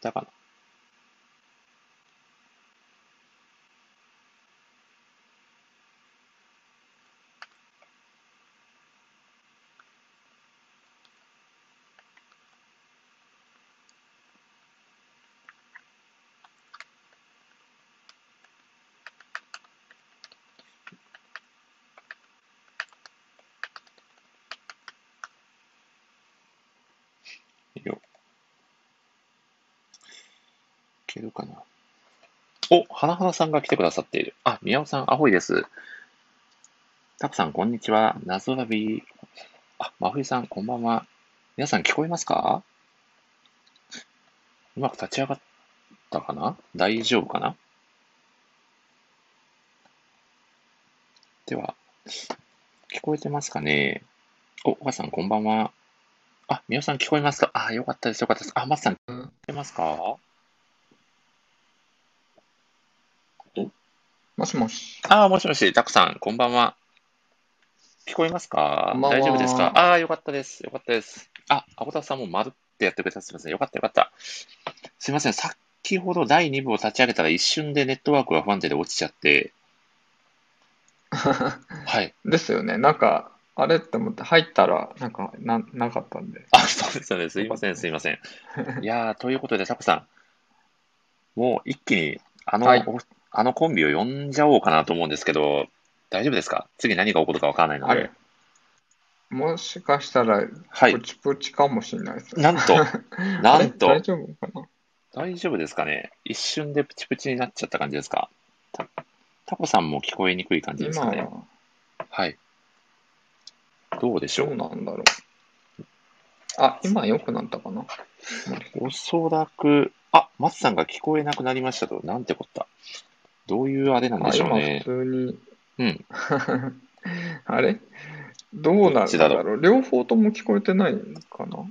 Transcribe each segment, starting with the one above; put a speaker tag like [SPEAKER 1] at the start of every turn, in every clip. [SPEAKER 1] たかなよ。いけるかな。お、花花さんが来てくださっている。あ、宮尾さん、アホイです。タプさん、こんにちは。謎ラビあ、真冬さん、こんばんは。皆さん、聞こえますかうまく立ち上がったかな大丈夫かなでは、聞こえてますかねお、岡さん、こんばんは。あ、皆さん聞こえますかあ、よかったです、よかったです。あ、松さん、聞こえますか
[SPEAKER 2] もしも し。
[SPEAKER 1] あ、もしもし、たくさん、こんばんは。聞こえますか
[SPEAKER 2] こんばんは
[SPEAKER 1] 大丈夫ですかあ、よかったです、よかったです。あ、アボタフさんもまるってやってくれた。すいません、よかった、よかった。すいません、先ほど第2部を立ち上げたら一瞬でネットワークが不安定で落ちちゃって、はい。
[SPEAKER 2] ですよね。なんか、あれって思って入ったら、なんか、な、なかったんで。
[SPEAKER 1] あ、そうですよね。すいません、すいま せん。いやー、ということで、タコさん、もう一気にあの、
[SPEAKER 2] はい
[SPEAKER 1] おあのコンビを呼んじゃおうかなと思うんですけど、大丈夫ですか次何が起こるかわからないの
[SPEAKER 2] あ
[SPEAKER 1] で
[SPEAKER 2] れ。もしかしたら、
[SPEAKER 1] はい
[SPEAKER 2] プ。チプチかもしれないです。
[SPEAKER 1] なんと、
[SPEAKER 2] あ
[SPEAKER 1] な
[SPEAKER 2] れ
[SPEAKER 1] んと、
[SPEAKER 2] 大丈夫かな
[SPEAKER 1] 大丈夫ですかね一瞬でプチプチになっちゃった感じですかたタコさんも聞こえにくい感じです
[SPEAKER 2] 今
[SPEAKER 1] か
[SPEAKER 2] は、
[SPEAKER 1] ねはい。どうでしょ
[SPEAKER 2] ど
[SPEAKER 1] う
[SPEAKER 2] うなんだろう。あ、今良くなったかな
[SPEAKER 1] おそらく、あ、松さんが聞こえなくなりましたと。なんてこった。どういうあれなんで
[SPEAKER 2] あ、
[SPEAKER 1] しょう
[SPEAKER 2] 今
[SPEAKER 1] ね
[SPEAKER 2] 普。通に。
[SPEAKER 1] うん。
[SPEAKER 2] あれどうな
[SPEAKER 1] どっ
[SPEAKER 2] ん
[SPEAKER 1] ちだ
[SPEAKER 2] だ
[SPEAKER 1] ろう
[SPEAKER 2] ろう両方とも聞こえてないのかな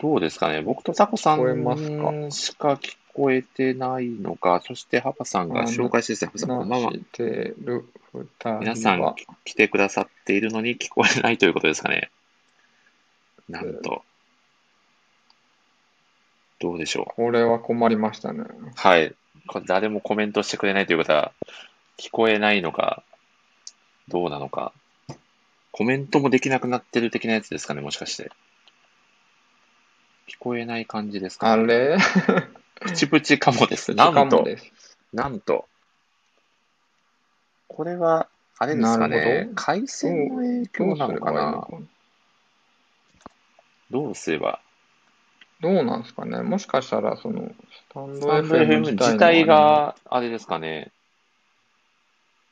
[SPEAKER 1] どうですかね、僕とタコさ
[SPEAKER 2] 聞こえます
[SPEAKER 1] んしか聞こえてないのか、そしてハパさんが
[SPEAKER 2] あ
[SPEAKER 1] 紹介してですね、ハパさん、こんばんは
[SPEAKER 2] 話。してる二人は。
[SPEAKER 1] 皆さん来てくださっているのに聞こえないということですかね。なんと。どうでしょ
[SPEAKER 2] これは困りましたね。
[SPEAKER 1] う。はい。これ誰もコメントしてくれないということは、聞こえないのか、どうなのか。コメントもできなくなってる的なやつですかね、もしかして。聞こえない感じですか
[SPEAKER 2] あ
[SPEAKER 1] ね、
[SPEAKER 2] れ
[SPEAKER 1] プチプチかもです。
[SPEAKER 2] 時
[SPEAKER 1] な
[SPEAKER 2] 間
[SPEAKER 1] んと。
[SPEAKER 2] です。
[SPEAKER 1] なんと、これは、あれですか
[SPEAKER 2] なる
[SPEAKER 1] ね
[SPEAKER 2] ほ、ど
[SPEAKER 1] 回線の影響なのかな、どうすれば、
[SPEAKER 2] どうなんですかね。もしかしたら、その、スタン
[SPEAKER 1] ス
[SPEAKER 2] ド
[SPEAKER 1] タンド
[SPEAKER 2] FM
[SPEAKER 1] FM 自体、が、あれですかね、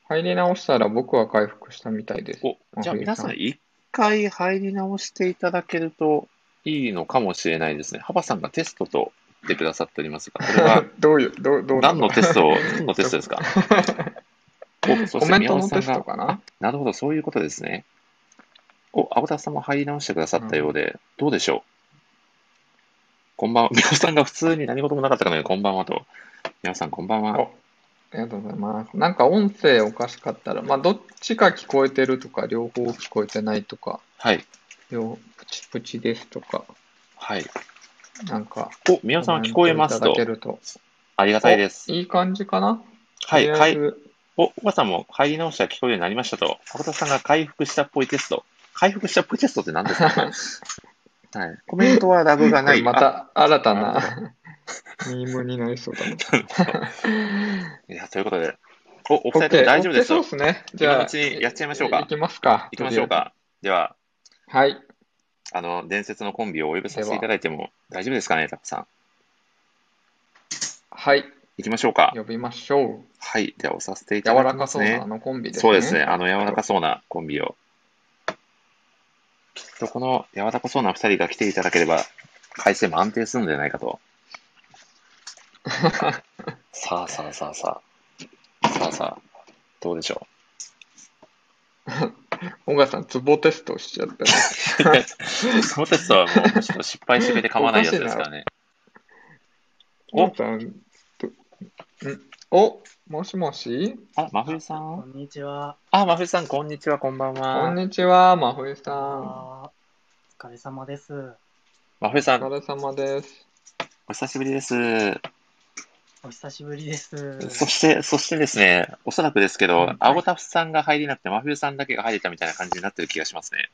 [SPEAKER 2] 入り直したら僕は回復したみたいです。
[SPEAKER 1] おじゃあ
[SPEAKER 2] 真冬
[SPEAKER 1] 皆
[SPEAKER 2] さん
[SPEAKER 1] さん、一回入り直していただけるといいのかもしれないですね。ハバさんがテストと言ってくださっておりますが、これ は
[SPEAKER 2] どういう、どう、どうな
[SPEAKER 1] 何
[SPEAKER 2] ん
[SPEAKER 1] の
[SPEAKER 2] だ
[SPEAKER 1] テストを、何のテスト ですかおそし
[SPEAKER 2] コ
[SPEAKER 1] て
[SPEAKER 2] メン
[SPEAKER 1] 宮
[SPEAKER 2] ト
[SPEAKER 1] 本
[SPEAKER 2] の
[SPEAKER 1] さん
[SPEAKER 2] テス
[SPEAKER 1] が
[SPEAKER 2] トかな
[SPEAKER 1] なるほど、そういうことですね。お、アボタフさんも入り直してくださったようで、どうでしょうこんばんは。みおさんが普通に何事もなかったかのように、こんばんはと。みおさん、こんばんは。
[SPEAKER 2] おありがとうございます。なんか音声おかしかったら、まあ、どっちか聞こえてるとか、両方聞こえてないとか、
[SPEAKER 1] はい。
[SPEAKER 2] 両プチプチですとか、
[SPEAKER 1] はい。
[SPEAKER 2] なんか、
[SPEAKER 1] お、みおさんは聞こえます
[SPEAKER 2] コメン
[SPEAKER 1] と
[SPEAKER 2] トいただけ。ると。
[SPEAKER 1] ありがたいです。
[SPEAKER 2] いい感じかな
[SPEAKER 1] はい。
[SPEAKER 2] とりあ
[SPEAKER 1] は
[SPEAKER 2] え
[SPEAKER 1] い。
[SPEAKER 2] ず
[SPEAKER 1] お、おばさんも入り直したら聞こえるようになりましたと。アボタフさんが回復したっぽいテスト。回復したっぽいテストって何です かはい。コメントはラグがない。
[SPEAKER 2] ま
[SPEAKER 1] あ。
[SPEAKER 2] た新た
[SPEAKER 1] な
[SPEAKER 2] なミームになりそうだな。
[SPEAKER 1] いや、ということで。お、お二人とも大丈夫です
[SPEAKER 2] オ
[SPEAKER 1] よ。
[SPEAKER 2] ッケーそうですね。じ
[SPEAKER 1] 今の
[SPEAKER 2] ゃ
[SPEAKER 1] う
[SPEAKER 2] あ、
[SPEAKER 1] ちにやっちゃいましょうか
[SPEAKER 2] いきますか。
[SPEAKER 1] 行きましょうか。では。
[SPEAKER 2] とりあえず。はい。
[SPEAKER 1] あの、伝説のコンビをお呼びさせていただいても大丈夫ですかね、タップさん。
[SPEAKER 2] はい。
[SPEAKER 1] 行きましょうか。
[SPEAKER 2] 呼びましょう。
[SPEAKER 1] はい。では、押させていた
[SPEAKER 2] 柔
[SPEAKER 1] だ
[SPEAKER 2] ら
[SPEAKER 1] き
[SPEAKER 2] か
[SPEAKER 1] ます
[SPEAKER 2] そうな
[SPEAKER 1] ね
[SPEAKER 2] あ。のコンビですね。
[SPEAKER 1] そうですね。。あの、柔らかそうなコンビを。きっとこの柔らかそうな二人が来ていただければ、回線も安定するんじゃないか と。さあさあさあさあ。さあさあ。どうでしょ
[SPEAKER 2] 小川さん、ツボテストしちゃったね。
[SPEAKER 1] う。そのテストはもう、むしろ失敗してくれて構わないやつです からね。お
[SPEAKER 2] 小川さん、とんおもしもし
[SPEAKER 1] あ、真冬さ
[SPEAKER 3] こ
[SPEAKER 1] ん
[SPEAKER 3] んにちは。
[SPEAKER 1] あ、真冬さん、こんにちは、こんばん
[SPEAKER 2] こん
[SPEAKER 1] は。
[SPEAKER 2] にちは、真冬さん。
[SPEAKER 3] あーお疲れ様です。
[SPEAKER 1] 真冬さ
[SPEAKER 2] お
[SPEAKER 1] ん、
[SPEAKER 2] 疲れ様です。
[SPEAKER 1] お久しぶりです。
[SPEAKER 3] お久しぶりです。
[SPEAKER 1] そして、そしてですね、おそらくですけ
[SPEAKER 3] う
[SPEAKER 1] ど
[SPEAKER 3] ん、
[SPEAKER 1] アゴタフさんが入れなくて、真冬さんだけが入れたみたいな感じになってる気がしますね。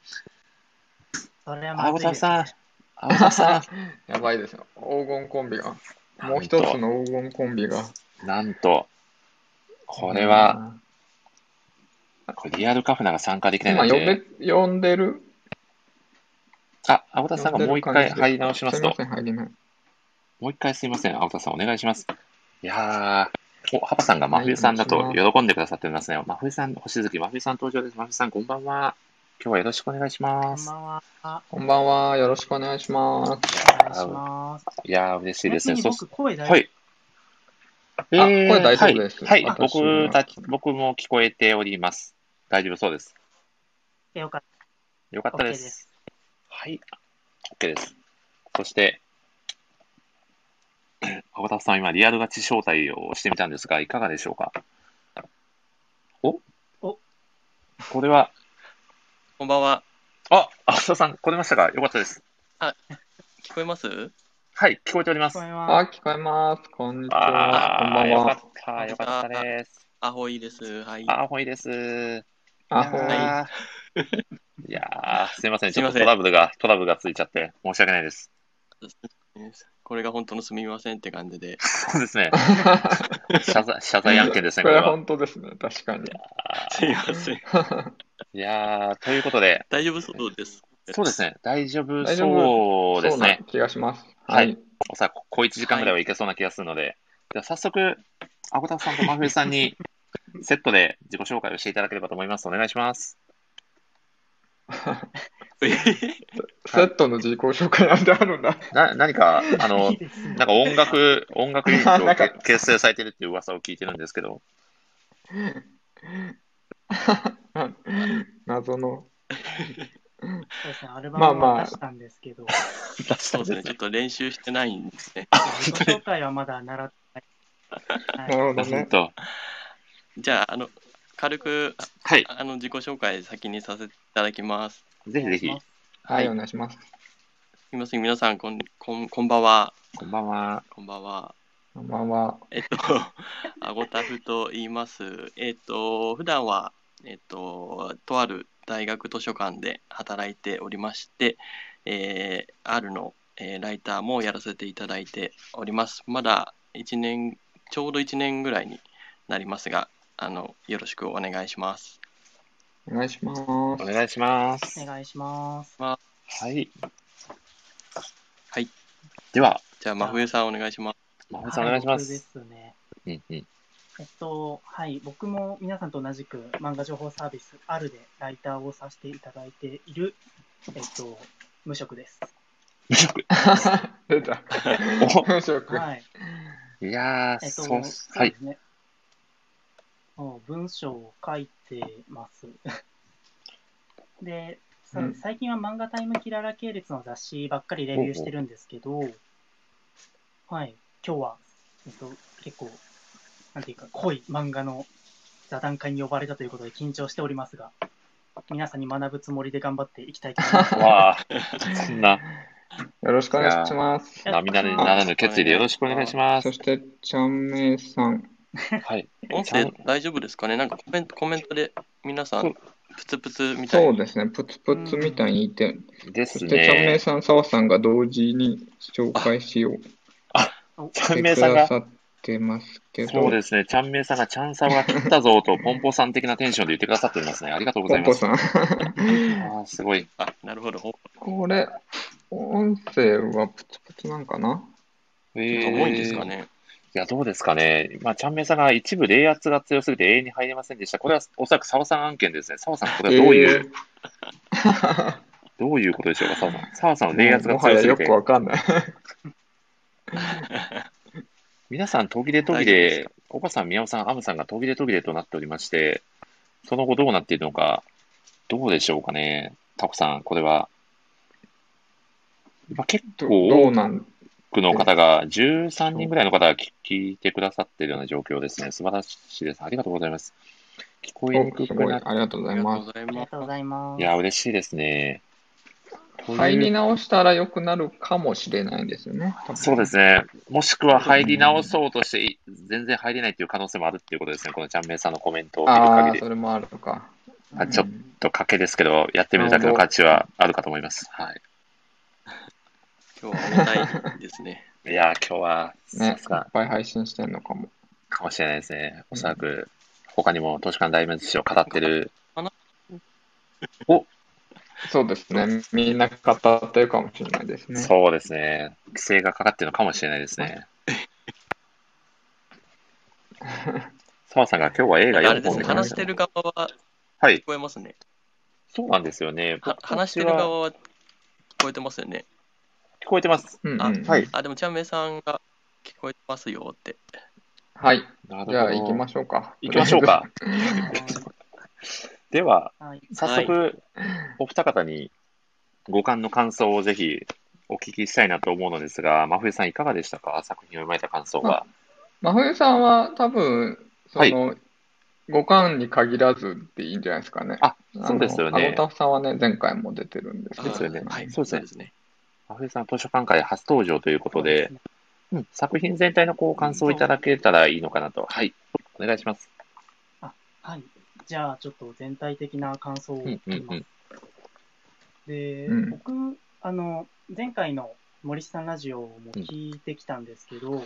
[SPEAKER 3] それは
[SPEAKER 1] ア
[SPEAKER 3] ま
[SPEAKER 1] ゴ
[SPEAKER 3] ず
[SPEAKER 1] タ
[SPEAKER 3] いで
[SPEAKER 1] フ
[SPEAKER 3] す
[SPEAKER 1] さん
[SPEAKER 3] ね。、
[SPEAKER 1] アゴタフさ
[SPEAKER 2] やばいですよ。黄金コンビが。
[SPEAKER 1] ん、
[SPEAKER 2] もう一つの黄金コンビが。
[SPEAKER 1] なんと、これは、これリアルカフナが参加でき
[SPEAKER 2] うん。
[SPEAKER 1] ないの
[SPEAKER 2] 今呼
[SPEAKER 1] で、
[SPEAKER 2] べ、呼んでる
[SPEAKER 1] あ、アゴタフさんがもう一回入り直します
[SPEAKER 2] す
[SPEAKER 1] と
[SPEAKER 2] みま、せん、入りない。
[SPEAKER 1] もう一回すいません、青田さんお願いします。いやー、お、ハパさんが真冬さんだ
[SPEAKER 2] は
[SPEAKER 1] と
[SPEAKER 2] い
[SPEAKER 1] 喜んでくださってますね。真冬さん、星月、真冬さん登場です。真冬さん、こんばんは。今日はよろしくお願いし
[SPEAKER 3] こ
[SPEAKER 1] ま
[SPEAKER 3] ん
[SPEAKER 1] す
[SPEAKER 3] ば。んは。
[SPEAKER 2] こんばんは。よろしくお願いします。
[SPEAKER 3] お願いします。
[SPEAKER 1] いやー、嬉しいですね。
[SPEAKER 3] ちなみ
[SPEAKER 1] そ
[SPEAKER 3] に
[SPEAKER 1] し
[SPEAKER 3] 僕声大
[SPEAKER 1] は
[SPEAKER 3] 丈
[SPEAKER 1] い。えー
[SPEAKER 2] 声大丈夫です
[SPEAKER 1] はい、はい、
[SPEAKER 2] 私
[SPEAKER 1] 僕
[SPEAKER 2] は
[SPEAKER 1] たち、僕も聞こえております。大丈夫そうです。
[SPEAKER 3] 夫よかっ
[SPEAKER 1] よかったで。
[SPEAKER 3] OK です
[SPEAKER 1] はい、OK です。そして、 青田さん、今、リアルガチ招待をしてみたんですが、いかがでしょうかお
[SPEAKER 3] お
[SPEAKER 1] これは、
[SPEAKER 4] こんばんは。
[SPEAKER 1] あ、青田さん、来れましたかよかったです。
[SPEAKER 4] 聞こえます
[SPEAKER 1] はい、聞こえておりま
[SPEAKER 3] た。
[SPEAKER 1] す。
[SPEAKER 3] 聞こ
[SPEAKER 1] あ
[SPEAKER 3] え
[SPEAKER 2] あ、
[SPEAKER 3] ま
[SPEAKER 2] 聞こえます。
[SPEAKER 3] す。
[SPEAKER 2] こんにちは。こん
[SPEAKER 1] あ
[SPEAKER 2] ば
[SPEAKER 1] ー、
[SPEAKER 2] ん
[SPEAKER 1] よか
[SPEAKER 2] は
[SPEAKER 1] っ。た、よかったです。
[SPEAKER 4] アホイです。はい。
[SPEAKER 1] あー、ほいです。
[SPEAKER 2] あ、
[SPEAKER 1] い
[SPEAKER 2] ほ
[SPEAKER 1] や
[SPEAKER 2] ん
[SPEAKER 4] は
[SPEAKER 1] ーいやーすいません、ちょっと
[SPEAKER 4] すいませ
[SPEAKER 1] ト
[SPEAKER 4] ん
[SPEAKER 1] ラブルが、トラブルがついちゃって、申し訳ないです。
[SPEAKER 4] これが本当のすみませんって感じ で。
[SPEAKER 1] そうですね、謝罪、謝罪案件ですね、 こ
[SPEAKER 2] こ
[SPEAKER 1] れ
[SPEAKER 2] れ
[SPEAKER 1] は。
[SPEAKER 2] 本当ですね。確かに。
[SPEAKER 4] すみません。
[SPEAKER 1] いやー、ということで、
[SPEAKER 4] 大丈夫そうです。
[SPEAKER 1] そう ですね、大丈夫
[SPEAKER 2] 大丈
[SPEAKER 1] そうです
[SPEAKER 2] な
[SPEAKER 1] ね。
[SPEAKER 2] 気がします。
[SPEAKER 1] は
[SPEAKER 2] はいい。
[SPEAKER 1] おそらく小1時間ぐらいはいけそうな気がするので、では早速、アゴタフさんとマフィーさんにセットで自己紹介をしていただければと思います。お願いします。
[SPEAKER 2] セットの自己紹介なんて あるんだ。
[SPEAKER 1] な、何か、あの
[SPEAKER 3] いい、ですね
[SPEAKER 1] なんか音楽、音楽ユニット
[SPEAKER 2] な
[SPEAKER 1] を
[SPEAKER 2] んか
[SPEAKER 1] け結成されてるっていう噂を聞いてるんですけど、
[SPEAKER 2] 謎の。
[SPEAKER 3] そうですね。アルバム
[SPEAKER 2] まあま
[SPEAKER 3] は
[SPEAKER 2] あ
[SPEAKER 3] 出したんですけど、
[SPEAKER 4] そうですね。ちょっと練習してないんですね。
[SPEAKER 3] 自己紹介はまだ習ってない。
[SPEAKER 2] な
[SPEAKER 3] はい。
[SPEAKER 2] るほど
[SPEAKER 1] 本
[SPEAKER 2] ね。
[SPEAKER 1] 当。
[SPEAKER 4] じゃあ、あの、軽く、
[SPEAKER 1] はい、
[SPEAKER 4] あの、自己紹介先にさせていただきます。
[SPEAKER 1] ぜひぜひ。
[SPEAKER 2] はい、お願いします。
[SPEAKER 4] すみません。皆さん、こん、こん、こんばんは。
[SPEAKER 1] こんばんは。
[SPEAKER 4] こんばんは。
[SPEAKER 2] こんばんは。
[SPEAKER 4] えっと、 アゴタフと言います。えっと、普段は、えっと、とある大学図書館で働いておりまして、えー、R の、えーライターもやらせていただいております。まだ1年、ちょうど1年ぐらいになりますが、あの、よろしくお願いします。
[SPEAKER 2] お願いしま
[SPEAKER 1] お
[SPEAKER 2] す。
[SPEAKER 1] 願いします。
[SPEAKER 3] お願いします。
[SPEAKER 1] はい。
[SPEAKER 4] はい。
[SPEAKER 1] では、
[SPEAKER 4] じゃあ、真冬さんお願いします。
[SPEAKER 1] まほさんお願いしま。
[SPEAKER 3] 僕ですすね。
[SPEAKER 1] うんうん。
[SPEAKER 3] えっと、はい、僕も皆さんと同じく漫画情報サービス R でライターをさせていただいている、えっと、無職です。
[SPEAKER 1] 無職。
[SPEAKER 2] 出た。無職。
[SPEAKER 3] はい。
[SPEAKER 1] いやー、
[SPEAKER 3] えっと、
[SPEAKER 1] そう、
[SPEAKER 3] そう
[SPEAKER 1] は
[SPEAKER 3] で
[SPEAKER 1] い。
[SPEAKER 3] すね。もう文章を書いてます。 で、そう
[SPEAKER 2] うん
[SPEAKER 3] 最近は漫画タイムキララ系列の雑誌ばっかりレビューしてるんですけど、はい、今日は、えっと、結構、なんていうか、濃い漫画の座談会に呼ばれたということで緊張しておりますが、皆さんに学ぶつもりで頑張っていきたいと 思います。
[SPEAKER 1] わー、そん な、
[SPEAKER 2] よろしくお願いします。
[SPEAKER 1] 涙にならぬ決意でよろしくお願いします
[SPEAKER 2] そ。して、ちゃんめいさん。
[SPEAKER 1] はい。
[SPEAKER 4] 音声大丈夫ですかねなんかコメント、コメントで皆さ、
[SPEAKER 1] そうん
[SPEAKER 4] プツプツみたい
[SPEAKER 2] そう
[SPEAKER 4] に
[SPEAKER 2] ですね。プツプツみたいに言って。
[SPEAKER 1] で
[SPEAKER 2] そ
[SPEAKER 1] す
[SPEAKER 2] して、ちゃんめい
[SPEAKER 1] ね。
[SPEAKER 2] さん、さわさんが同時に紹介しよう。
[SPEAKER 1] ちゃんめ
[SPEAKER 2] て
[SPEAKER 1] い
[SPEAKER 2] く
[SPEAKER 1] さん
[SPEAKER 2] だ
[SPEAKER 1] が、
[SPEAKER 2] さってますけど。
[SPEAKER 1] そうですね。ちゃんめいさんが、ちゃんさんは切ったぞと、ポンポさん的なテンションで言ってくださっておりますね。ありがとうござ
[SPEAKER 2] ポ
[SPEAKER 1] い
[SPEAKER 2] ン
[SPEAKER 1] ま
[SPEAKER 2] ポ
[SPEAKER 1] す。
[SPEAKER 2] さん。
[SPEAKER 1] あー、すごい。
[SPEAKER 4] あ、なるほど。ほ
[SPEAKER 2] これ、音声はプツプツなんかな
[SPEAKER 1] え
[SPEAKER 4] 重
[SPEAKER 1] ー
[SPEAKER 4] いんですかね
[SPEAKER 1] いや、どうですかね。まあ、ちゃんめいさんが一部冷圧が強すぎて永遠に入れませんでした。これはおそらく澤さん案件ですね。澤さん、これはどういう、どういうことでしょうか、澤さん。澤さんの冷圧が
[SPEAKER 2] もは
[SPEAKER 1] 強
[SPEAKER 2] や
[SPEAKER 1] すぎ
[SPEAKER 2] よ
[SPEAKER 1] て
[SPEAKER 2] く、わかんない。
[SPEAKER 1] 皆さん途切れ途切
[SPEAKER 4] 大丈夫で
[SPEAKER 1] れ、おばさん、宮尾さん、アムさんが途切れ途切れとなっておりまして、その後どうなっているのか、どうでしょうかね。タコさん、これは。まあ、結
[SPEAKER 2] ど
[SPEAKER 1] 構
[SPEAKER 2] どうなん
[SPEAKER 1] 多くの方が、13人ぐらいの方が聞聞いてくださっているような状況ですね。素晴らしいです。ありがとうございます。聞こえに
[SPEAKER 2] お
[SPEAKER 1] くく
[SPEAKER 2] すごい。
[SPEAKER 1] なっ
[SPEAKER 2] ありがとうご
[SPEAKER 4] あ
[SPEAKER 2] ざい
[SPEAKER 4] り
[SPEAKER 2] ま
[SPEAKER 4] がとう
[SPEAKER 2] す。
[SPEAKER 4] ござい
[SPEAKER 3] あり
[SPEAKER 4] ま
[SPEAKER 3] が
[SPEAKER 4] す
[SPEAKER 3] とうございま
[SPEAKER 1] いや、嬉しいですね。こういう
[SPEAKER 2] 入り直したら良くなるかもしれないんですよね。多分
[SPEAKER 1] そうですね。もしくは入り直そうとしてい、全然入れないという可能性もあるっていうことですね。このちゃんめいさんのコメントを見る
[SPEAKER 2] あ
[SPEAKER 1] 限り。
[SPEAKER 2] あ、
[SPEAKER 1] ちょ
[SPEAKER 2] それもあるか。
[SPEAKER 1] あちょ
[SPEAKER 2] っ
[SPEAKER 1] っと賭けですけど、やってみるだけの価値はあるかと思います。はい。
[SPEAKER 4] 今日は重たいですね。
[SPEAKER 1] いやー、今日は、
[SPEAKER 2] ね、い
[SPEAKER 1] さ
[SPEAKER 2] っ
[SPEAKER 1] すが
[SPEAKER 2] ぱい配信してんのかも。
[SPEAKER 1] かもしれないですね。おそらく、他にも投資家の代名詞を語ってる。
[SPEAKER 2] そうですね。みんな語ってるかもしれないですね。
[SPEAKER 1] そうですね。規制がかかってるのかもしれないです ね。澤さんが今日は映画
[SPEAKER 4] あ
[SPEAKER 1] 4
[SPEAKER 4] れです
[SPEAKER 1] 本
[SPEAKER 4] ね、
[SPEAKER 1] で
[SPEAKER 4] 話してる側は
[SPEAKER 1] はい
[SPEAKER 4] 聞。こえますね。
[SPEAKER 1] そうなんですよね。
[SPEAKER 4] は
[SPEAKER 1] 僕たちは
[SPEAKER 4] 話してる側は聞こえてますよね。
[SPEAKER 1] 聞こえてます。
[SPEAKER 2] うんうん
[SPEAKER 4] あ
[SPEAKER 1] はい
[SPEAKER 4] あ、でも、ちゃんめいさんが聞こえてますよって。
[SPEAKER 2] はい。
[SPEAKER 1] なるほど
[SPEAKER 2] じゃあ行きましょうか。
[SPEAKER 1] 行きましょうか。では、
[SPEAKER 3] はい。
[SPEAKER 1] 早速、お二方に五感の感想をぜひお聞きしたいなと思うのですが、真冬さん、いかがでしたか作品を読まれた感想は。
[SPEAKER 2] 真冬さんは多分、そ
[SPEAKER 1] はい
[SPEAKER 2] の、五感に限らずでいいんじゃないですかね。
[SPEAKER 1] あ、
[SPEAKER 2] あの
[SPEAKER 1] そうですよ
[SPEAKER 2] ア
[SPEAKER 1] ね
[SPEAKER 2] ゴ。タフさんはね、前回も出てるんですけ
[SPEAKER 1] で
[SPEAKER 2] ど
[SPEAKER 1] すよね
[SPEAKER 4] あーはい、
[SPEAKER 1] そうですね
[SPEAKER 4] ね。
[SPEAKER 1] 真冬さん、図書館会初登場ということで、
[SPEAKER 3] そうすね
[SPEAKER 1] うん作品全体のこう感想をいただけたらいいのかなと。はい。お願いします。
[SPEAKER 3] はい。じゃあ、ちょっと全体的な感想を
[SPEAKER 1] うん
[SPEAKER 3] 言
[SPEAKER 1] うん
[SPEAKER 3] います。
[SPEAKER 1] うん
[SPEAKER 3] で、
[SPEAKER 2] うん
[SPEAKER 3] 僕、あの、前回の森下さんラジオも聞いてきたんですけど、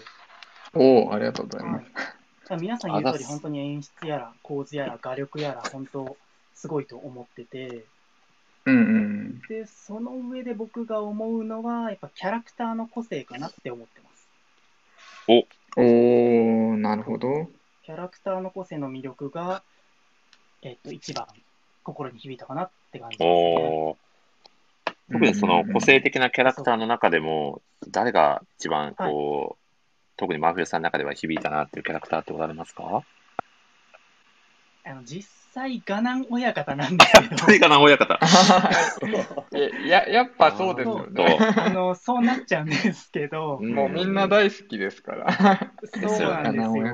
[SPEAKER 2] おお、ありがとうござい
[SPEAKER 3] は
[SPEAKER 2] ま
[SPEAKER 3] い
[SPEAKER 2] す。
[SPEAKER 3] 皆さん言う通
[SPEAKER 1] あざ
[SPEAKER 3] り、
[SPEAKER 1] っす
[SPEAKER 3] 本当に演出やら構図やら画力やら、本当すごいと思ってて、
[SPEAKER 2] うんうん。
[SPEAKER 3] で、その上で僕が思うのは、やっぱキャラクターの個性かなって思ってます。
[SPEAKER 2] おお、なるほど。
[SPEAKER 3] キャラクターの個性の魅力が、えっと、一番心に響いたかなって感じですね。
[SPEAKER 1] おー特にその個 性的なキャラクターの中でも、誰が一番こう、特に真冬さんの中では響いたなっていうキャラクターっておられますか
[SPEAKER 3] あの実際、ガナン親方なんですけ ど、
[SPEAKER 1] 誰かな、親方。
[SPEAKER 2] いや、やっぱそうですよね。
[SPEAKER 3] あのそうなっちゃうんですけど、
[SPEAKER 2] もうみんな大好きですから。
[SPEAKER 3] そうなんで
[SPEAKER 2] で
[SPEAKER 3] す
[SPEAKER 2] すよね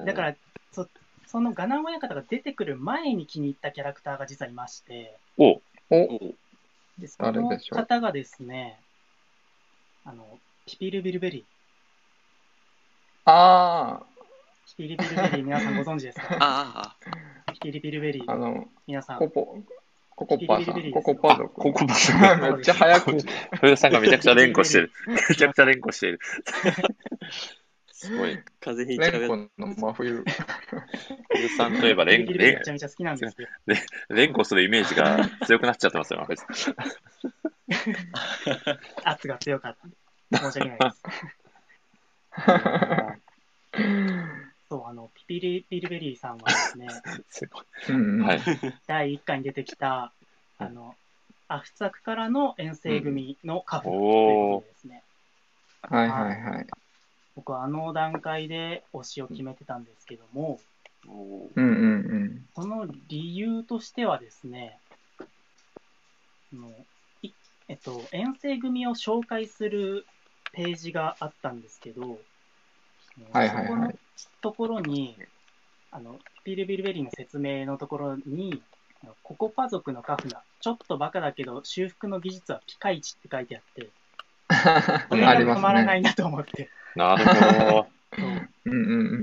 [SPEAKER 3] よ。だから、そそのガナン親方が出てくる前に気に入ったキャラクターが実はいまして、
[SPEAKER 1] お、
[SPEAKER 2] お、
[SPEAKER 3] でその
[SPEAKER 2] 誰でしょう
[SPEAKER 3] 方がですね、あの、ピピルビルベリー。
[SPEAKER 2] あ
[SPEAKER 3] ピピルビルベリー、皆さんご存知で すか
[SPEAKER 4] あー
[SPEAKER 3] ピピルビルベリ
[SPEAKER 2] あ、あ
[SPEAKER 3] ー、
[SPEAKER 2] の、
[SPEAKER 3] 皆さん
[SPEAKER 2] コ。ポ、ココッパさ
[SPEAKER 3] ビリビリビリで
[SPEAKER 2] ん、
[SPEAKER 3] す
[SPEAKER 2] ココッ
[SPEAKER 1] あ、
[SPEAKER 2] パ族。
[SPEAKER 1] ここば
[SPEAKER 2] めっちゃ早く。
[SPEAKER 1] 冬さんがめちゃくちゃ連呼して る。めちゃくちゃ連呼してる。すごい。
[SPEAKER 4] あー、風邪ひいちゃう
[SPEAKER 2] レンコ
[SPEAKER 4] やつ。
[SPEAKER 2] の真冬。
[SPEAKER 1] 冬さんといえば
[SPEAKER 3] ビ
[SPEAKER 1] 連
[SPEAKER 3] ルビルベ リーめちゃめちゃ好きなんですよ。
[SPEAKER 1] 連呼するイメージが強くなっちゃってますよ、真冬さん。
[SPEAKER 3] 圧が強かったんで。申し訳ないです。そう、あの、ピピルビルベリーさんはですね、
[SPEAKER 1] すごい。
[SPEAKER 2] うんうん
[SPEAKER 1] はい。
[SPEAKER 3] 第1回に出てきた、あの、アフツアクからの遠征組のカフェということでですね、
[SPEAKER 2] はいはいはい。
[SPEAKER 3] 僕はあの段階で推しを決めてたんですけども、
[SPEAKER 4] おー
[SPEAKER 2] うんうん
[SPEAKER 3] その理由としてはですね、あのいえっと、遠征組を紹介するページがあったんですけど、
[SPEAKER 2] はいはいはい
[SPEAKER 3] そこのところに、あのピルビルベリーの説明のところに、あのココパ族のカフナ、ちょっとバカだけど修復の技術はピカイチって書いてあって、こ
[SPEAKER 2] う
[SPEAKER 3] れ
[SPEAKER 2] ん。
[SPEAKER 3] が
[SPEAKER 2] ありま
[SPEAKER 3] 止
[SPEAKER 2] す
[SPEAKER 3] まらな
[SPEAKER 2] ね。
[SPEAKER 3] いなと思って、
[SPEAKER 1] なるほど。
[SPEAKER 3] そう
[SPEAKER 2] うんうんうん。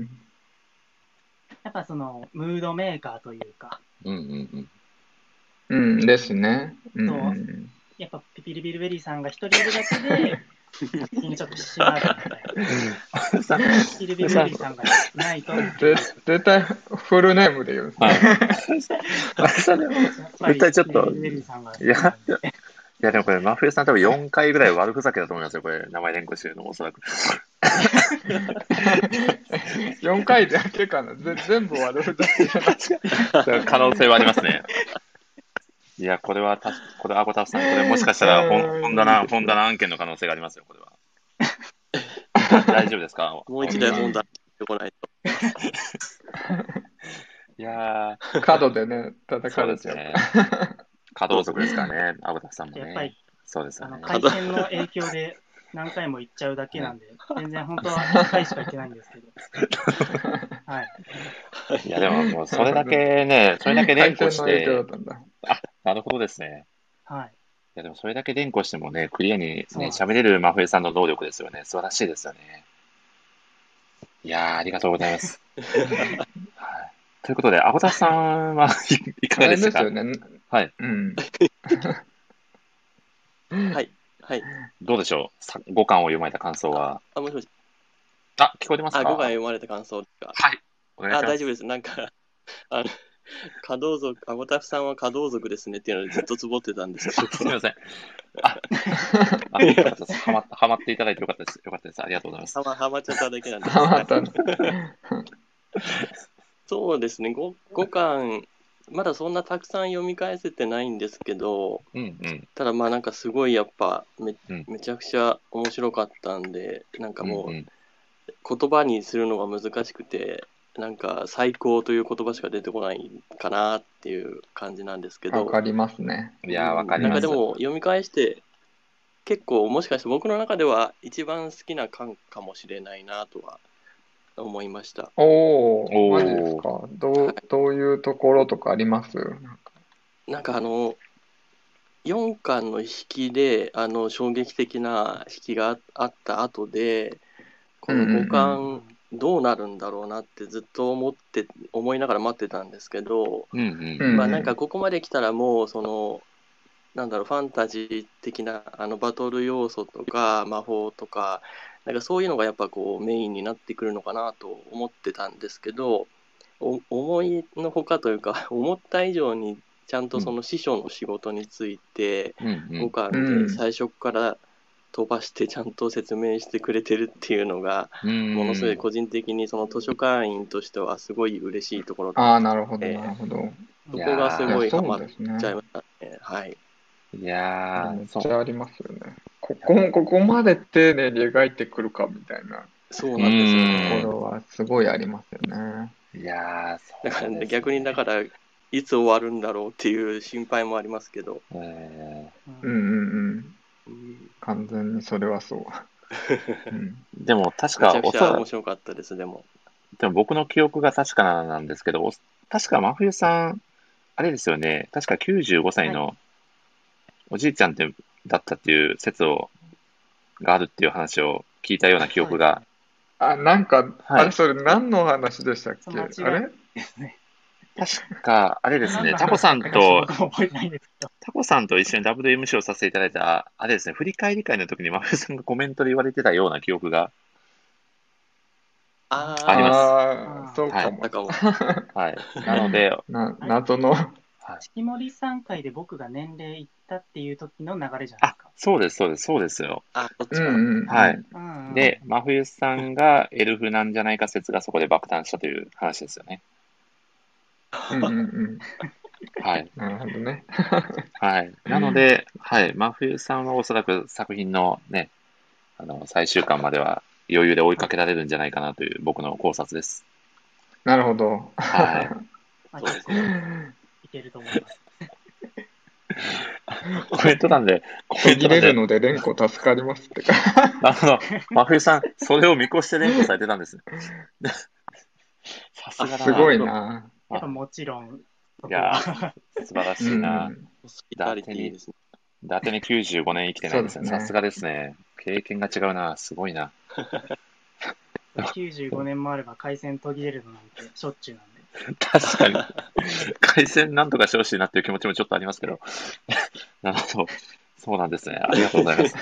[SPEAKER 3] やっぱそのムードメーカーというか、
[SPEAKER 1] うんうんうん。
[SPEAKER 2] うんですね。うんうんうん。
[SPEAKER 3] やっぱピピリビルベリーさんが一人いるだけで、 みんなちょっと閉まるみたいな。
[SPEAKER 1] 冬さん
[SPEAKER 3] ピピリビルベリーさんがいないと、や
[SPEAKER 2] ぜ絶対フルネームで言うんですね。
[SPEAKER 1] はい。
[SPEAKER 3] っぱ
[SPEAKER 1] 絶
[SPEAKER 3] り
[SPEAKER 1] 対ちょっと
[SPEAKER 3] ピピリビルベリーさんが
[SPEAKER 1] いや、いやいやでもこれ、真冬さん多分4回ぐらい悪ふざけだと思いますよ、これ。名前連呼してるのもおそらく。
[SPEAKER 2] 4回だけかな。ぜ全部割れるだけじゃない。
[SPEAKER 1] 可能性はありますね。いや、これはた、これ、アゴタフさん、これもしかしたら
[SPEAKER 2] うん
[SPEAKER 1] 本、本棚、本棚案件の可能性がありますよ、これは。大丈夫ですか
[SPEAKER 4] もう一台本出してこないと。
[SPEAKER 1] いや
[SPEAKER 2] 角でね、
[SPEAKER 1] ー、
[SPEAKER 2] 叩
[SPEAKER 1] そ
[SPEAKER 2] か
[SPEAKER 1] う
[SPEAKER 2] れ
[SPEAKER 1] で
[SPEAKER 2] ち
[SPEAKER 1] す
[SPEAKER 2] ゃう。
[SPEAKER 1] ね。稼働族ですからね、アゴタフさんも
[SPEAKER 3] やっぱ
[SPEAKER 1] ね
[SPEAKER 3] り。
[SPEAKER 1] そうです
[SPEAKER 3] あ
[SPEAKER 1] よ
[SPEAKER 3] の
[SPEAKER 1] ね。
[SPEAKER 3] 回線の影響で何回も行っちゃうだけな んで、全然本当は1回しか行けないんですけど。はい。
[SPEAKER 1] いや、でも、もうそれだけね、それだけ連呼
[SPEAKER 2] 回
[SPEAKER 1] し
[SPEAKER 2] 線の影
[SPEAKER 1] て
[SPEAKER 2] 響だっ、たんだ。
[SPEAKER 1] なるほどですね。
[SPEAKER 3] はい。
[SPEAKER 1] いや、でもそれだけ連呼してもね、クリアに
[SPEAKER 3] そうな
[SPEAKER 1] ね、
[SPEAKER 3] んです
[SPEAKER 1] 喋れる真冬さんの能力ですよね。素晴らしいですよね。いやー、ありがとうござい ます。はい、ということで、アボタフさんはいいか
[SPEAKER 2] あ
[SPEAKER 1] が
[SPEAKER 2] れ
[SPEAKER 1] でし
[SPEAKER 2] で
[SPEAKER 1] たか
[SPEAKER 2] すよね。
[SPEAKER 1] はい。
[SPEAKER 2] うん。
[SPEAKER 4] はい。
[SPEAKER 1] どうでしょうさ五巻を読まれた感想は。
[SPEAKER 4] あ、もしもし。
[SPEAKER 1] あ、聞こえてます
[SPEAKER 4] あ、
[SPEAKER 1] か
[SPEAKER 4] 5回読まれた感想ですか。
[SPEAKER 1] はい。お願い
[SPEAKER 4] あ、
[SPEAKER 1] しま
[SPEAKER 4] 大
[SPEAKER 1] す。。
[SPEAKER 4] 丈夫です。なんか、あの、可動族、あごたふさんは可動族ですねっていうのでずっとつぼってたんです けど
[SPEAKER 1] すみません。 あ、あよかったです。はまはまっていただいてよかったです。よかったです。ありがとうございます。
[SPEAKER 4] はま、はまっちゃっただけなんですけど。
[SPEAKER 2] ハマったの。
[SPEAKER 4] そうですね、5, 5巻、まだそんなたくさん読み返せてないんですけど、
[SPEAKER 1] うんうん。
[SPEAKER 4] ただまあなんかすごいやっぱめ,、
[SPEAKER 1] うん
[SPEAKER 4] めちゃくちゃ面白かったんで、なんかも
[SPEAKER 1] うんう
[SPEAKER 4] うん言葉にするのが難しくて、なんか最高という言葉しか出てこないかなっていう感じなんですけ
[SPEAKER 2] わ
[SPEAKER 4] ど、
[SPEAKER 2] かりますね。
[SPEAKER 1] いやー、わかり
[SPEAKER 4] なん
[SPEAKER 1] ま
[SPEAKER 4] か
[SPEAKER 1] す。
[SPEAKER 4] でも読み返して、結構もしかして僕の中では一番好きな巻かもしれないなとは思いました。
[SPEAKER 2] おお、
[SPEAKER 1] お
[SPEAKER 2] マ
[SPEAKER 1] ー
[SPEAKER 2] ジですか。どう、どういうところとかあります
[SPEAKER 4] なんかあの4巻の引きであの衝撃的な引きがああった後でこの
[SPEAKER 2] うんうんうん
[SPEAKER 4] 5巻どうなるんだろうなってずっと思って思いながら待ってたんですけど、
[SPEAKER 1] うんうん。
[SPEAKER 2] うん
[SPEAKER 4] まあなんかここまで来たらもうそのなんだろうファンタジー的なあのバトル要素とか魔法とかなんかそういうのがやっぱこうメインになってくるのかなと思ってたんですけどお思いのほかというか 思った以上にちゃんとその師匠の仕事について
[SPEAKER 1] うんうん
[SPEAKER 4] 5巻
[SPEAKER 2] う
[SPEAKER 4] で
[SPEAKER 2] ん
[SPEAKER 4] 最初から飛ばしてちゃんと説明してくれてるっていうのが
[SPEAKER 1] うん
[SPEAKER 4] ものすごい個人的にその図書館員としてはすごい嬉しいところで
[SPEAKER 2] ああ、なるほど、
[SPEAKER 4] ええ
[SPEAKER 2] なるほど。
[SPEAKER 4] そこがす
[SPEAKER 1] やー
[SPEAKER 4] ごい
[SPEAKER 2] や
[SPEAKER 4] ハ
[SPEAKER 2] そ
[SPEAKER 4] マ
[SPEAKER 2] う
[SPEAKER 4] っ
[SPEAKER 2] ですね
[SPEAKER 4] ちゃいましたね。はい。
[SPEAKER 1] いや
[SPEAKER 2] め
[SPEAKER 1] ー、
[SPEAKER 2] っち
[SPEAKER 1] そう。
[SPEAKER 2] ゃありますよね。ここも、ここまで丁寧に描いてくるかみたいな
[SPEAKER 4] そうなんですよ
[SPEAKER 2] と
[SPEAKER 1] うん
[SPEAKER 4] ね。
[SPEAKER 2] ころはすごいありますよね。
[SPEAKER 1] いやー、そう
[SPEAKER 4] だから
[SPEAKER 1] ですね
[SPEAKER 4] 逆にだから、いつ終わるんだろうっていう心配もありますけど。
[SPEAKER 1] うん
[SPEAKER 3] う
[SPEAKER 2] う
[SPEAKER 3] ん
[SPEAKER 2] んうんうん。
[SPEAKER 4] うん
[SPEAKER 2] 完全にそれはそう。 うん
[SPEAKER 1] でも確
[SPEAKER 4] めち
[SPEAKER 1] か、
[SPEAKER 4] ゃく
[SPEAKER 1] お
[SPEAKER 4] ち
[SPEAKER 1] そ
[SPEAKER 4] ゃ
[SPEAKER 1] ら
[SPEAKER 4] 面
[SPEAKER 1] く、
[SPEAKER 4] 白かったです、でも。
[SPEAKER 1] でも僕の記憶が確かなんですけど、お確か真冬さん、あれですよね、確か95歳のおじいちゃんってだったっていう説を、があるっていう話を聞いたような記憶が、
[SPEAKER 2] あ、なんか、
[SPEAKER 1] はい
[SPEAKER 2] あれ、それ何の話でしたっ
[SPEAKER 3] そ
[SPEAKER 2] け
[SPEAKER 3] の違い
[SPEAKER 2] あれ
[SPEAKER 3] ですね。
[SPEAKER 1] 確か、あれですね、
[SPEAKER 3] なんだ
[SPEAKER 1] タコさん
[SPEAKER 3] ちょっ
[SPEAKER 1] と、
[SPEAKER 3] 僕も覚えてないんですけど。
[SPEAKER 1] タコさんと一緒に WMC をさせていただいた、あれですね、振り返り会の時に真冬さんがコメントで言われてたような記憶が、
[SPEAKER 4] あ
[SPEAKER 1] あります
[SPEAKER 2] あーそうかも
[SPEAKER 4] だ。かも。
[SPEAKER 1] はい。なの で、
[SPEAKER 2] な謎の、
[SPEAKER 3] 四季森さん会で僕が年齢いったっていう時の流れじゃない
[SPEAKER 1] あ、そうです、そうです、そうですよ。
[SPEAKER 4] あ、どっ
[SPEAKER 2] う
[SPEAKER 4] ち
[SPEAKER 2] ん
[SPEAKER 4] か。
[SPEAKER 2] うん。
[SPEAKER 1] はい。
[SPEAKER 3] ですか。うんうん、
[SPEAKER 1] で、真冬さんがエルフなんじゃないか説がそこで爆誕したという話ですよね。
[SPEAKER 2] うんうんうん。
[SPEAKER 1] はい。
[SPEAKER 2] なるほどね。
[SPEAKER 1] はい。なので、はい。真冬さんはおそらく作品のね、あの、最終巻までは余裕で追いかけられるんじゃないかなという僕の考察です。
[SPEAKER 2] なる ほど。
[SPEAKER 1] はい。
[SPEAKER 3] あ
[SPEAKER 4] そうです
[SPEAKER 3] い
[SPEAKER 4] ね。
[SPEAKER 3] けると思います。
[SPEAKER 1] コメント欄で、コメン
[SPEAKER 2] 途
[SPEAKER 1] ト欄
[SPEAKER 2] 切れ
[SPEAKER 1] で
[SPEAKER 2] る、ので、連呼助かります ってか。
[SPEAKER 1] なるほど。真冬さん、それを見越して連呼されてたんですね。さすがだな。
[SPEAKER 2] すご いな。
[SPEAKER 3] やっぱもちろん、そ
[SPEAKER 1] い
[SPEAKER 3] こ
[SPEAKER 1] や
[SPEAKER 3] は
[SPEAKER 1] ー素晴ら
[SPEAKER 2] う
[SPEAKER 1] しい
[SPEAKER 2] ん
[SPEAKER 1] な。
[SPEAKER 2] うん
[SPEAKER 4] ホスピタリティですね。
[SPEAKER 1] 伊達に95年生きてないですね。
[SPEAKER 2] そうですね
[SPEAKER 1] さすがですね。経験が違うな。すごいな。
[SPEAKER 3] 95年もあれば回線途切れるのなんてしょっちゅうなんで。
[SPEAKER 1] 確かに。回線なんとかしてほしいなっていう気持ちもちょっとありますけど。 なるほど。そうなんですね。ありがとうござ います。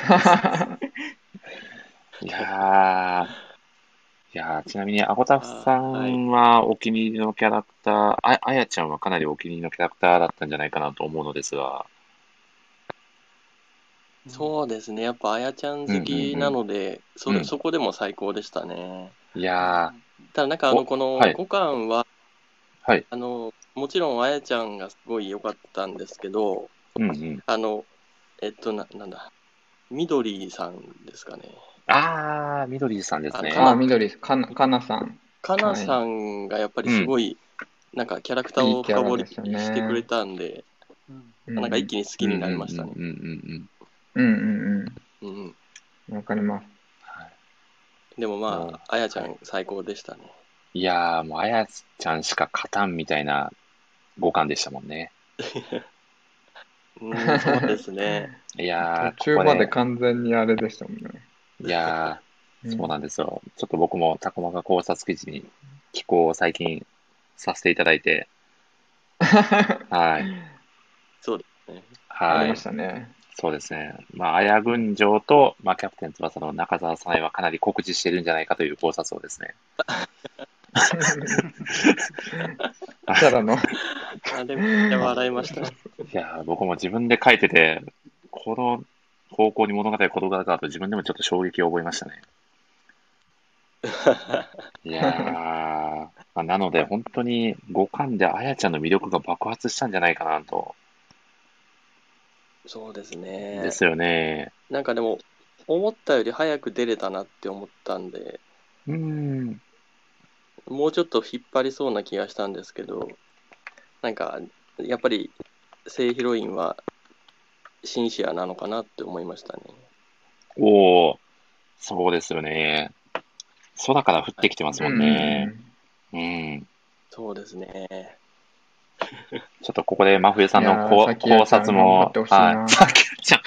[SPEAKER 1] いやー。いやーちなみに、アゴタフさんはお気に入りのキャラクター、ああやちゃんはかなりお気に入りのキャラクターだったんじゃないかなと思うのですが、
[SPEAKER 4] そうですね。やっぱ、あやちゃん好きなので、そ
[SPEAKER 1] うん
[SPEAKER 4] れそこでも最高でしたね。
[SPEAKER 1] いや
[SPEAKER 4] ただ、なんかあ
[SPEAKER 1] お
[SPEAKER 4] の、この
[SPEAKER 1] はい
[SPEAKER 4] 5巻は、
[SPEAKER 1] はい
[SPEAKER 4] あの、もちろん、あやちゃんがすごい良かったんですけど、
[SPEAKER 1] ー、うんうん。
[SPEAKER 4] あの、えっと、ななんだ、みどりさんですかね。
[SPEAKER 1] あー、みどりさんですね。
[SPEAKER 2] あ、緑、かな、かなさん。
[SPEAKER 4] かなさんがやっぱりすごい、なんかキャラクターを深掘りしてくれたんで、
[SPEAKER 3] う
[SPEAKER 2] う
[SPEAKER 3] ん
[SPEAKER 2] ん
[SPEAKER 4] なんか一気に好きになりましたね。
[SPEAKER 1] うんうんうんうん
[SPEAKER 2] うんうん
[SPEAKER 4] うんうん
[SPEAKER 2] うん。わかります。
[SPEAKER 1] はい
[SPEAKER 4] でも
[SPEAKER 1] うん
[SPEAKER 4] まあ、あやちゃん最高でしたね。
[SPEAKER 1] いやー、もうあやちゃんしか勝たんみたいな五感でしたもんね。
[SPEAKER 4] うん、そうですね。
[SPEAKER 1] いやー、
[SPEAKER 2] 途中まで
[SPEAKER 1] こ
[SPEAKER 2] 完全にあれでしたもんね。
[SPEAKER 1] こでいや
[SPEAKER 2] う
[SPEAKER 1] ー、そうなんんですよ。ちょっと僕もタコマカ考察記事に寄稿を最近させていただいて、 はい、
[SPEAKER 4] そうですね。
[SPEAKER 2] あ
[SPEAKER 1] は
[SPEAKER 2] り
[SPEAKER 1] い
[SPEAKER 2] まし。たね。
[SPEAKER 1] そうですね。まあ、綾軍城と、まあ、キャプテン翼の中澤さんはかなり酷似しているんじゃないかという考察をですね。
[SPEAKER 2] キャラの。
[SPEAKER 4] あれめっちゃ笑いました ね。
[SPEAKER 1] いやー、僕も自分で書いてて、この方向に物語が転がるかと自分でもちょっと衝撃を覚えましたね。いや ー、まあなので本当に五感であやちゃんの魅力が爆発したんじゃないかなと。
[SPEAKER 4] そうですね。
[SPEAKER 1] ですよね。
[SPEAKER 4] なんかでも、思ったより早く出れたなって思ったんで、
[SPEAKER 1] うーん。
[SPEAKER 4] もうちょっと引っ張りそうな気がしたんですけど、なんか、やっぱり、正ヒロインは、シンシアなのかなって思いましたね。
[SPEAKER 1] おー、そうですよね。空から降ってきてますもんね。うん。
[SPEAKER 4] そうですね。
[SPEAKER 1] ちょっとここで真冬さん
[SPEAKER 2] いや
[SPEAKER 1] の
[SPEAKER 2] ー
[SPEAKER 1] こう
[SPEAKER 2] さきや
[SPEAKER 1] 考
[SPEAKER 2] ちゃん
[SPEAKER 1] 察も、
[SPEAKER 2] 頑張ってほしいな
[SPEAKER 1] さきやちゃん、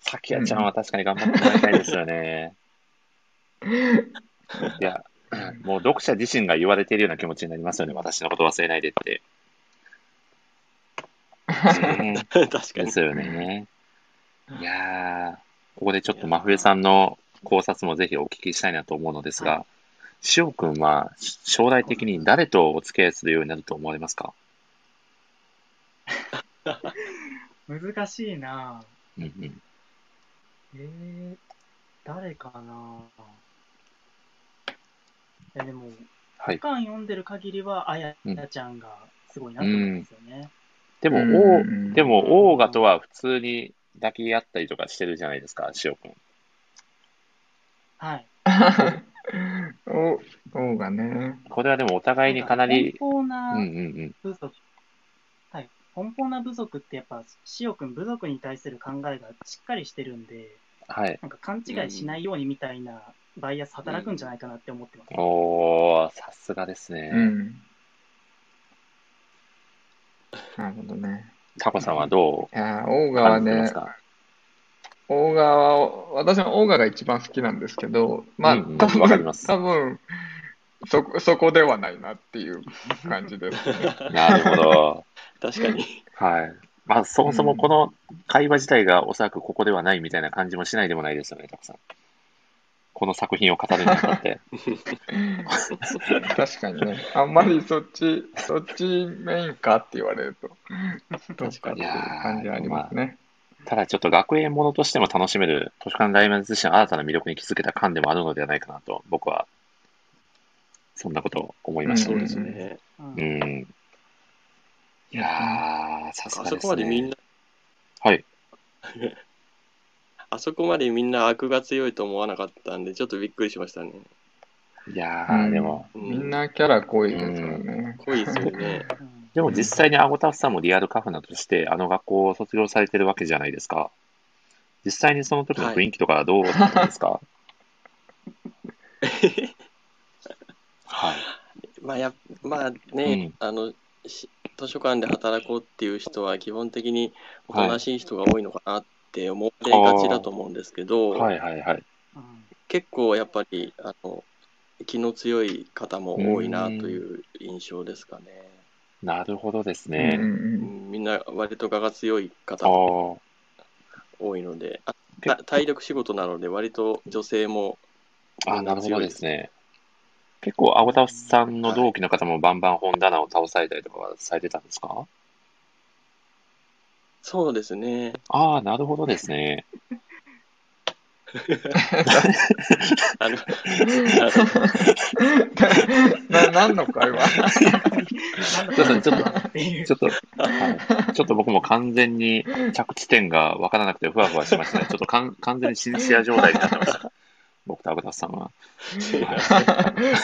[SPEAKER 1] さきやちゃんは確かに頑張ってもらいたいですよ ね。いや、もう読者自身が言われているような気持ちになりますよね。私のこと忘れないで って。ね
[SPEAKER 4] 確か
[SPEAKER 1] で
[SPEAKER 4] に。
[SPEAKER 1] すよね。いやー、ここでちょっと真冬さんの考察もぜひお聞きしたいなと思うのですが、しおくんは将来的に誰とお付き合いするようになると思われますか
[SPEAKER 3] 難しいな
[SPEAKER 1] う
[SPEAKER 3] ぁ。
[SPEAKER 1] んうん。
[SPEAKER 3] えー、誰かなぁ。いやでも、
[SPEAKER 1] はい
[SPEAKER 3] 期。間読んでる限りは、あや
[SPEAKER 1] うん
[SPEAKER 3] ちゃんがすごいなと思うんですよね。
[SPEAKER 1] でも、
[SPEAKER 2] うん
[SPEAKER 1] オ
[SPEAKER 2] う
[SPEAKER 1] ー
[SPEAKER 2] ん
[SPEAKER 1] でも、オーガとは普通に抱き合ったりとかしてるじゃないですか、しおくん。
[SPEAKER 3] はい。
[SPEAKER 2] お、 王がね。
[SPEAKER 1] これはでもお互いにかなり、
[SPEAKER 3] 奔放
[SPEAKER 1] う
[SPEAKER 3] なん
[SPEAKER 1] うん
[SPEAKER 3] 部族、はい。奔放な部族ってやっぱ、しおくん部族に対する考えがしっかりしてるんで、
[SPEAKER 1] はい。
[SPEAKER 3] なんか勘違いしないようにみたいなバイアス働くんじゃないかなって思ってます。
[SPEAKER 1] おー、さすがですね。
[SPEAKER 2] うん。なるほどね。
[SPEAKER 1] タコさんはど
[SPEAKER 2] いやー、オー
[SPEAKER 1] う
[SPEAKER 2] ガは
[SPEAKER 1] 感じてま
[SPEAKER 2] ね
[SPEAKER 1] す、か
[SPEAKER 2] オーガは、私もオーガが一番好きなんですけど、まあ、
[SPEAKER 1] うんうん
[SPEAKER 2] 多分
[SPEAKER 1] わかります
[SPEAKER 2] 多分そこ、そこではないなっていう感じです。
[SPEAKER 1] なるほど。
[SPEAKER 4] 確かに。
[SPEAKER 1] はい。まあ、そもそもこの会話自体がおそらくここではないみたいな感じもしないでもないですよね、タコさん。この作品を語るにあた って。
[SPEAKER 2] 確かにね。あんまりそっち、そっちメインかって言われると、どっちかっていう感じはありますね。
[SPEAKER 1] ただちょっと学園ものとしても楽しめる、図書館ライマンズ自身の新たな魅力に気づけた感でもあるのではないかなと、僕は、そんなことを思いました
[SPEAKER 4] そう
[SPEAKER 1] ね。
[SPEAKER 4] ですね。
[SPEAKER 3] うん
[SPEAKER 1] うん。いやー、さ
[SPEAKER 4] あ
[SPEAKER 1] すが
[SPEAKER 4] そ
[SPEAKER 1] で
[SPEAKER 4] こ
[SPEAKER 1] す
[SPEAKER 4] までみん
[SPEAKER 1] ね。
[SPEAKER 4] な、
[SPEAKER 1] はい。
[SPEAKER 4] あそこまでみんな悪が強いと思わなかったんで、ちょっとびっくりしましたね。
[SPEAKER 1] いやー、
[SPEAKER 2] うん
[SPEAKER 1] でも、
[SPEAKER 4] う
[SPEAKER 2] みん、なキャラ濃いですからね。
[SPEAKER 4] 濃いですよね。
[SPEAKER 3] うん
[SPEAKER 1] でも実際にアゴタフさんもリアルカフナとして、あの学校を卒業されてるわけじゃないですか。実際にその時の雰囲気とかはどうだったんです かはい。
[SPEAKER 4] まあや、まあね、あの、し図書館で働こうっていう人は基本的におとなしい人が多いのかなって思ってがちだと思うんですけど、
[SPEAKER 1] はいはいはい。
[SPEAKER 3] うん
[SPEAKER 4] 結構やっぱりあの気の強い方も多いなという印象ですかね。
[SPEAKER 1] なるほどです
[SPEAKER 2] う
[SPEAKER 1] ね。
[SPEAKER 4] うんんみんな割と我が強い
[SPEAKER 1] あ
[SPEAKER 4] 方も
[SPEAKER 1] ー
[SPEAKER 4] 多いので、あた体力仕事なので割と女性も
[SPEAKER 1] あー、なるほどですね。結構、アゴタフさんの同期の方もバンバン本棚を倒されたりとかはされてたんですか
[SPEAKER 4] そうですね。
[SPEAKER 1] ああ、なるほどですね。
[SPEAKER 4] あのあ
[SPEAKER 2] うん。 な、何 の会話
[SPEAKER 3] なんだ
[SPEAKER 1] ちょっとちょっ
[SPEAKER 3] っていう
[SPEAKER 1] ちょっと、はいちょっと僕も完全に着地点が分からなくてふわふわしましたね。ちょっとかん完全にシンシア状態になってました。僕とアブタフさん は。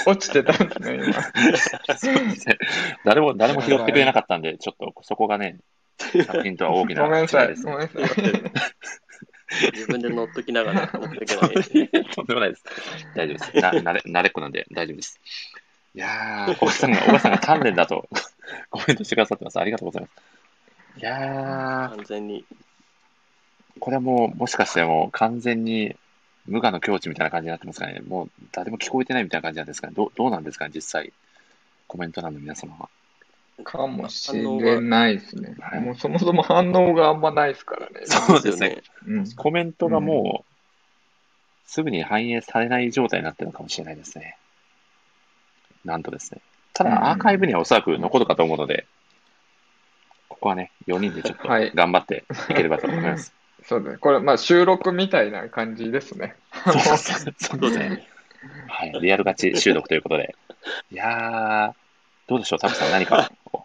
[SPEAKER 2] 落ちてたんですね、今。
[SPEAKER 1] 誰も、誰も拾ってくれなかったんで、ちょっとそこがね、作品とは大きな
[SPEAKER 2] ごめんなさ
[SPEAKER 1] 違で
[SPEAKER 2] い。
[SPEAKER 1] す
[SPEAKER 2] ごめ
[SPEAKER 1] ね。
[SPEAKER 2] んなさい。
[SPEAKER 4] 自分で乗っときながら乗っとけない。
[SPEAKER 1] とんでもないです。大丈夫です。な、慣れ、慣れっこなんで大丈夫です。いやー、おばさんが、おばさんが鍛錬だとコメントしてくださってます。ありがとうございます。いやー、
[SPEAKER 4] 完全に。
[SPEAKER 1] これはもう、もしかしてもう完全に無我の境地みたいな感じになってますかね。もう誰も聞こえてないみたいな感じなんですかね。どうどうなんですかね、実際。コメント欄の皆様は。
[SPEAKER 2] かもしれないですね
[SPEAKER 1] 反応が。
[SPEAKER 2] もうそもそも反応があんまないですからね。
[SPEAKER 1] そうですね。
[SPEAKER 2] うん、
[SPEAKER 1] コメントがもう、すぐに反映されない状態になってるのかもしれないですね。なんとですね。た
[SPEAKER 2] うん
[SPEAKER 1] だ、アーカイブにはおそらく残るかと思うので、ここはね、4人でちょっと
[SPEAKER 2] はい
[SPEAKER 1] 頑張っていければと思います。
[SPEAKER 2] そうですね。これ、まあ収録みたいな感じですね。
[SPEAKER 1] そうですね。そうですね。はい。リアルガチ収録ということで。いやー、どうでしょう、タムさん、何か、お、お、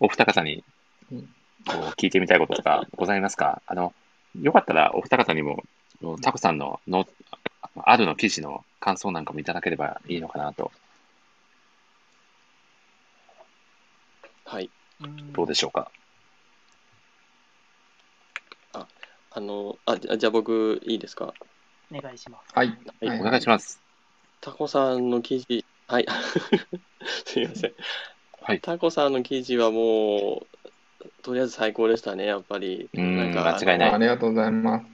[SPEAKER 1] お二方に、こう、聞いてみたいこととかございますかあの、よかったら、お二方にも、タコさんの、の、あるの記事の感想なんかもいただければいいのかなと、
[SPEAKER 4] はい。
[SPEAKER 3] うん
[SPEAKER 1] どうでしょうか。
[SPEAKER 4] あの、あ、じゃあじゃあ僕、いいですか。
[SPEAKER 3] お願いします。
[SPEAKER 2] はい。
[SPEAKER 4] はい
[SPEAKER 1] お願いします。
[SPEAKER 4] タコさんの記事、はい。 すいません。
[SPEAKER 1] はい
[SPEAKER 4] タコさんの記事はもう、とりあえず最高でしたね、やっぱり。
[SPEAKER 1] うん
[SPEAKER 4] なんか、
[SPEAKER 1] 間違いない
[SPEAKER 4] あ
[SPEAKER 2] あ
[SPEAKER 4] の
[SPEAKER 2] りがとうございます。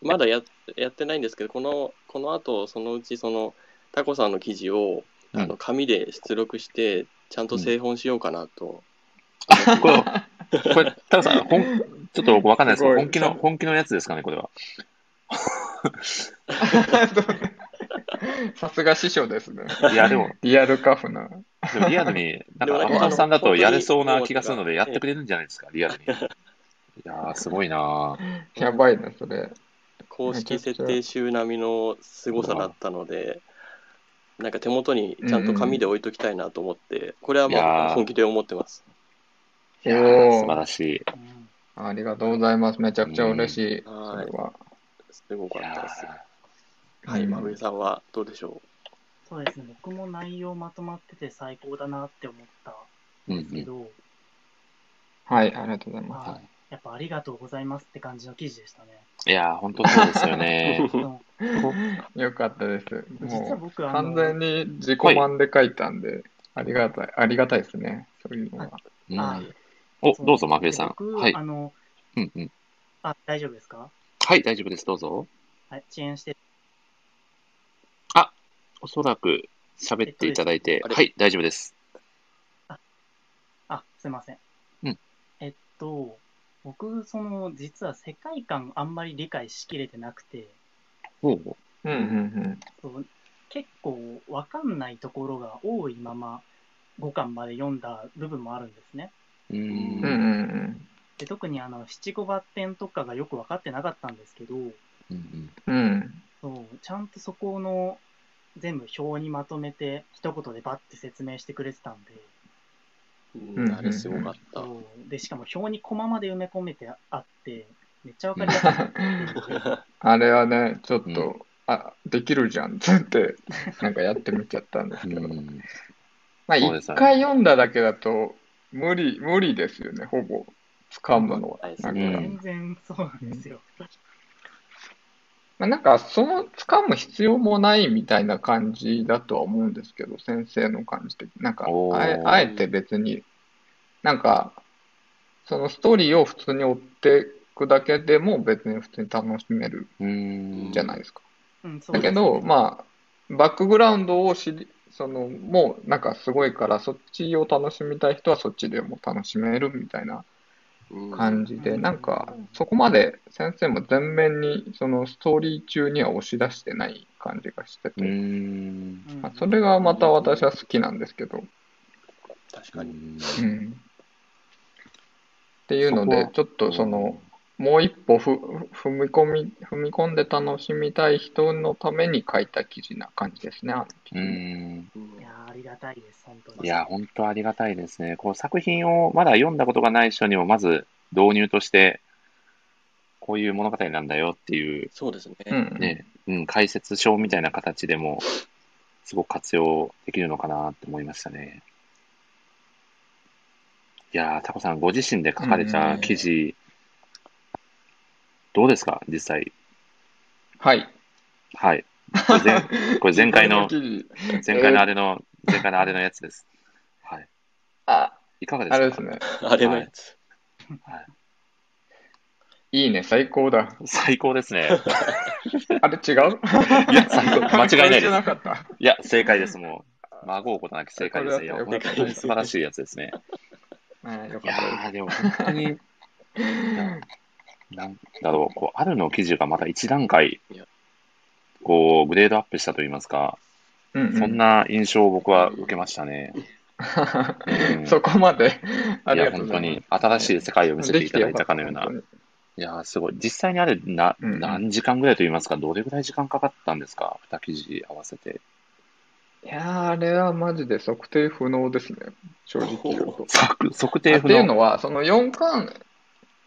[SPEAKER 4] まだややってないんですけど、この、この後、そのうち、その、タコさんの記事を、あ
[SPEAKER 1] う
[SPEAKER 4] の紙で出力して、ちゃんと製本しようかなと。
[SPEAKER 1] これ、これタコさん、本ちょっと僕わかんないですけど、
[SPEAKER 2] すごい
[SPEAKER 1] 本気の、本気のやつですかね、これは。
[SPEAKER 2] さすが師匠ですね。
[SPEAKER 1] いや、でも、
[SPEAKER 2] リアルカフな。
[SPEAKER 1] でもリアルに、なん
[SPEAKER 4] でも
[SPEAKER 1] か
[SPEAKER 4] な
[SPEAKER 1] ア
[SPEAKER 4] んか
[SPEAKER 1] マゾンさんだとやれそう
[SPEAKER 4] あ
[SPEAKER 1] な
[SPEAKER 4] の
[SPEAKER 1] 気がするので、や
[SPEAKER 4] 本当に
[SPEAKER 1] ってくれるんじゃないですか、リア ルに。いやー、すごいなー
[SPEAKER 2] やばいな、それ。
[SPEAKER 4] 公式設定集並みの凄さだったので、なんか手元にちゃんと紙で置いときたいなと思って、これはもう
[SPEAKER 1] いやー
[SPEAKER 4] 本気で思ってます。
[SPEAKER 1] いやー素晴らしい。
[SPEAKER 3] うん
[SPEAKER 2] ありがとうございます。めちゃくちゃ嬉しい。
[SPEAKER 4] うん
[SPEAKER 2] それは。
[SPEAKER 4] すごか
[SPEAKER 1] い
[SPEAKER 4] っ
[SPEAKER 1] や
[SPEAKER 4] たです。
[SPEAKER 2] ー
[SPEAKER 4] はい、
[SPEAKER 2] うん
[SPEAKER 4] まぶさんはどうでしょ
[SPEAKER 3] そうですね、僕も内容まとまってて最高だなって思った
[SPEAKER 1] ーうん
[SPEAKER 3] んですけ
[SPEAKER 1] う
[SPEAKER 3] ど、
[SPEAKER 2] はい、ありがとうございま
[SPEAKER 3] まあ、やっぱありがとうございますって感じの記事 でしたね。
[SPEAKER 1] ん。いやー、本当そうですよね。
[SPEAKER 3] あの
[SPEAKER 2] す。よかったです。
[SPEAKER 3] 実は
[SPEAKER 2] もう、
[SPEAKER 3] 僕、あ
[SPEAKER 2] 完
[SPEAKER 3] の、
[SPEAKER 2] 全に自己満で書いたんで、ありがたい、ありがたいですね。そういうのは。
[SPEAKER 1] うん
[SPEAKER 3] あ
[SPEAKER 1] お、
[SPEAKER 3] そう
[SPEAKER 1] どうぞ、マフィエさん。
[SPEAKER 3] 僕、
[SPEAKER 1] はい
[SPEAKER 3] あ。の、
[SPEAKER 1] うんうん。
[SPEAKER 3] あ、大丈夫ですか
[SPEAKER 1] はい、大丈夫です。どうぞ。
[SPEAKER 3] はい、遅延して、
[SPEAKER 1] おそらく、喋っていただいて
[SPEAKER 4] えっと、ですねあれ
[SPEAKER 1] はい、大丈夫です。
[SPEAKER 3] あ、すいません。
[SPEAKER 1] うん
[SPEAKER 3] えっと、僕、その、実は世界観あんまり理解しきれてなくて、
[SPEAKER 1] ほうほ
[SPEAKER 2] うんうん
[SPEAKER 3] そう結構わかんないところが多いまま5巻まで読んだ部分もあるんですね。
[SPEAKER 1] う。うー。
[SPEAKER 2] うん。うんうんん
[SPEAKER 3] で特にあの七五抜点とかがよく分かってなかったんですけど
[SPEAKER 1] うんうん
[SPEAKER 2] うん。うん。
[SPEAKER 3] そうちゃんとそこの全部表にまとめて一言でバッて説明してくれてたんで
[SPEAKER 4] う、
[SPEAKER 2] う
[SPEAKER 4] うんん、あれすごかった。
[SPEAKER 3] そうでしかも表にコマまで埋め込めてあってめっちゃ分 かりやすかったっていうので
[SPEAKER 2] あれはね、ちょっと、
[SPEAKER 1] うん
[SPEAKER 2] あ、できるじゃんって言って、なんかやってみちゃったんです
[SPEAKER 1] う
[SPEAKER 2] けど。
[SPEAKER 1] ん。
[SPEAKER 2] まあ、
[SPEAKER 1] そうです
[SPEAKER 2] 一回読んだだけだと、無理、無理ですよね、ほぼ。掴むのは。なんか、
[SPEAKER 1] うん
[SPEAKER 3] 全然そうなんですよ。
[SPEAKER 2] まあ、なんかその掴む必要もないみたいな感じだとは思うんですけど、先生の感じ的に。なんか、
[SPEAKER 1] おー
[SPEAKER 2] あえ、あえて別に、なんか、そのストーリーを普通に追っていくだけでも別に普通に楽しめる
[SPEAKER 1] うーん。
[SPEAKER 2] じゃないですか。
[SPEAKER 3] うん、そう
[SPEAKER 2] だ
[SPEAKER 3] で
[SPEAKER 2] け
[SPEAKER 3] す
[SPEAKER 2] ど、まあ、バックグラウンドを知り、その、もうなんかすごいから、そっちを楽しみたい人はそっちでも楽しめるみたいな
[SPEAKER 4] うん
[SPEAKER 2] 感じ
[SPEAKER 3] う
[SPEAKER 2] で、
[SPEAKER 3] ん
[SPEAKER 2] なんか、そこまで先生も全面に、そのストーリー中には押し出してない感じがして
[SPEAKER 1] うーん。
[SPEAKER 2] て、
[SPEAKER 3] うん
[SPEAKER 2] まあそれがまた私は好きなんですけど、
[SPEAKER 4] 確
[SPEAKER 1] う
[SPEAKER 4] かに。
[SPEAKER 1] ん
[SPEAKER 2] うん。っていうので
[SPEAKER 1] そこは、
[SPEAKER 2] ちょっとその、もう一歩ふ踏み込み、踏み込んで楽しみたい人のために書いた記事な感じですね、あの記
[SPEAKER 1] う
[SPEAKER 2] 事
[SPEAKER 1] ん。
[SPEAKER 4] うん
[SPEAKER 3] いやーありがたいです本当に。
[SPEAKER 1] いや、本当ありがたいですね。こう作品をまだ読んだことがない人にも、まず導入として、こういう物語なんだよっていう、
[SPEAKER 4] そうですね。
[SPEAKER 2] うん
[SPEAKER 1] ね、うん、解説書みたいな形でも、すごく活用できるのかなって思いましたね。いやー、タコさん、ご自身で書かれた記事、どうですか実際。
[SPEAKER 2] はい。
[SPEAKER 1] はい。これ 前これ前回の、
[SPEAKER 2] 記事
[SPEAKER 1] 前回のあれの、前回のあれのやつです。はい。
[SPEAKER 2] あ、
[SPEAKER 1] いかがです
[SPEAKER 2] あ
[SPEAKER 1] か
[SPEAKER 2] れですね。
[SPEAKER 4] あれのやつ。
[SPEAKER 2] いいね、最高だ。
[SPEAKER 1] 最高ですね。
[SPEAKER 2] あれ違う
[SPEAKER 1] い や、最高。 間違いない
[SPEAKER 2] じ
[SPEAKER 1] で
[SPEAKER 2] ゃ
[SPEAKER 1] す。
[SPEAKER 2] なかった。
[SPEAKER 1] いや、正解です、もう。孫をことなき正解ですね。いや、
[SPEAKER 2] これは
[SPEAKER 1] 本
[SPEAKER 2] よかった
[SPEAKER 1] 当に素晴らしいやつですね。
[SPEAKER 2] うんよ
[SPEAKER 1] い
[SPEAKER 2] かっ
[SPEAKER 1] や
[SPEAKER 2] たです
[SPEAKER 1] ー、でも本当に、 ななんだろう、こう、あるの記事がまた一段階
[SPEAKER 4] いや、
[SPEAKER 1] こう、グレードアップしたといいますか、
[SPEAKER 2] うう
[SPEAKER 1] そん。な印象を僕は受けましたね。うん
[SPEAKER 2] そこまで。あ
[SPEAKER 1] い
[SPEAKER 2] り
[SPEAKER 1] や、
[SPEAKER 2] がと
[SPEAKER 1] 本
[SPEAKER 2] う
[SPEAKER 1] 当
[SPEAKER 2] ござい
[SPEAKER 1] に
[SPEAKER 2] ま
[SPEAKER 1] 新しい世界を見せ
[SPEAKER 2] す。
[SPEAKER 1] て
[SPEAKER 2] で
[SPEAKER 1] い
[SPEAKER 2] きて
[SPEAKER 1] ただ
[SPEAKER 2] よ
[SPEAKER 1] い
[SPEAKER 2] かった
[SPEAKER 1] かのような。いやー、すごい。実際にあれ、な、
[SPEAKER 2] うんうん
[SPEAKER 1] 何時間ぐらいと言いますか、どれぐらい時間かかったんですか、二記事合わせて。
[SPEAKER 2] いやー、あれはマジで測定不能ですね、正直言うと。
[SPEAKER 1] 測、測定
[SPEAKER 2] あっ
[SPEAKER 1] 不
[SPEAKER 2] ていう
[SPEAKER 1] 能。
[SPEAKER 2] のは、その4巻、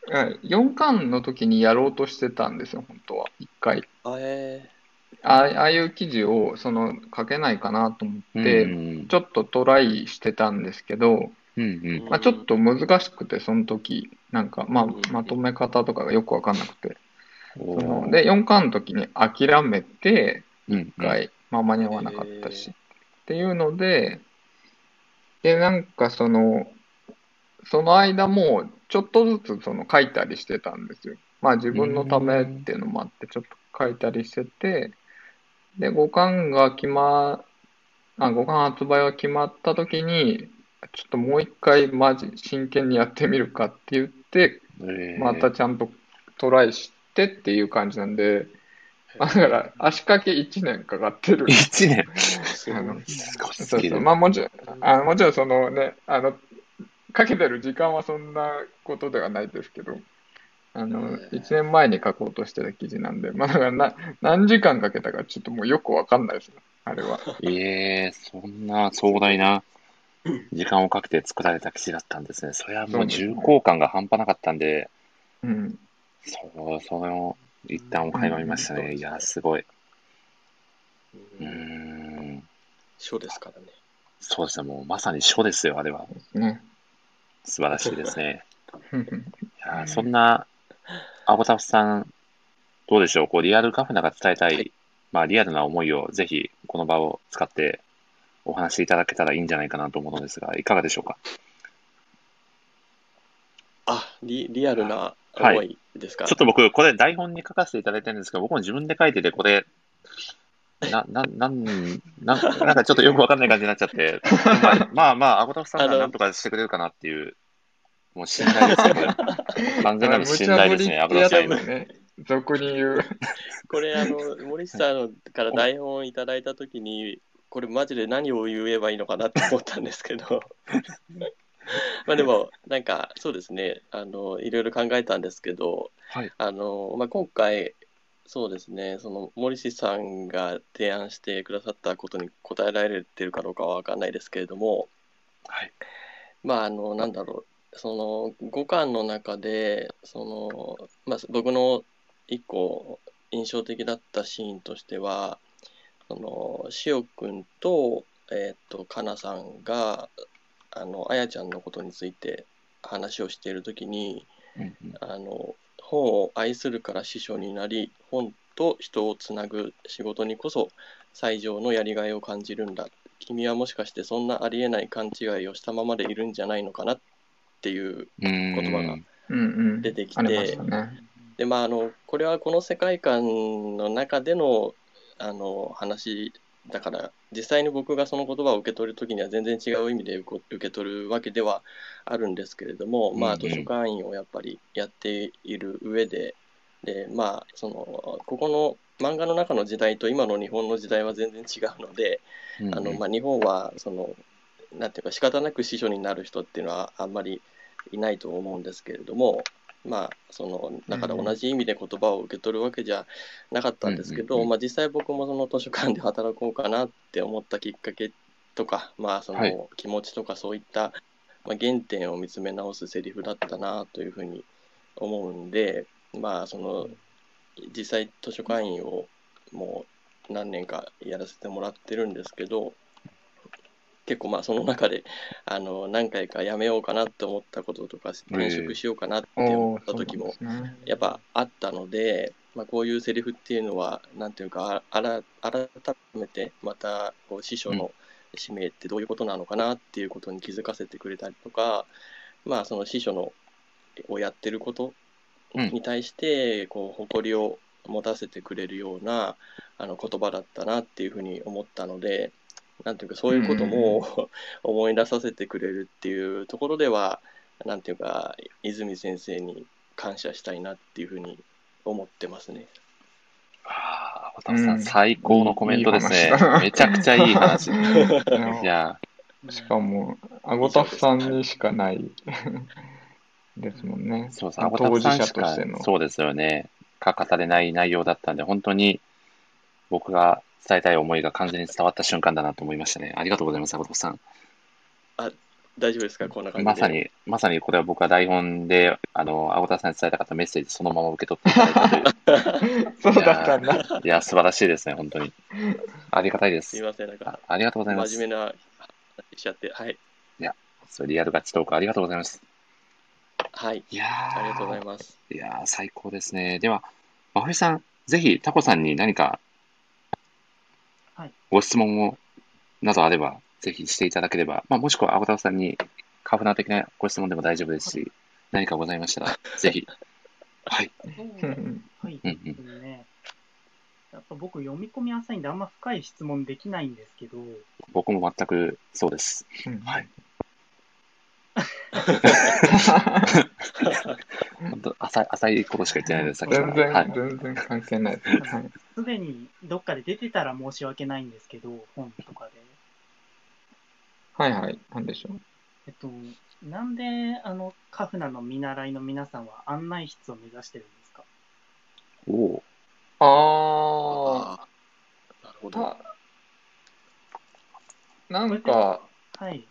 [SPEAKER 2] うん4巻の時にやろうとしてたんですよ、本当は。1回。
[SPEAKER 4] あえ
[SPEAKER 2] あああいう記事をその書けないかなと思
[SPEAKER 1] う
[SPEAKER 2] っ
[SPEAKER 1] ん
[SPEAKER 2] て、
[SPEAKER 1] うん
[SPEAKER 2] ちょっとトライしてたんですけど、
[SPEAKER 1] うん
[SPEAKER 4] ー
[SPEAKER 1] うん。
[SPEAKER 2] まあ、ちょっと難しくて、その時、なんか、まあ、まとめ方とかがよくわかんなくて。
[SPEAKER 1] お
[SPEAKER 2] そ
[SPEAKER 1] ー
[SPEAKER 2] ので、4巻の時に諦めて、
[SPEAKER 1] うん
[SPEAKER 2] 一回、まあ、間に合わなかったし、っていうので、で、なんかその、その間も、ちょっとずつその書いたりしてたんですよ。まあ自分のためっていうのもあって、ちょっと書いたりしてて、で、五巻が決ま、あ、五巻発売が決まった時に、ちょっともう一回マジ真剣にやってみるかって言って、
[SPEAKER 1] えー
[SPEAKER 2] またちゃんとトライしてっていう感じなんで、だから足掛け1年かかってる。
[SPEAKER 1] 一年。
[SPEAKER 4] ー、すごい
[SPEAKER 2] あの
[SPEAKER 1] 少し好
[SPEAKER 2] そう
[SPEAKER 1] き
[SPEAKER 2] そ
[SPEAKER 1] で
[SPEAKER 2] う。。まあもちろん、あのもちろんそのね、あの、かけてる時間はそんなことではないですけど、あの、
[SPEAKER 4] ええ
[SPEAKER 2] 1年前に書こうとしてた記事なんで、まあだからな、何時間かけたかちょっともうよくわかんないですね、あれは。
[SPEAKER 1] ええそんな壮大な時間をかけて作られた記事だったんですね。それはもう重厚感が半端なかったんで、
[SPEAKER 2] うん。
[SPEAKER 1] そう、その一旦を垣間見ましたね。いやー、すごい。うーん。
[SPEAKER 4] 書ですからね。
[SPEAKER 1] そうですね、もうまさに書ですよ、あれは。
[SPEAKER 2] ね。
[SPEAKER 1] 素晴らしいですね。
[SPEAKER 2] うん
[SPEAKER 1] いや
[SPEAKER 2] う
[SPEAKER 1] ー
[SPEAKER 2] ん
[SPEAKER 1] そんな、アボタフさん、どうでしょう、こうリアルカフェナが伝えたい、
[SPEAKER 4] はい
[SPEAKER 1] まあ、リアルな思いをぜひ、この場を使ってお話しいただけたらいいんじゃないかなと思うのですが、いかがでしょうか。
[SPEAKER 4] あ、リリアルな思いですか。
[SPEAKER 1] ちょっと僕、これ、台本に書かせていただいてるんですけど、僕も自分で書いてて、これ、な、な、なん、ななんかちょっとよくわかんない感じになっちゃって、まあ、まあ、まあ、アボタフさん
[SPEAKER 4] あ
[SPEAKER 1] が
[SPEAKER 4] の
[SPEAKER 1] なんとかしてくれるかなっていう、もう信頼です よ、これ。 完全なる信頼ですね、ア
[SPEAKER 2] あ
[SPEAKER 1] ボ
[SPEAKER 2] れ
[SPEAKER 1] タ
[SPEAKER 2] 無
[SPEAKER 1] フさん今
[SPEAKER 2] 茶ぶりってやつだよ。ね。俗に言う。
[SPEAKER 4] これあの森下さんから台本をいただいたときに、これマジで何を言えばいいのかなって思ったんですけど、 まあでもなんかそうですね、あのいろいろ考えたんですけど、
[SPEAKER 1] はい
[SPEAKER 4] あのまあ今回そうですね、その森下さんが提案してくださったことに答えられてるかどうかはわかんないですけれども、
[SPEAKER 1] はい。
[SPEAKER 4] まああのなんだろうその五感の中でその、まあ、僕の一個印象的だったシーンとしてはその塩くんと,、えー、とかなさんがあのあやちゃんのことについて話をしている時に
[SPEAKER 1] うんうん
[SPEAKER 4] あの本を愛するから師匠になり本と人をつなぐ仕事にこそ最上のやりがいを感じるんだ君はもしかしてそんなありえない勘違いをしたままでいるんじゃないのかなっていう
[SPEAKER 1] 言
[SPEAKER 4] 言葉が
[SPEAKER 2] うんうん。
[SPEAKER 4] 出てきて
[SPEAKER 2] ありましたね。
[SPEAKER 4] でまああのこれはこの世界観の中でのあの話だから実際に僕がその言葉を受け取る時には全然違う意味で受こ受け取るわけではあるんですけれども、ま
[SPEAKER 1] うん
[SPEAKER 4] あ、
[SPEAKER 1] うん
[SPEAKER 4] 図書館員をやっぱりやっている上でで、まあ、そのここの漫画の中の時代と今の日本の時代は全然違うので、あのまあ、日本はそのなんていうか仕方なく司書になる人っていうのはあんまりいないと思うんですけれども、まあ、そのだから
[SPEAKER 2] うんうん
[SPEAKER 4] 同じ意味で言葉を受け取るわけじゃなかったんですけ
[SPEAKER 1] うん
[SPEAKER 4] ど、
[SPEAKER 1] うんうん
[SPEAKER 4] まあ、実際僕もその図書館で働こうかなって思ったきっかけとか、まあ、そ
[SPEAKER 1] はい
[SPEAKER 4] の気持ちとかそういった、まあ、原点を見つめ直すセリフだったなというふうに思うんで、まあ、その実際図書館員をもう何年かやらせてもらってるんですけど結構まあその中であの何回か辞めようかなって思ったこととか転職しようかなって思
[SPEAKER 2] お
[SPEAKER 4] った時も
[SPEAKER 2] ーそうなんですね。
[SPEAKER 4] やっぱあったので、まあ、こういうセリフっていうのはなんていうかあら改めてまたこう師匠の使命ってどういうことなのかなっていうことに気づかせてくれたりとか、まあその師匠のをやってること
[SPEAKER 1] うん
[SPEAKER 4] に対して、こう誇りを持たせてくれるようなあの言葉だったなっていうふうに思ったのでなんていうかそういうことも 思い出させてくれるっていうところではなんていうか泉先生に感謝したいなっていうふうに思ってますね。
[SPEAKER 1] ああ、渡辺さ、
[SPEAKER 2] うんん
[SPEAKER 1] 最高のコメントです
[SPEAKER 2] い
[SPEAKER 1] ね
[SPEAKER 2] い話だ。な
[SPEAKER 1] めちゃくちゃいい 話。い
[SPEAKER 2] いや
[SPEAKER 1] や
[SPEAKER 2] しかも、アゴタフさんにしかないですもんね
[SPEAKER 1] ー、。そうさ、ア
[SPEAKER 2] まあ
[SPEAKER 1] ゴタ
[SPEAKER 2] 当
[SPEAKER 1] フ
[SPEAKER 2] 事
[SPEAKER 1] さん
[SPEAKER 2] 者
[SPEAKER 1] し
[SPEAKER 2] と
[SPEAKER 1] か
[SPEAKER 2] しての。、
[SPEAKER 1] そうですよね、か語れない内容だったんで、本当に僕が伝えたい思いが完全に伝わった瞬間だなと思いましたね。ありがとうございます、アゴタフさん。
[SPEAKER 4] 大丈夫ですかこんな感じで。
[SPEAKER 1] ま さに、まさにこれは僕は台本で、あの、アゴタフさんに伝えたかったメッセージそのまま受け取っていただいたという。
[SPEAKER 2] そうだったんだ。
[SPEAKER 1] いや、素晴らしいですね、本当に。ありがたいです
[SPEAKER 4] み
[SPEAKER 1] す。
[SPEAKER 4] ませんなん
[SPEAKER 1] あ
[SPEAKER 4] か
[SPEAKER 1] ありがとうございます
[SPEAKER 4] 真。面目な話しちゃってはい
[SPEAKER 1] そうリアルガチトークありがとうございます。
[SPEAKER 4] はい
[SPEAKER 1] いや
[SPEAKER 4] ありがとうござい
[SPEAKER 1] ま
[SPEAKER 4] ます。
[SPEAKER 1] す。いやー最高ですね。では、まふりさん、ぜひタコさんに何か
[SPEAKER 3] はい
[SPEAKER 1] ご質問をなどあれば、ぜひしていただければ、まあ、もしくはアゴタフさんにカフナー的なご質問でも大丈夫ですし、何かございましたら、ぜひ。はい。
[SPEAKER 2] うん
[SPEAKER 3] はい。
[SPEAKER 1] うんうん
[SPEAKER 3] ですね。やっぱ僕読み込み浅いんであんま深い質問できないんですけど、
[SPEAKER 1] 僕も全くそうです。はい本当浅い、浅いことしか言ってないので、さっきから。
[SPEAKER 2] 全
[SPEAKER 1] は
[SPEAKER 2] 然
[SPEAKER 1] い、。
[SPEAKER 2] 全然関係ないです。はい
[SPEAKER 3] すでにどっかで出てたら申し訳ないんですけど、本とかで。
[SPEAKER 2] はいはい。なんでしょう。
[SPEAKER 3] えっと、なんで、あの、カフナの見習いの皆さんは案内室を目指してるんですか
[SPEAKER 1] おお
[SPEAKER 2] あ
[SPEAKER 4] あーなるほ
[SPEAKER 2] ー
[SPEAKER 4] ど。
[SPEAKER 2] た、なんか、
[SPEAKER 3] はい。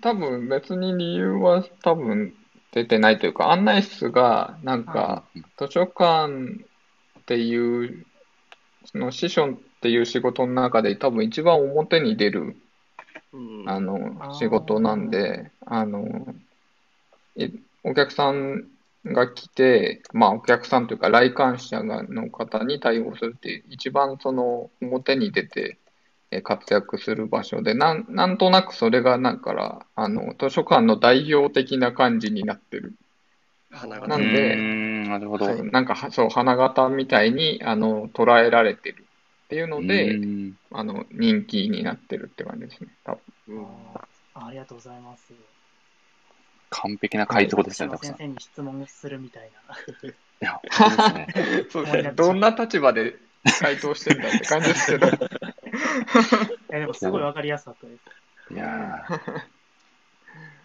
[SPEAKER 2] 多分別に理由は多分出てないというか、案内室がなんか
[SPEAKER 1] うん
[SPEAKER 2] 図書館っていう、その師匠っていう仕事の中で多分一番表に出る
[SPEAKER 4] うん
[SPEAKER 2] あ
[SPEAKER 3] あー
[SPEAKER 2] の仕事なんで、あの、いお客さんが来て、まあお客さんというか来館者がの方に対応するっていう、一番その表に出てえー活躍する場所で、なん、なんとなくそれがなんから、あの、図書館の代表的な感じになってる。
[SPEAKER 4] あなるほ
[SPEAKER 2] な
[SPEAKER 4] ど
[SPEAKER 1] うー
[SPEAKER 2] んで
[SPEAKER 1] ん、なるほど。
[SPEAKER 2] そうなんかは、そう、花形みたいに、あの、捉えられてるっていうの
[SPEAKER 1] う
[SPEAKER 2] で、
[SPEAKER 1] ーん
[SPEAKER 2] あの、人気になってるって感じですね、多分。
[SPEAKER 4] うん
[SPEAKER 3] あありがとうございます。
[SPEAKER 1] 完璧な回答です
[SPEAKER 3] 私
[SPEAKER 1] ね、
[SPEAKER 3] も
[SPEAKER 1] たくさん。
[SPEAKER 3] 先
[SPEAKER 1] い
[SPEAKER 3] 生に質問するみたいな。
[SPEAKER 1] や、本当ですね。
[SPEAKER 2] そう
[SPEAKER 3] ですね
[SPEAKER 2] どんな立場で回答してんだって感じですけど。
[SPEAKER 3] いや、でもすごいわかりやすかったで す。
[SPEAKER 1] いやー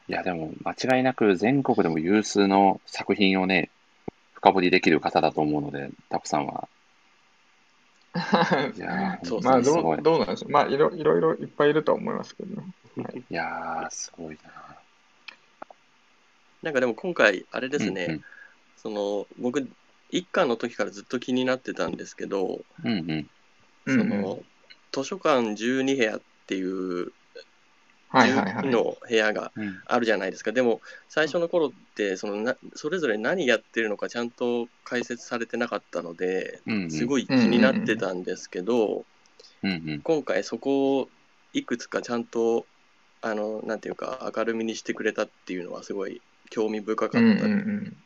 [SPEAKER 1] いや、でも間違いなく全国でも有数の作品をね、深掘りできる方だと思うので、タコさんは。いやー、
[SPEAKER 4] そう
[SPEAKER 1] 本当
[SPEAKER 2] まあ
[SPEAKER 1] にす
[SPEAKER 2] ど
[SPEAKER 1] ごい。
[SPEAKER 2] う、どうなんでしょう。まあいろいろいろいっぱいいるとは思いますけどね。
[SPEAKER 1] いやー、すごいな。
[SPEAKER 4] なんかでも今回あれですね、
[SPEAKER 1] うん
[SPEAKER 4] その僕一巻の時からずっと気になってたんですけど、
[SPEAKER 1] うん、うんうん。
[SPEAKER 2] う
[SPEAKER 4] そ
[SPEAKER 2] んうん
[SPEAKER 4] の図書館12部屋っていう
[SPEAKER 2] はいはいはい。
[SPEAKER 4] 12の部屋が
[SPEAKER 1] うん
[SPEAKER 4] あるじゃないですか、でも最初の頃ってそのなそれぞれ何やってるのかちゃんと解説されてなかったので
[SPEAKER 1] うんうん
[SPEAKER 4] すごい気になってたんですけど、
[SPEAKER 1] うんうん
[SPEAKER 4] 今回そこをいくつかちゃんとあのなんていうか明るみにしてくれたっていうのはすごい興味深かった、
[SPEAKER 2] うんうんうん。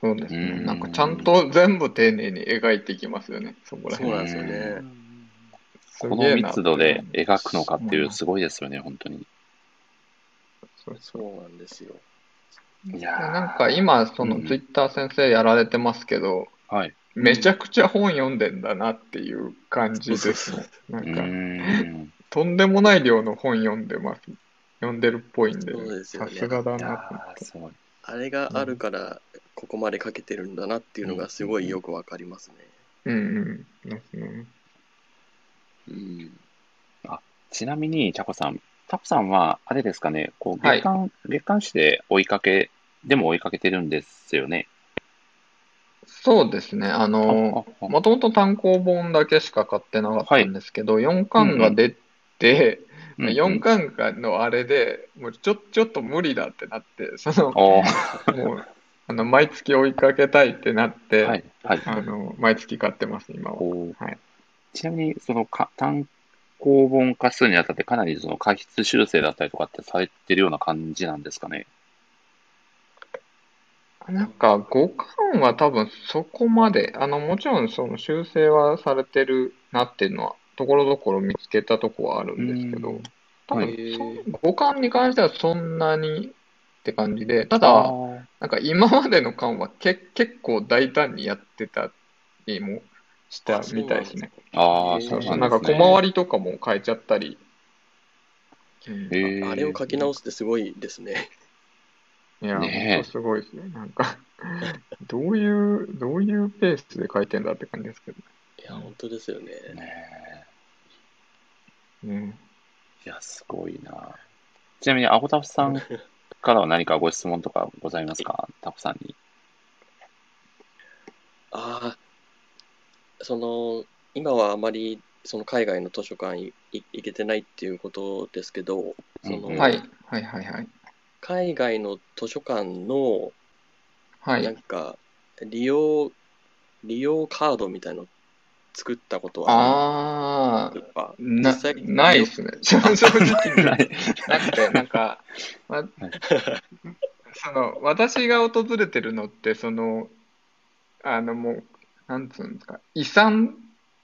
[SPEAKER 2] そうです
[SPEAKER 1] う
[SPEAKER 2] ね。
[SPEAKER 1] ん
[SPEAKER 2] なんかちゃんと全部丁寧に描いていきますよね。そこら
[SPEAKER 4] そう
[SPEAKER 2] 辺。
[SPEAKER 4] なんですよ
[SPEAKER 1] う
[SPEAKER 3] うん
[SPEAKER 4] ね
[SPEAKER 3] うんうん
[SPEAKER 1] こ
[SPEAKER 2] すげ
[SPEAKER 1] の
[SPEAKER 2] えな
[SPEAKER 1] 密度で描くのかっていううんすごいですよね、本当に。
[SPEAKER 2] そうそ
[SPEAKER 4] そうなんですよ
[SPEAKER 2] う
[SPEAKER 1] いやー
[SPEAKER 2] なんか今、そ
[SPEAKER 1] うん
[SPEAKER 2] の
[SPEAKER 1] うん
[SPEAKER 2] ツイッター先生やられてますけど、
[SPEAKER 1] はい。
[SPEAKER 2] めちゃくちゃ本読んでんだなっていう感じですね。な
[SPEAKER 1] うん
[SPEAKER 2] か。
[SPEAKER 1] ー ん。
[SPEAKER 2] とんでもない量の本読んでます。読んでるっぽいんで、
[SPEAKER 4] そうですよ
[SPEAKER 2] さ
[SPEAKER 4] ね
[SPEAKER 2] すがだ
[SPEAKER 1] い
[SPEAKER 2] なと思
[SPEAKER 1] や
[SPEAKER 2] っ
[SPEAKER 1] ー、
[SPEAKER 2] て。
[SPEAKER 1] すごい。
[SPEAKER 4] あれがあるからここまでかけてるんだなっていうのがすごいよくわかりますね、
[SPEAKER 2] うんうん。ですね。
[SPEAKER 4] うん
[SPEAKER 1] ちなみに、タコさん、タコさんは、あれですかね、こう
[SPEAKER 2] は
[SPEAKER 1] 月
[SPEAKER 2] い
[SPEAKER 1] 刊、月刊誌で追いかけ、でも追いかけてるんですよね。
[SPEAKER 2] そうですね。あの、
[SPEAKER 1] あああ
[SPEAKER 2] もともと単行本だけしか買ってなかったんですけど、4巻が出て、
[SPEAKER 1] うんうん
[SPEAKER 2] 4巻がのあれで、もうちょ、ちょっと無理だってなって、その、
[SPEAKER 1] おー
[SPEAKER 2] もう、あの、毎月追いかけたいってなって、
[SPEAKER 1] はい、はい。
[SPEAKER 2] あの、毎月買ってます、今は。
[SPEAKER 1] おー
[SPEAKER 2] はい
[SPEAKER 1] ちなみに、そのか、単行本化数にあたって、かなりその過失修正だったりとかってされてるような感じなんですかね。
[SPEAKER 2] なんか五巻は多分そこまで、あのもちろんその修正はされてるなっていうのは、ところどころ見つけたとこはあるんですけ
[SPEAKER 1] う
[SPEAKER 2] ど
[SPEAKER 1] ん、
[SPEAKER 2] 多
[SPEAKER 1] はい
[SPEAKER 2] 分そ五巻に関してはそんなにって感じで、た
[SPEAKER 3] あ
[SPEAKER 2] だ、なんか今までの巻はけ 結構大胆にやってたりもしたみたいですね。
[SPEAKER 1] ああ、そうなん
[SPEAKER 4] えー
[SPEAKER 1] です
[SPEAKER 4] そう
[SPEAKER 1] ね。
[SPEAKER 2] なんか小回りとかも変えちゃったり。
[SPEAKER 1] えー
[SPEAKER 4] あれを書き直すってすごいですね。
[SPEAKER 2] いや、
[SPEAKER 1] ねえ
[SPEAKER 2] 本当すごいですね。なんか、 どういう、どういうペースで書いてんだって感じですけど
[SPEAKER 4] いや、本当ですよね。
[SPEAKER 1] ね
[SPEAKER 2] ね。
[SPEAKER 1] えいや、すごいな。ちなみに、アゴタフさんからは何かご質問とかございますかタコさんに。
[SPEAKER 4] ああ、その、今はあまりその海外の図書館いい行けてないっていうことですけど、その、
[SPEAKER 1] うん
[SPEAKER 2] はい、はい、はい、はい。
[SPEAKER 4] 海外の図書館の
[SPEAKER 2] は
[SPEAKER 4] ないん。か利用、利用カードみたいの作ったことは
[SPEAKER 2] あ
[SPEAKER 4] あるんですか
[SPEAKER 2] ー、な、
[SPEAKER 4] 実際
[SPEAKER 2] ないですね。 正直
[SPEAKER 1] ない
[SPEAKER 2] なくて、なんか、わその、私が訪れてるのって、その、あの、もう、なんつうんですか、遺産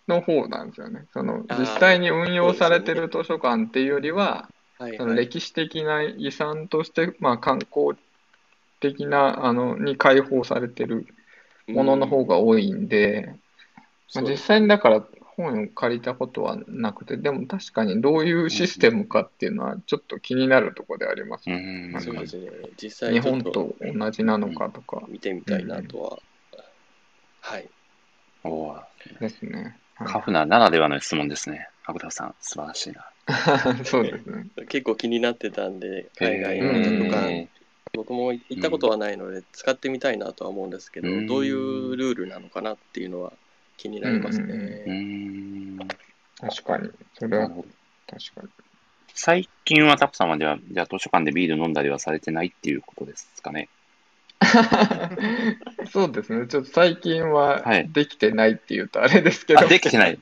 [SPEAKER 2] の方なんですよね。その、
[SPEAKER 4] あー
[SPEAKER 2] 実際に運用されてる図書館っていうよりは、
[SPEAKER 4] はい
[SPEAKER 2] その
[SPEAKER 4] はい。
[SPEAKER 2] 歴史的な遺産として、まあ、観光的な、あの、に開放されてるものの
[SPEAKER 4] うん、
[SPEAKER 2] 方が多いんで、ま
[SPEAKER 4] そ
[SPEAKER 2] あ、
[SPEAKER 4] う
[SPEAKER 2] 実
[SPEAKER 4] です
[SPEAKER 2] 際にだから本を借りたことはなくて、でも確かにどういうシステムかっていうのはちょっと気になるところであります。
[SPEAKER 1] うん。
[SPEAKER 4] そうですね。実際
[SPEAKER 2] 日
[SPEAKER 4] ちょっ
[SPEAKER 2] 本
[SPEAKER 4] と
[SPEAKER 2] と同じなのかとか
[SPEAKER 4] 見てみたいなとは。はい。
[SPEAKER 1] おー
[SPEAKER 2] ですね。はい
[SPEAKER 1] カフナならではの質問ですね。アゴタフさん、素晴らしいな。
[SPEAKER 2] そうですね。
[SPEAKER 4] 結構気になってたんで、海外
[SPEAKER 2] う
[SPEAKER 4] の
[SPEAKER 2] ん
[SPEAKER 4] 図書
[SPEAKER 2] とか
[SPEAKER 4] 館、僕も行ったことはないので、使ってみたいなとは思うんですけど、
[SPEAKER 1] うん
[SPEAKER 4] どういうルールなのかなっていうのは気になります
[SPEAKER 1] うー
[SPEAKER 4] ね。
[SPEAKER 1] ん。な
[SPEAKER 2] 確かに。それ
[SPEAKER 1] る
[SPEAKER 2] は
[SPEAKER 1] ほど。
[SPEAKER 2] 確かに。
[SPEAKER 1] 最近はタコ様では、じゃあ図書館でビール飲んだりはされてないっていうことですかね。
[SPEAKER 2] そうですね。ちょっと最近は
[SPEAKER 1] はい
[SPEAKER 2] できてないっていうとあれですけど、
[SPEAKER 1] あ、できてない。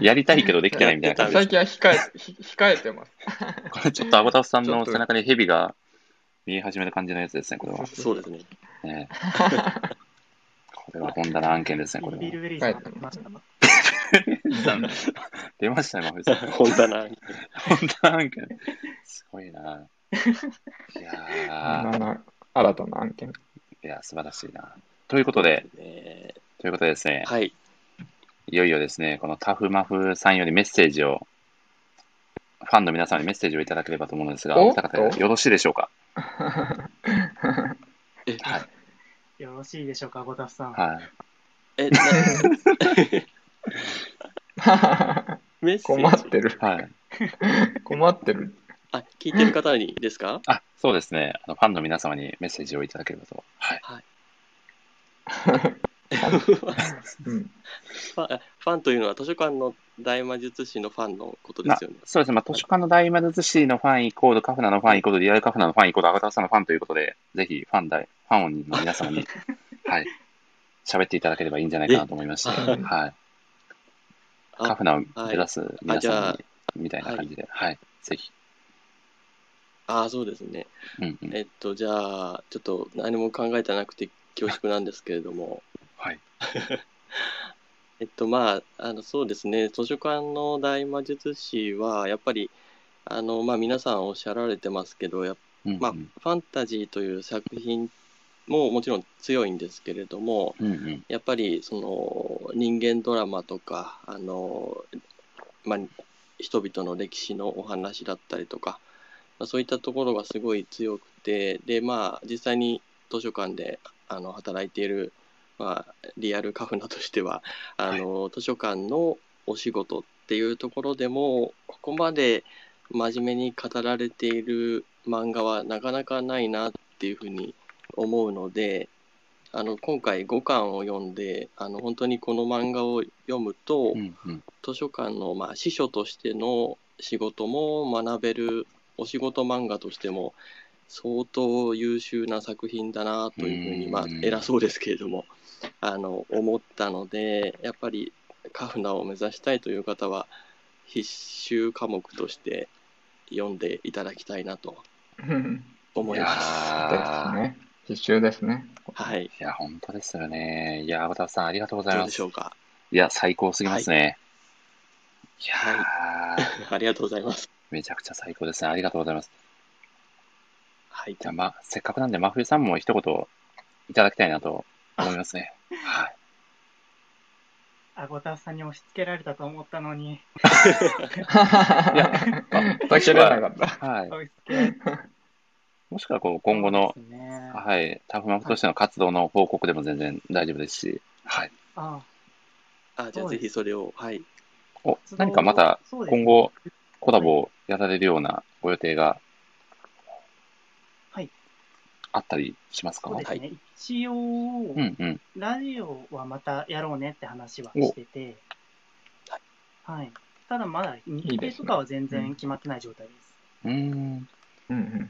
[SPEAKER 1] やりたいけどできてないみたいな感じです
[SPEAKER 2] 最近は控え、ひ控えてます。
[SPEAKER 1] これちょっとアゴタフさん
[SPEAKER 2] ちょ
[SPEAKER 1] の
[SPEAKER 2] っと
[SPEAKER 1] 背中に蛇が見え始める感じのやつですね、これは。
[SPEAKER 4] そうですね。
[SPEAKER 1] ねえこれは本棚案件ですね、これ
[SPEAKER 3] ビル・
[SPEAKER 1] は。
[SPEAKER 3] ベリーさんが来ましたね。
[SPEAKER 1] 出ましたね、マフさん。
[SPEAKER 4] 本棚。
[SPEAKER 1] 本棚案件。すごいな。いや
[SPEAKER 2] なな新たな案件。
[SPEAKER 1] ー、いや、素晴らしいな。ということで、
[SPEAKER 4] ね
[SPEAKER 1] ということでですね、
[SPEAKER 4] はい。
[SPEAKER 1] いよいよですね、このタフマフさんよりメッセージを、ファンの皆さんにメッセージをいただければと思うんですが、
[SPEAKER 2] お
[SPEAKER 1] お二方よろしいでしょうか。
[SPEAKER 4] え、
[SPEAKER 1] はい
[SPEAKER 3] よろしいでしょうか、ゴタフさん。
[SPEAKER 1] はい。
[SPEAKER 4] え なメッセ
[SPEAKER 2] 困っ
[SPEAKER 4] ージ
[SPEAKER 2] てる。
[SPEAKER 1] はい。
[SPEAKER 2] 困ってる。
[SPEAKER 4] あ、聞いてる方にですか
[SPEAKER 1] あ、そうですね。あのファンの皆様にメッセージをいただければと。はい。
[SPEAKER 2] うん。
[SPEAKER 4] ファンファンというのは図書館の大魔術師のファンのことですよね。
[SPEAKER 1] そうですね。まあ、図書館の大魔術師のファンイコール、カフナのファンイコール、リアルカフナのファンイコール、アガタフさんのファンということで、ぜひファン大、ファンの皆様に、はい。喋っていただければいいんじゃないかなと思いまして、
[SPEAKER 2] え
[SPEAKER 1] はい。
[SPEAKER 4] あ
[SPEAKER 1] カフナを目指す皆
[SPEAKER 4] は
[SPEAKER 1] 様
[SPEAKER 4] いあ
[SPEAKER 1] に、みたいな感じで、はい。ぜひ。
[SPEAKER 4] ああ、そうですね。
[SPEAKER 1] うんうん。
[SPEAKER 4] えっと、じゃあ、ちょっと何も考えてなくて恐縮なんですけれども、
[SPEAKER 1] はい。
[SPEAKER 4] えっと、まあ、あのそうですね、図書館の大魔術師は、やっぱり、あのまあ、皆さんおっしゃられてますけど、やっ
[SPEAKER 1] うんうん
[SPEAKER 4] まあ、ファンタジーという作品ももちろん強いんですけれども、
[SPEAKER 1] うんうん。
[SPEAKER 4] やっぱりその人間ドラマとかあの、まあ、人々の歴史のお話だったりとか、まあ、そういったところがすごい強くてで、まあ、実際に図書館であの働いている、まあ、リアルカフナとしてはあの、図書館のお仕事っていうところでもここまで真面目に語られている漫画はなかなかないなっていうふうに思うのであの今回5巻を読んであの本当にこの漫画を読むと、
[SPEAKER 1] うんうん。
[SPEAKER 4] 図書館の、まあ、司書としての仕事も学べるお仕事漫画としても相当優秀な作品だなというふうに
[SPEAKER 1] うん
[SPEAKER 4] まあ偉そうですけれどもあの思ったのでやっぱりカフナを目指したいという方は必修科目として読んでいただきたいなと
[SPEAKER 2] うん
[SPEAKER 4] 思い
[SPEAKER 1] や
[SPEAKER 4] ます。
[SPEAKER 2] です
[SPEAKER 1] ー
[SPEAKER 2] ね。必修ですね。
[SPEAKER 4] はい。
[SPEAKER 1] いや、本当ですよね。いや、アゴタフさん、ありがとうござい
[SPEAKER 4] どう
[SPEAKER 1] ま
[SPEAKER 4] ですし。ょうか。
[SPEAKER 1] いや、最高すぎますね。い、やー、
[SPEAKER 4] ありがとうございます。
[SPEAKER 1] めちゃくちゃ最高ですね。ありがとうございます。
[SPEAKER 4] はい。
[SPEAKER 1] じゃあ、ま、せっかくなんで、真冬さんも一言いただきたいなと思いますね。はい。
[SPEAKER 3] アゴタフさんに押し付けられたと思ったのに、
[SPEAKER 2] いや、避けれなかった。
[SPEAKER 1] はい。
[SPEAKER 3] 押し付けられた
[SPEAKER 1] もしくは、こう、今後の
[SPEAKER 3] そう、ですね、あ
[SPEAKER 1] はい、タフマクとしての活動の報告でも全然大丈夫ですし、はい。
[SPEAKER 3] あ
[SPEAKER 4] あ、じゃあぜひそれを、はい。
[SPEAKER 1] お、何かまた、
[SPEAKER 3] そうですね
[SPEAKER 1] 今後、コラボをやられるようなご予定が、
[SPEAKER 3] はい。
[SPEAKER 1] あったりしますか
[SPEAKER 3] そうですね、一応、
[SPEAKER 1] うんうん。
[SPEAKER 3] ラジオはまたやろうねって話はしてて、はい、ただまだ日程とかは全然決まってない状態です。
[SPEAKER 1] うーん。
[SPEAKER 2] うんうん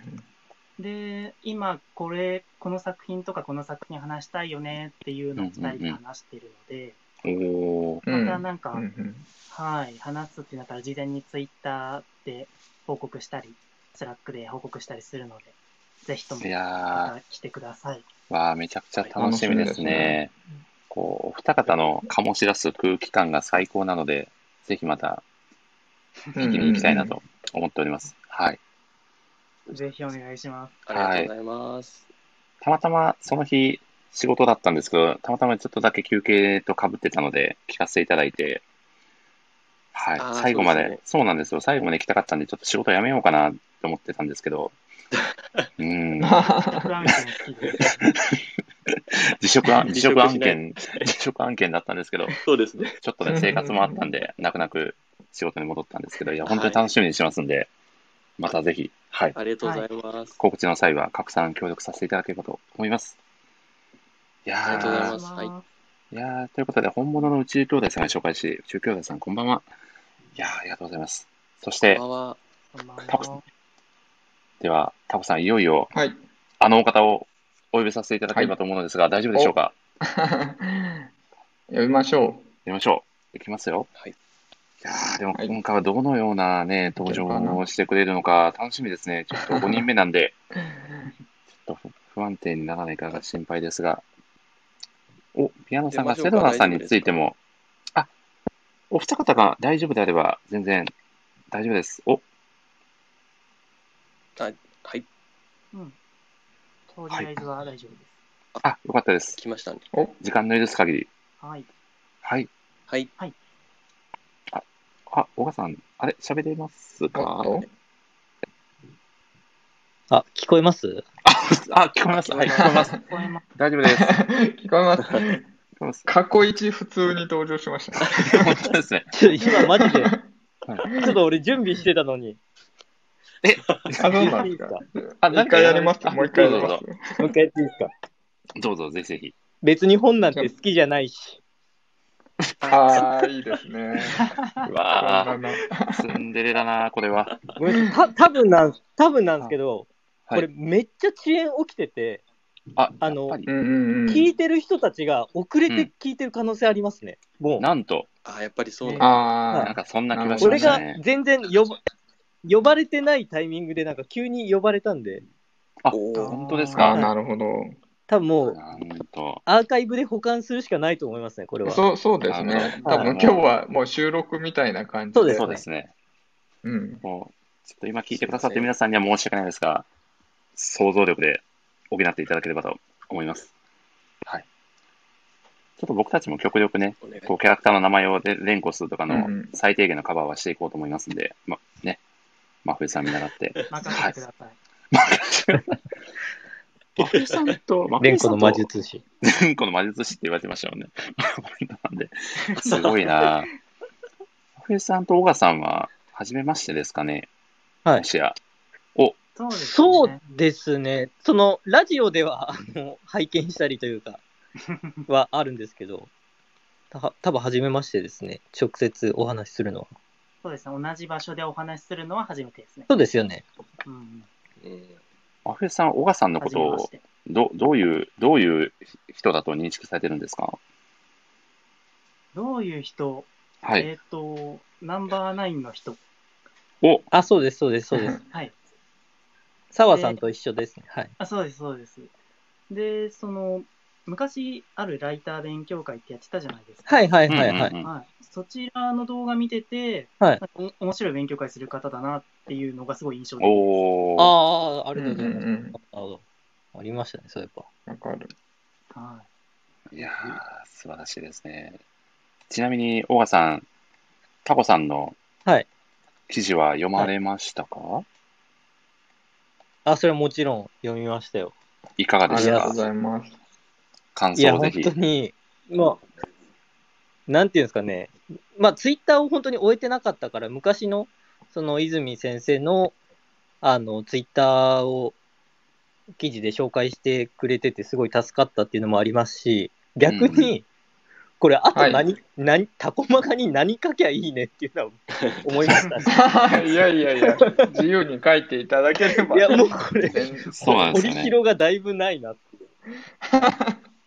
[SPEAKER 3] で今これこの作品とかこの作品話したいよねっていうのを2人で話してるので、
[SPEAKER 1] おー。
[SPEAKER 2] うん
[SPEAKER 3] またなんか、
[SPEAKER 2] うんうん
[SPEAKER 3] はい話すってなったら事前にツイッターで報告したりスラックで報告したりするのでぜひとも
[SPEAKER 1] い
[SPEAKER 3] ま
[SPEAKER 1] や
[SPEAKER 3] た来てください。
[SPEAKER 1] ー、わー、めちゃくちゃ楽しみですね。こう、お二方の醸し出す空気感が最高なので、ぜひまた聞きに行きたいなと思っております。はい。
[SPEAKER 3] ぜひお願いします。
[SPEAKER 4] ありがとうございます。
[SPEAKER 1] たまたまその日仕事だったんですけど、たまたまちょっとだけ休憩とかぶってたので、聞かせていただいて、はい
[SPEAKER 4] あー、
[SPEAKER 1] 最後まで
[SPEAKER 4] そうですね
[SPEAKER 1] そうなんですよ、最後まで行きたかったんで、ちょっと仕事やめようかなと思ってたんですけ ど、うーん、
[SPEAKER 3] 不安定好きです。
[SPEAKER 1] 自職案、自
[SPEAKER 4] 辞
[SPEAKER 1] 職
[SPEAKER 4] 職
[SPEAKER 1] 案
[SPEAKER 4] しない
[SPEAKER 1] 件、自職案件だったんですけど、
[SPEAKER 4] そうですね。
[SPEAKER 1] ちょっとね、生活もあったんで、泣く泣く仕事に戻ったんですけど、いや、本当に楽しみにしてますんで、またぜひ、はい、
[SPEAKER 4] ありがとうございます。
[SPEAKER 1] 告知の際は拡散協力させていただければと思います。いやー
[SPEAKER 4] ありがとうございます
[SPEAKER 3] お願し
[SPEAKER 1] いやーということで、本物の宇宙兄弟さんが紹介し、宇宙兄弟さん、こんばんは。いやーありがとうございます。そして
[SPEAKER 4] こ、んばんは。
[SPEAKER 3] こんばん
[SPEAKER 1] タコさ
[SPEAKER 3] は。
[SPEAKER 1] では、タコさん、いよいよ、
[SPEAKER 2] はい。
[SPEAKER 1] あのお方をお呼びさせていただければと思うのですが、大丈夫でしょうか
[SPEAKER 2] 呼びましょ
[SPEAKER 1] やりましょう。いきますよ。
[SPEAKER 4] はい
[SPEAKER 1] いやーでも
[SPEAKER 2] はい
[SPEAKER 1] 今回はどのようなね、登場
[SPEAKER 2] いけるか
[SPEAKER 1] をしてくれるのか、楽しみですね。ちょっと5人目なんで、 ちょっと不安定にならないかが心配ですが。お、ピアノさんが
[SPEAKER 4] 出ましょ
[SPEAKER 1] セ
[SPEAKER 4] うか
[SPEAKER 1] ドナさんについても、あ、お二方が大丈夫であれば全然大丈夫です。お、
[SPEAKER 4] はい、
[SPEAKER 3] うん。とりあえずは大丈夫です。
[SPEAKER 1] あ、よかったです。
[SPEAKER 4] 来ましたね。
[SPEAKER 2] う。お、
[SPEAKER 1] 時間の許す限り。
[SPEAKER 3] はい。
[SPEAKER 1] はい。
[SPEAKER 4] はい。
[SPEAKER 1] あ、小川さん、あれ、喋れますか
[SPEAKER 2] おっと
[SPEAKER 5] あ、聞こえます
[SPEAKER 1] あ、聞こえます。はい、聞こえます。
[SPEAKER 3] 聞こえます。
[SPEAKER 1] 大丈夫 です。聞こ
[SPEAKER 2] 聞こえます。
[SPEAKER 1] えます。
[SPEAKER 2] 過去一普通に登場しました。
[SPEAKER 1] 本当ですね。
[SPEAKER 5] ちょ今マジ で、ち
[SPEAKER 1] はい
[SPEAKER 5] ょっと俺準備してたのに。
[SPEAKER 2] あ、そうなんで
[SPEAKER 5] い
[SPEAKER 2] す
[SPEAKER 5] いで
[SPEAKER 2] か
[SPEAKER 5] す。か
[SPEAKER 1] あ
[SPEAKER 2] 一回やります。もう一回やります。
[SPEAKER 5] もう一回やっていいですか
[SPEAKER 1] どうぞ、ぜひぜひ。
[SPEAKER 5] 別に本なんて好きじゃないし。
[SPEAKER 2] ああ、いいですね。
[SPEAKER 1] うわ
[SPEAKER 2] あ、
[SPEAKER 1] あ、ツンデレだな、これは。
[SPEAKER 5] ごめんなさい。た多分なん、多分なんですけど、
[SPEAKER 1] はい
[SPEAKER 5] これめっちゃ遅延起きてて、
[SPEAKER 1] あ、
[SPEAKER 5] あの
[SPEAKER 1] やっぱり
[SPEAKER 2] う、んうんう
[SPEAKER 5] 聞
[SPEAKER 2] ん
[SPEAKER 5] い。てる人たちが遅れて聞いてる可能性ありますね。もう。
[SPEAKER 1] なんと、
[SPEAKER 4] あ、やっぱりそうなんだ。
[SPEAKER 1] なん
[SPEAKER 2] あ
[SPEAKER 1] かそんな気がしま
[SPEAKER 5] 俺
[SPEAKER 1] した
[SPEAKER 5] が
[SPEAKER 1] ね。
[SPEAKER 5] 全然呼ば呼ばれてないタイミングでなんか急に呼ばれたんで、
[SPEAKER 1] あ、
[SPEAKER 4] おー
[SPEAKER 1] 本当です
[SPEAKER 2] あ、あ
[SPEAKER 1] か。
[SPEAKER 2] ーなるほど。
[SPEAKER 5] 多分もう
[SPEAKER 1] なんと、
[SPEAKER 5] アーカイブで保管するしかないと思いますね、これは。
[SPEAKER 2] そう、そうですね。多分今日はもう収録みたいな感じで。
[SPEAKER 1] そうですね。
[SPEAKER 2] うん。
[SPEAKER 1] もう、ちょっと今聞いてくださってる皆さんには申し訳ないですが、想像力で補っていただければと思います。はい。ちょっと僕たちも極力ね、
[SPEAKER 4] お願い
[SPEAKER 1] こうキャラクターの名前をで連呼するとかの
[SPEAKER 2] うんうん
[SPEAKER 1] 最低限のカバーはしていこうと思いますんで、ま、ね、真冬さん見習って。
[SPEAKER 3] 任せてください。
[SPEAKER 1] 真冬さんと、真
[SPEAKER 5] 連
[SPEAKER 1] 冬
[SPEAKER 5] 呼
[SPEAKER 1] さ
[SPEAKER 5] の
[SPEAKER 1] んと
[SPEAKER 5] 魔、術師。
[SPEAKER 1] 全個の魔術師って言われてましたもんね。 なんで、すごいなぁ。真冬さんと小川さんは、初めましてですかね、
[SPEAKER 5] はい
[SPEAKER 1] も。しや。
[SPEAKER 3] そうです、ね。
[SPEAKER 5] そうですね、そのラジオでは あの拝見したりというか、はあるんですけど、た多分初めましてですね、直接お話しするのは。
[SPEAKER 3] そうですね。同じ場所でお話しするのは初めてですね。
[SPEAKER 5] そうですよね。
[SPEAKER 3] うんうん。
[SPEAKER 4] うん
[SPEAKER 1] 真冬さんは小川さんのこ
[SPEAKER 3] 初
[SPEAKER 1] と
[SPEAKER 3] めまし
[SPEAKER 1] を
[SPEAKER 3] て。
[SPEAKER 1] ど、どういう、どういう人だと認識されてるんですか
[SPEAKER 3] どういう人、
[SPEAKER 1] はい。
[SPEAKER 3] えっ、と、ナンバーナインの人。
[SPEAKER 1] お、
[SPEAKER 5] あ、そう です、そうです、そうです。
[SPEAKER 3] はい。
[SPEAKER 5] 澤さんと一緒ですね。はい。
[SPEAKER 3] あ、そうです、そうです。で、その、昔あるライター勉強会ってやってたじゃないですか。
[SPEAKER 5] はいはいはいはい。
[SPEAKER 1] うんうんうん
[SPEAKER 3] はい、そちらの動画見てて、
[SPEAKER 5] はい
[SPEAKER 3] なんかお面白い勉強会する方だなっていうのがすごい印象的で
[SPEAKER 1] おー。
[SPEAKER 5] ああ、ありがとうござい
[SPEAKER 2] う
[SPEAKER 5] ます。
[SPEAKER 2] んうんうん
[SPEAKER 5] なるほど。ありましたね、そういえば。
[SPEAKER 2] わかる。
[SPEAKER 3] す。はい
[SPEAKER 1] やー、素晴らしいですね。ちなみに、小川さん、タコさんの
[SPEAKER 5] はい
[SPEAKER 1] 記事は読まれましたか、
[SPEAKER 5] あ、それはもちろん読みましたよ。
[SPEAKER 1] い、かがで
[SPEAKER 2] あ
[SPEAKER 1] し
[SPEAKER 2] り
[SPEAKER 1] た
[SPEAKER 2] が
[SPEAKER 1] か
[SPEAKER 2] とうございます。
[SPEAKER 1] 感
[SPEAKER 5] いや、
[SPEAKER 1] 想をぜ
[SPEAKER 5] 本
[SPEAKER 1] ひ。
[SPEAKER 5] 当に、まあ、なんていうんですかね、まあ、ツイッターを本当に終えてなかったから、昔の、その、泉先生の、あの、ツイッターを、記事で紹介してくれてて、すごい助かったっていうのもありますし、逆に、これ、あと何、何、タコマガに何書きゃいいねっていうのは思いま した し
[SPEAKER 2] いやいやいや、自由に書いていただければ。
[SPEAKER 5] いや、もうこれ、
[SPEAKER 2] 全然
[SPEAKER 1] そうなんで す
[SPEAKER 5] 折
[SPEAKER 1] よ
[SPEAKER 5] り
[SPEAKER 1] ね。
[SPEAKER 5] 広がだいぶないなって。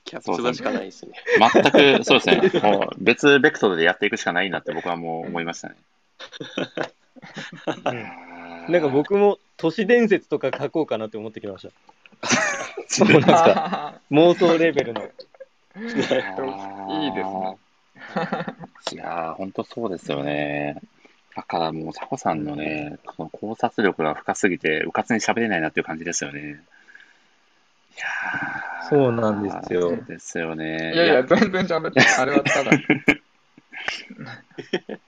[SPEAKER 4] キャプツバしかないですね。
[SPEAKER 1] 全く、そうですね。もう別ベクトルでやっていくしかないなって僕はもう思いましたね。
[SPEAKER 5] うんなんか僕も都市伝説とか書こうかなって思ってきました。
[SPEAKER 1] そう
[SPEAKER 5] なんですか
[SPEAKER 2] あ
[SPEAKER 5] 妄想レベルの。
[SPEAKER 2] いいですね。
[SPEAKER 1] いやー、本当そうですよね。だからもう、タコさんのね、その考察力が深すぎて、うかつに喋れないなっていう感じですよね。いやー
[SPEAKER 5] そうなんですよ
[SPEAKER 1] ですよ
[SPEAKER 2] ー
[SPEAKER 1] ね。
[SPEAKER 2] いやいや、全然喋って、あれはただ。
[SPEAKER 1] い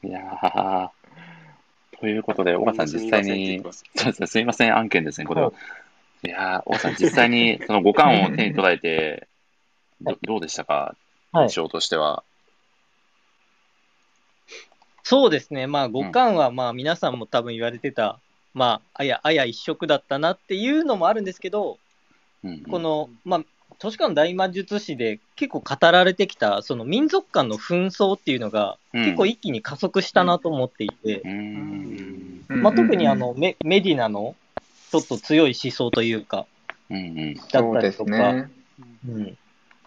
[SPEAKER 1] やーということで、岡さん、実際に、そうですね、すいません、案件ですね、これは。いやー、岡さん、実際に その五感を手に捉えて、どどうでしたか、
[SPEAKER 5] はい
[SPEAKER 1] 印象としては。
[SPEAKER 5] そうですね。まあ五感はまあ皆さんも多分言われてた、まああやあや一色だったなっていうのもあるんですけど、
[SPEAKER 1] うんうん
[SPEAKER 5] この、まあ、図書館大魔術師で結構語られてきた、その民族間の紛争っていうのが
[SPEAKER 1] うん
[SPEAKER 5] 結構一気に加速したなと思っていて
[SPEAKER 1] う、ん
[SPEAKER 2] うん
[SPEAKER 5] まあ特にあ、のメメディナのちょっと強い思想というか、
[SPEAKER 1] うんうん
[SPEAKER 5] だ
[SPEAKER 2] そ
[SPEAKER 5] っ
[SPEAKER 2] う
[SPEAKER 5] た
[SPEAKER 2] で
[SPEAKER 5] り
[SPEAKER 2] す
[SPEAKER 5] とか、
[SPEAKER 2] ね。
[SPEAKER 3] うん
[SPEAKER 5] うん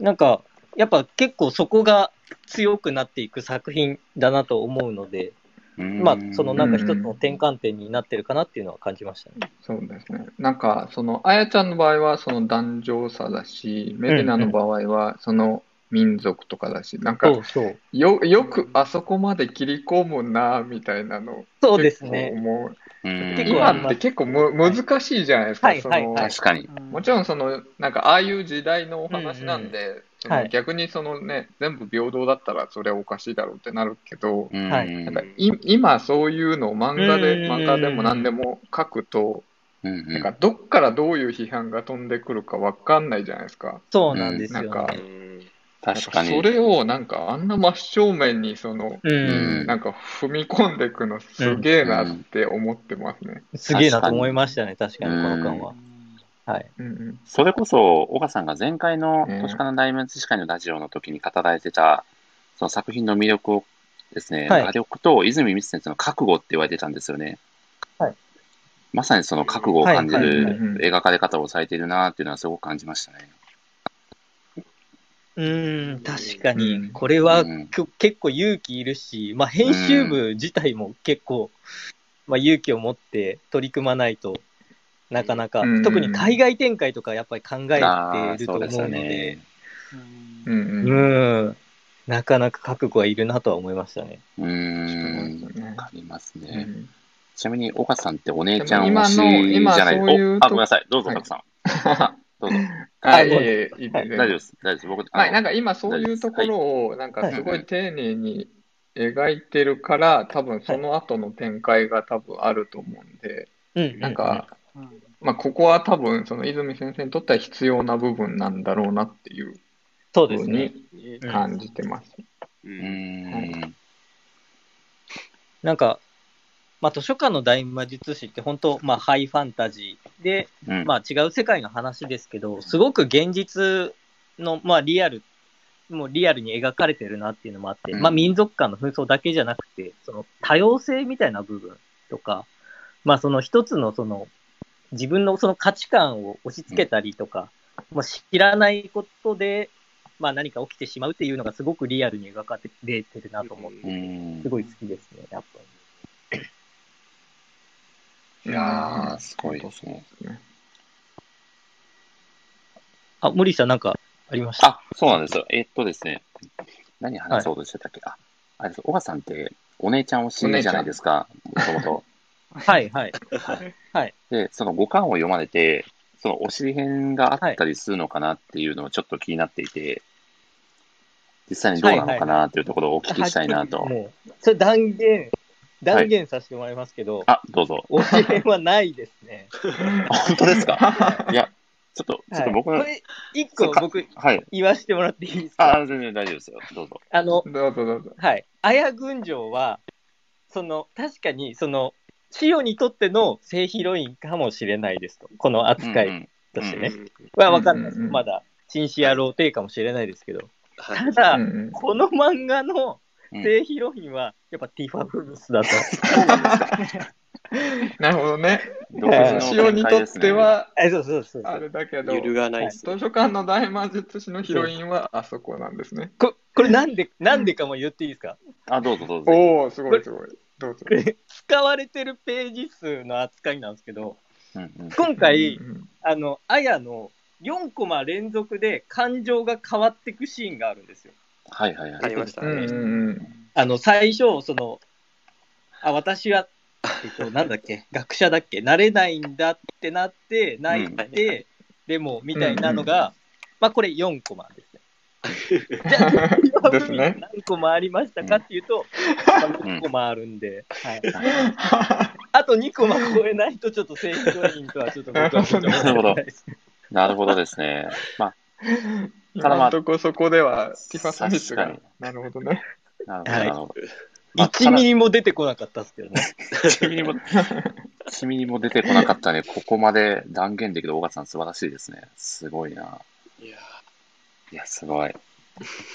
[SPEAKER 5] なんか、やっぱ結構そこが強くなっていく作品だなと思うので、
[SPEAKER 1] うん
[SPEAKER 5] まあ、そのなんか一つ
[SPEAKER 2] うん
[SPEAKER 5] の転換点になってるかなっていうのは感じましたね。
[SPEAKER 2] そうですね。なんか、その、あやちゃんの場合は、その男女差だし、メディナの場合は、その民族とかだし、なんか、
[SPEAKER 5] そうそう。
[SPEAKER 2] よ、よくあそこまで切り込むな、みたいなの、
[SPEAKER 5] そうです
[SPEAKER 2] 結
[SPEAKER 5] ね。
[SPEAKER 2] 構思う。
[SPEAKER 1] うん
[SPEAKER 5] 結構
[SPEAKER 2] 今
[SPEAKER 5] あ
[SPEAKER 2] って結構む難しいじゃないですか。
[SPEAKER 5] はい
[SPEAKER 2] そ
[SPEAKER 5] はい
[SPEAKER 2] の
[SPEAKER 5] はい
[SPEAKER 1] 確かに。
[SPEAKER 2] もちろんそのなんかああいう時代のお話なんで、そ
[SPEAKER 5] は
[SPEAKER 2] の
[SPEAKER 5] い
[SPEAKER 2] 逆にそのね全部平等だったらそれはおかしいだろうってなるけど、
[SPEAKER 1] うん
[SPEAKER 5] はい
[SPEAKER 1] うん
[SPEAKER 2] なんかい今そういうのを漫画で
[SPEAKER 5] うん
[SPEAKER 2] 漫画でも何でも書くと、
[SPEAKER 1] うん
[SPEAKER 2] なんかどっからどういう批判が飛んでくるかわかんないじゃないですか。
[SPEAKER 5] そうなんです
[SPEAKER 2] うん
[SPEAKER 5] よ
[SPEAKER 2] なんか
[SPEAKER 5] ね。
[SPEAKER 2] なん
[SPEAKER 1] 確かに。
[SPEAKER 2] それをなんかあんな真正面にその、
[SPEAKER 5] う
[SPEAKER 1] うん
[SPEAKER 5] ん。
[SPEAKER 2] なんか踏み込んでいくのすげえなって思ってますね。
[SPEAKER 5] すげえなと思いましたね、確かに、この感は。はい。
[SPEAKER 2] うんうん
[SPEAKER 1] それこそ、岡さんが前回の都市化の大名知識会のラジオの時に語られてた、その作品の魅力をですね、
[SPEAKER 5] はい
[SPEAKER 1] 画力と泉光先生の覚悟って言われてたんですよね。
[SPEAKER 5] はい
[SPEAKER 1] まさにその覚悟を感じ
[SPEAKER 5] はいはい
[SPEAKER 2] はい
[SPEAKER 1] る描かれ方をされているなっていうのはすごく感じましたね。
[SPEAKER 5] うーん、確か
[SPEAKER 2] うん
[SPEAKER 5] に。これは
[SPEAKER 1] うん
[SPEAKER 5] きょ結構勇気いるし、まあ編集部自体も結構、まあ勇気を持って取り組まないとなかなか
[SPEAKER 2] うん、
[SPEAKER 5] 特に海外展開とかやっぱり考えている
[SPEAKER 1] そ
[SPEAKER 5] と
[SPEAKER 1] う
[SPEAKER 5] 思う
[SPEAKER 1] です
[SPEAKER 5] の
[SPEAKER 1] よ
[SPEAKER 5] で、
[SPEAKER 1] ね。
[SPEAKER 3] う
[SPEAKER 2] う
[SPEAKER 3] ん
[SPEAKER 2] んうん
[SPEAKER 5] うん。なかなか覚悟はいるなとは思いましたね。
[SPEAKER 1] う
[SPEAKER 2] そう
[SPEAKER 1] ーん
[SPEAKER 2] です。よね
[SPEAKER 1] わかります
[SPEAKER 2] う
[SPEAKER 1] ね。
[SPEAKER 2] ん
[SPEAKER 1] ちなみに、岡さんってお姉ちゃん
[SPEAKER 2] でも
[SPEAKER 1] 推
[SPEAKER 2] 今
[SPEAKER 1] し
[SPEAKER 2] の
[SPEAKER 1] じゃない
[SPEAKER 2] 今そういう
[SPEAKER 1] おあ、
[SPEAKER 2] と
[SPEAKER 1] ごめんなさい。どうぞ、
[SPEAKER 2] はい
[SPEAKER 1] 岡さん。どうぞ。
[SPEAKER 2] あ、
[SPEAKER 5] あ
[SPEAKER 2] い
[SPEAKER 5] ごめん
[SPEAKER 2] えいえ、いい
[SPEAKER 5] はい
[SPEAKER 1] 大丈夫です。大丈夫です。僕、
[SPEAKER 2] はい、
[SPEAKER 1] あ
[SPEAKER 2] な
[SPEAKER 1] の
[SPEAKER 2] んか今そういうところを、なんかすごい丁寧に描いてるから、多分その後の展開が多分あると思うんで、
[SPEAKER 5] うん。
[SPEAKER 2] なんか、
[SPEAKER 3] うん
[SPEAKER 2] まあここは多分その泉先生にとっては必要な部分なんだろうなっていう
[SPEAKER 5] そう
[SPEAKER 2] ふ
[SPEAKER 5] です
[SPEAKER 2] う
[SPEAKER 5] ね。
[SPEAKER 2] に
[SPEAKER 5] うん
[SPEAKER 2] 感じてます。
[SPEAKER 1] うーん。
[SPEAKER 5] なんか、まあ、図書館の大魔術師って本当、まあ、ハイファンタジーで、
[SPEAKER 1] うん
[SPEAKER 5] まあ、違う世界の話ですけど、すごく現実の、まあ、リアル、もうリアルに描かれてるなっていうのもあって、
[SPEAKER 1] うん
[SPEAKER 5] まあ、民族間の紛争だけじゃなくて、その多様性みたいな部分とか、まあ、その一つのその、自分のその価値観を押し付けたりとか、もう知らないことで、まあ、何か起きてしまうっていうのがすごくリアルに描かれてるなと思って、
[SPEAKER 1] うーん
[SPEAKER 5] すごい好きですね、やっぱり。
[SPEAKER 1] いやー、すごいですね。
[SPEAKER 5] あ、森さんなんかありました
[SPEAKER 1] あ、そうなんですよ。えっとですね。何話そうとしてたっけ、あ、あれです。小川さんって、お姉ちゃんを知るじゃないですか、もとも と。
[SPEAKER 5] はいはい。
[SPEAKER 1] で、その五巻を読まれて、そのお尻編があったりするのかなっていうのをちょっと気になっていて、実際にどうなのかなっていうところをお聞きしたいなと。
[SPEAKER 5] もう、それ断言、断言させてもらいますけど、
[SPEAKER 1] あ、どうぞ。
[SPEAKER 5] お知り合いはないですね。
[SPEAKER 1] あ本当ですかいや、ちょっと、 ちょっと僕の、
[SPEAKER 5] は
[SPEAKER 1] はい
[SPEAKER 5] い、これ、一個
[SPEAKER 1] そうか
[SPEAKER 5] 僕
[SPEAKER 1] はい。
[SPEAKER 5] 言わせてもらっていいですか
[SPEAKER 1] あ、全然大丈夫ですよ。どうぞ。
[SPEAKER 5] あの、
[SPEAKER 2] どうぞどうぞ。
[SPEAKER 5] はい。綾群青は、その、確かに、その、シオにとっての正ヒロインかもしれないですと。この扱
[SPEAKER 1] うんう
[SPEAKER 5] い
[SPEAKER 1] ん
[SPEAKER 5] として
[SPEAKER 1] うん
[SPEAKER 5] ね。
[SPEAKER 4] うん
[SPEAKER 5] はわかんないです。
[SPEAKER 2] うんうんうん
[SPEAKER 5] まだ、チンシアローテかもしれないですけど。
[SPEAKER 4] は
[SPEAKER 5] た
[SPEAKER 4] い
[SPEAKER 5] だ、
[SPEAKER 2] うんうん
[SPEAKER 5] この漫画の
[SPEAKER 1] うん
[SPEAKER 5] 正ヒロインは、やっぱティファ・ブルスだ と。
[SPEAKER 2] なるほどね。
[SPEAKER 1] 独自の
[SPEAKER 2] 塩にとっては
[SPEAKER 5] えそうそうそうそ
[SPEAKER 2] あ
[SPEAKER 5] う
[SPEAKER 2] れだけど、
[SPEAKER 4] 揺る
[SPEAKER 2] 図
[SPEAKER 4] がないですね。
[SPEAKER 2] 書館の大魔術師のヒロインはあそこなんですね。
[SPEAKER 5] こ。これなんで、なんでかも言っていいですか
[SPEAKER 1] あ、どうぞどうぞ。
[SPEAKER 2] おお、すごいすごい。どうぞ
[SPEAKER 5] こ。れ、使われてるページ数の扱いなんですけど、
[SPEAKER 1] うんうん
[SPEAKER 5] 今回
[SPEAKER 2] う、ん
[SPEAKER 5] あの、アヤの4コマ連続で感情が変わっていくシーンがあるんですよ。
[SPEAKER 1] はいはいは
[SPEAKER 4] あ
[SPEAKER 1] い。
[SPEAKER 4] りました
[SPEAKER 2] うんうん
[SPEAKER 4] ね。
[SPEAKER 2] うん
[SPEAKER 5] あの、最初、その、あ、私は、えっ と、なんだっけ、学者だっけ、なれないんだってなって、泣いて、でも、みたいなのが、まあ、これ4コマ ですね。じゃあ、
[SPEAKER 2] ですね
[SPEAKER 5] 何コマありましたかっていうと、
[SPEAKER 1] うん
[SPEAKER 5] 6コマあるんで、はい。あと2コマ超えないと、ちょっと正義教員とはちょっと僕はちょっと思ってない です。
[SPEAKER 1] なるほどですね。まあ、ただ
[SPEAKER 2] 今
[SPEAKER 1] まあ
[SPEAKER 2] のとこそこでは、ティファ・サミスが
[SPEAKER 1] 確。
[SPEAKER 2] なるほどね。
[SPEAKER 1] なるほど、
[SPEAKER 5] はい
[SPEAKER 1] なるほど。まあ
[SPEAKER 5] 1ミリも出てこなかったですけどね。
[SPEAKER 1] 1ミリも、1ミリも出てこなかったね。ここまで断言できる小川さん素晴らしいですね。すごいな。
[SPEAKER 4] いや
[SPEAKER 1] いや、すごい。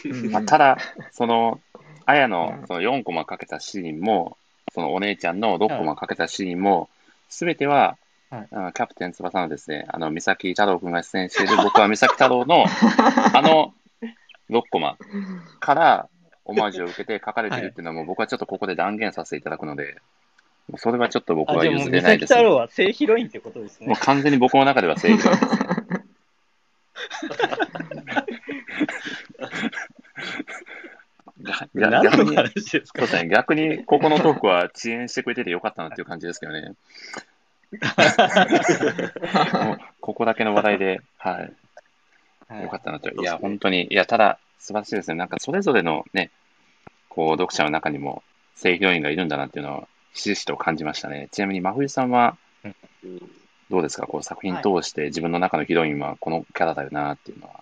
[SPEAKER 2] うん
[SPEAKER 1] まあ、ただ、その、あやのその4コマかけたシーンも、そのお姉ちゃんの6コマかけたシーンも、すべては、
[SPEAKER 5] はい
[SPEAKER 1] あのキャプテン翼のですね、あの、三崎太郎くんが出演している、僕は三崎太郎 の、あの、6コマから、オマージュを受けて書かれてるっていうのも、僕はちょっとここで断言させていただくので、それはちょっと僕
[SPEAKER 5] あ、
[SPEAKER 1] は
[SPEAKER 5] じゃあも
[SPEAKER 1] 譲
[SPEAKER 5] う、
[SPEAKER 1] れ
[SPEAKER 5] 三
[SPEAKER 1] ない
[SPEAKER 5] 崎
[SPEAKER 1] です
[SPEAKER 5] 太
[SPEAKER 1] ね、
[SPEAKER 5] 郎は正ヒロインってことです
[SPEAKER 1] もう
[SPEAKER 5] ね。
[SPEAKER 1] 完全に僕の中では正義です ね。がが
[SPEAKER 5] 何
[SPEAKER 1] 逆
[SPEAKER 5] の
[SPEAKER 1] に、
[SPEAKER 5] 話です
[SPEAKER 1] そ
[SPEAKER 5] か
[SPEAKER 1] うですね、逆にここのトークは遅延してくれててよかったなっていう感じですけど ね。もうここだけの話題で、はい、
[SPEAKER 5] はい
[SPEAKER 1] よかったなと。
[SPEAKER 4] そうですね
[SPEAKER 1] いや、本当に、いや、ただ、素晴らしいですね。なんか、それぞれのね、こう、読者の中にも、正評員がいるんだなっていうのを、ひしひしと感じましたね。ちなみに、真冬さんは、
[SPEAKER 4] うん
[SPEAKER 1] どうですかこう、作品通して、自分の中のヒロインは、このキャラだよなっていうのは。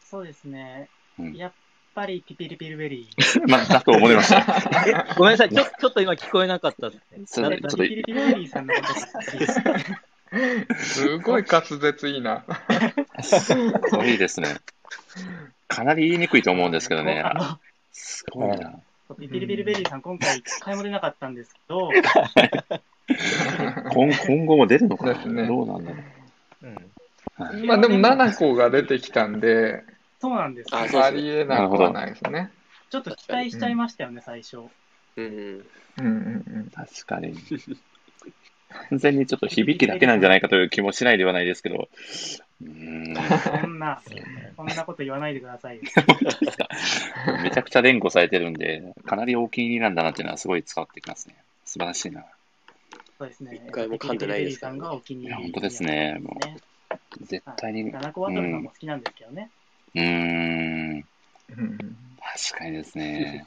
[SPEAKER 3] そうですね
[SPEAKER 1] うん。
[SPEAKER 3] やっぱりピピリピルベリ
[SPEAKER 1] まあ、だと思いました。
[SPEAKER 5] えごめんなさい、ちょちょっと今聞こえなかったですね。
[SPEAKER 1] す
[SPEAKER 3] ー。
[SPEAKER 1] い
[SPEAKER 3] や
[SPEAKER 1] ません
[SPEAKER 3] っ
[SPEAKER 1] ちょっと
[SPEAKER 3] ぱピピリピルベリーさんのことが好きです。
[SPEAKER 2] すごい滑舌いいな。
[SPEAKER 1] そういいですね。かなり言いにくいと思うんですけどね。
[SPEAKER 3] あの
[SPEAKER 1] すごいな。
[SPEAKER 3] ピピリピルベリーさん、今回、一回も出なかったんですけど、
[SPEAKER 1] 今今後も出るのか
[SPEAKER 2] で
[SPEAKER 1] な、
[SPEAKER 2] すね
[SPEAKER 1] どうなんだろ
[SPEAKER 5] うん
[SPEAKER 1] う。はい
[SPEAKER 2] まあでも、7個が出てきたんで、
[SPEAKER 3] そうなんですよ。
[SPEAKER 4] あそう
[SPEAKER 2] あ
[SPEAKER 4] です
[SPEAKER 2] り
[SPEAKER 4] ね。
[SPEAKER 2] えなくはないですね。
[SPEAKER 3] ちょっと期待しちゃいましたよね、最初。
[SPEAKER 4] うん
[SPEAKER 2] うんうん
[SPEAKER 1] 確かに。完全にちょっと響きだけなんじゃないかという気もしないではないですけど。うーん。
[SPEAKER 3] そんな、そんなこと言わないでくださいよ。
[SPEAKER 1] めちゃくちゃ連呼されてるんで、かなりお気に入りなんだなっていうのはすごい伝わってきますね。素晴らしいな。
[SPEAKER 3] そうですね。
[SPEAKER 4] 一回も噛んでないですか
[SPEAKER 3] ピリピリベリーさ
[SPEAKER 4] らね
[SPEAKER 3] んがお気に入り。
[SPEAKER 1] いや本当ですねもう絶対に。う
[SPEAKER 3] 7個ワトルさんも好きなんですけどね。
[SPEAKER 1] ーん。
[SPEAKER 2] うんうん
[SPEAKER 1] 確かにですね。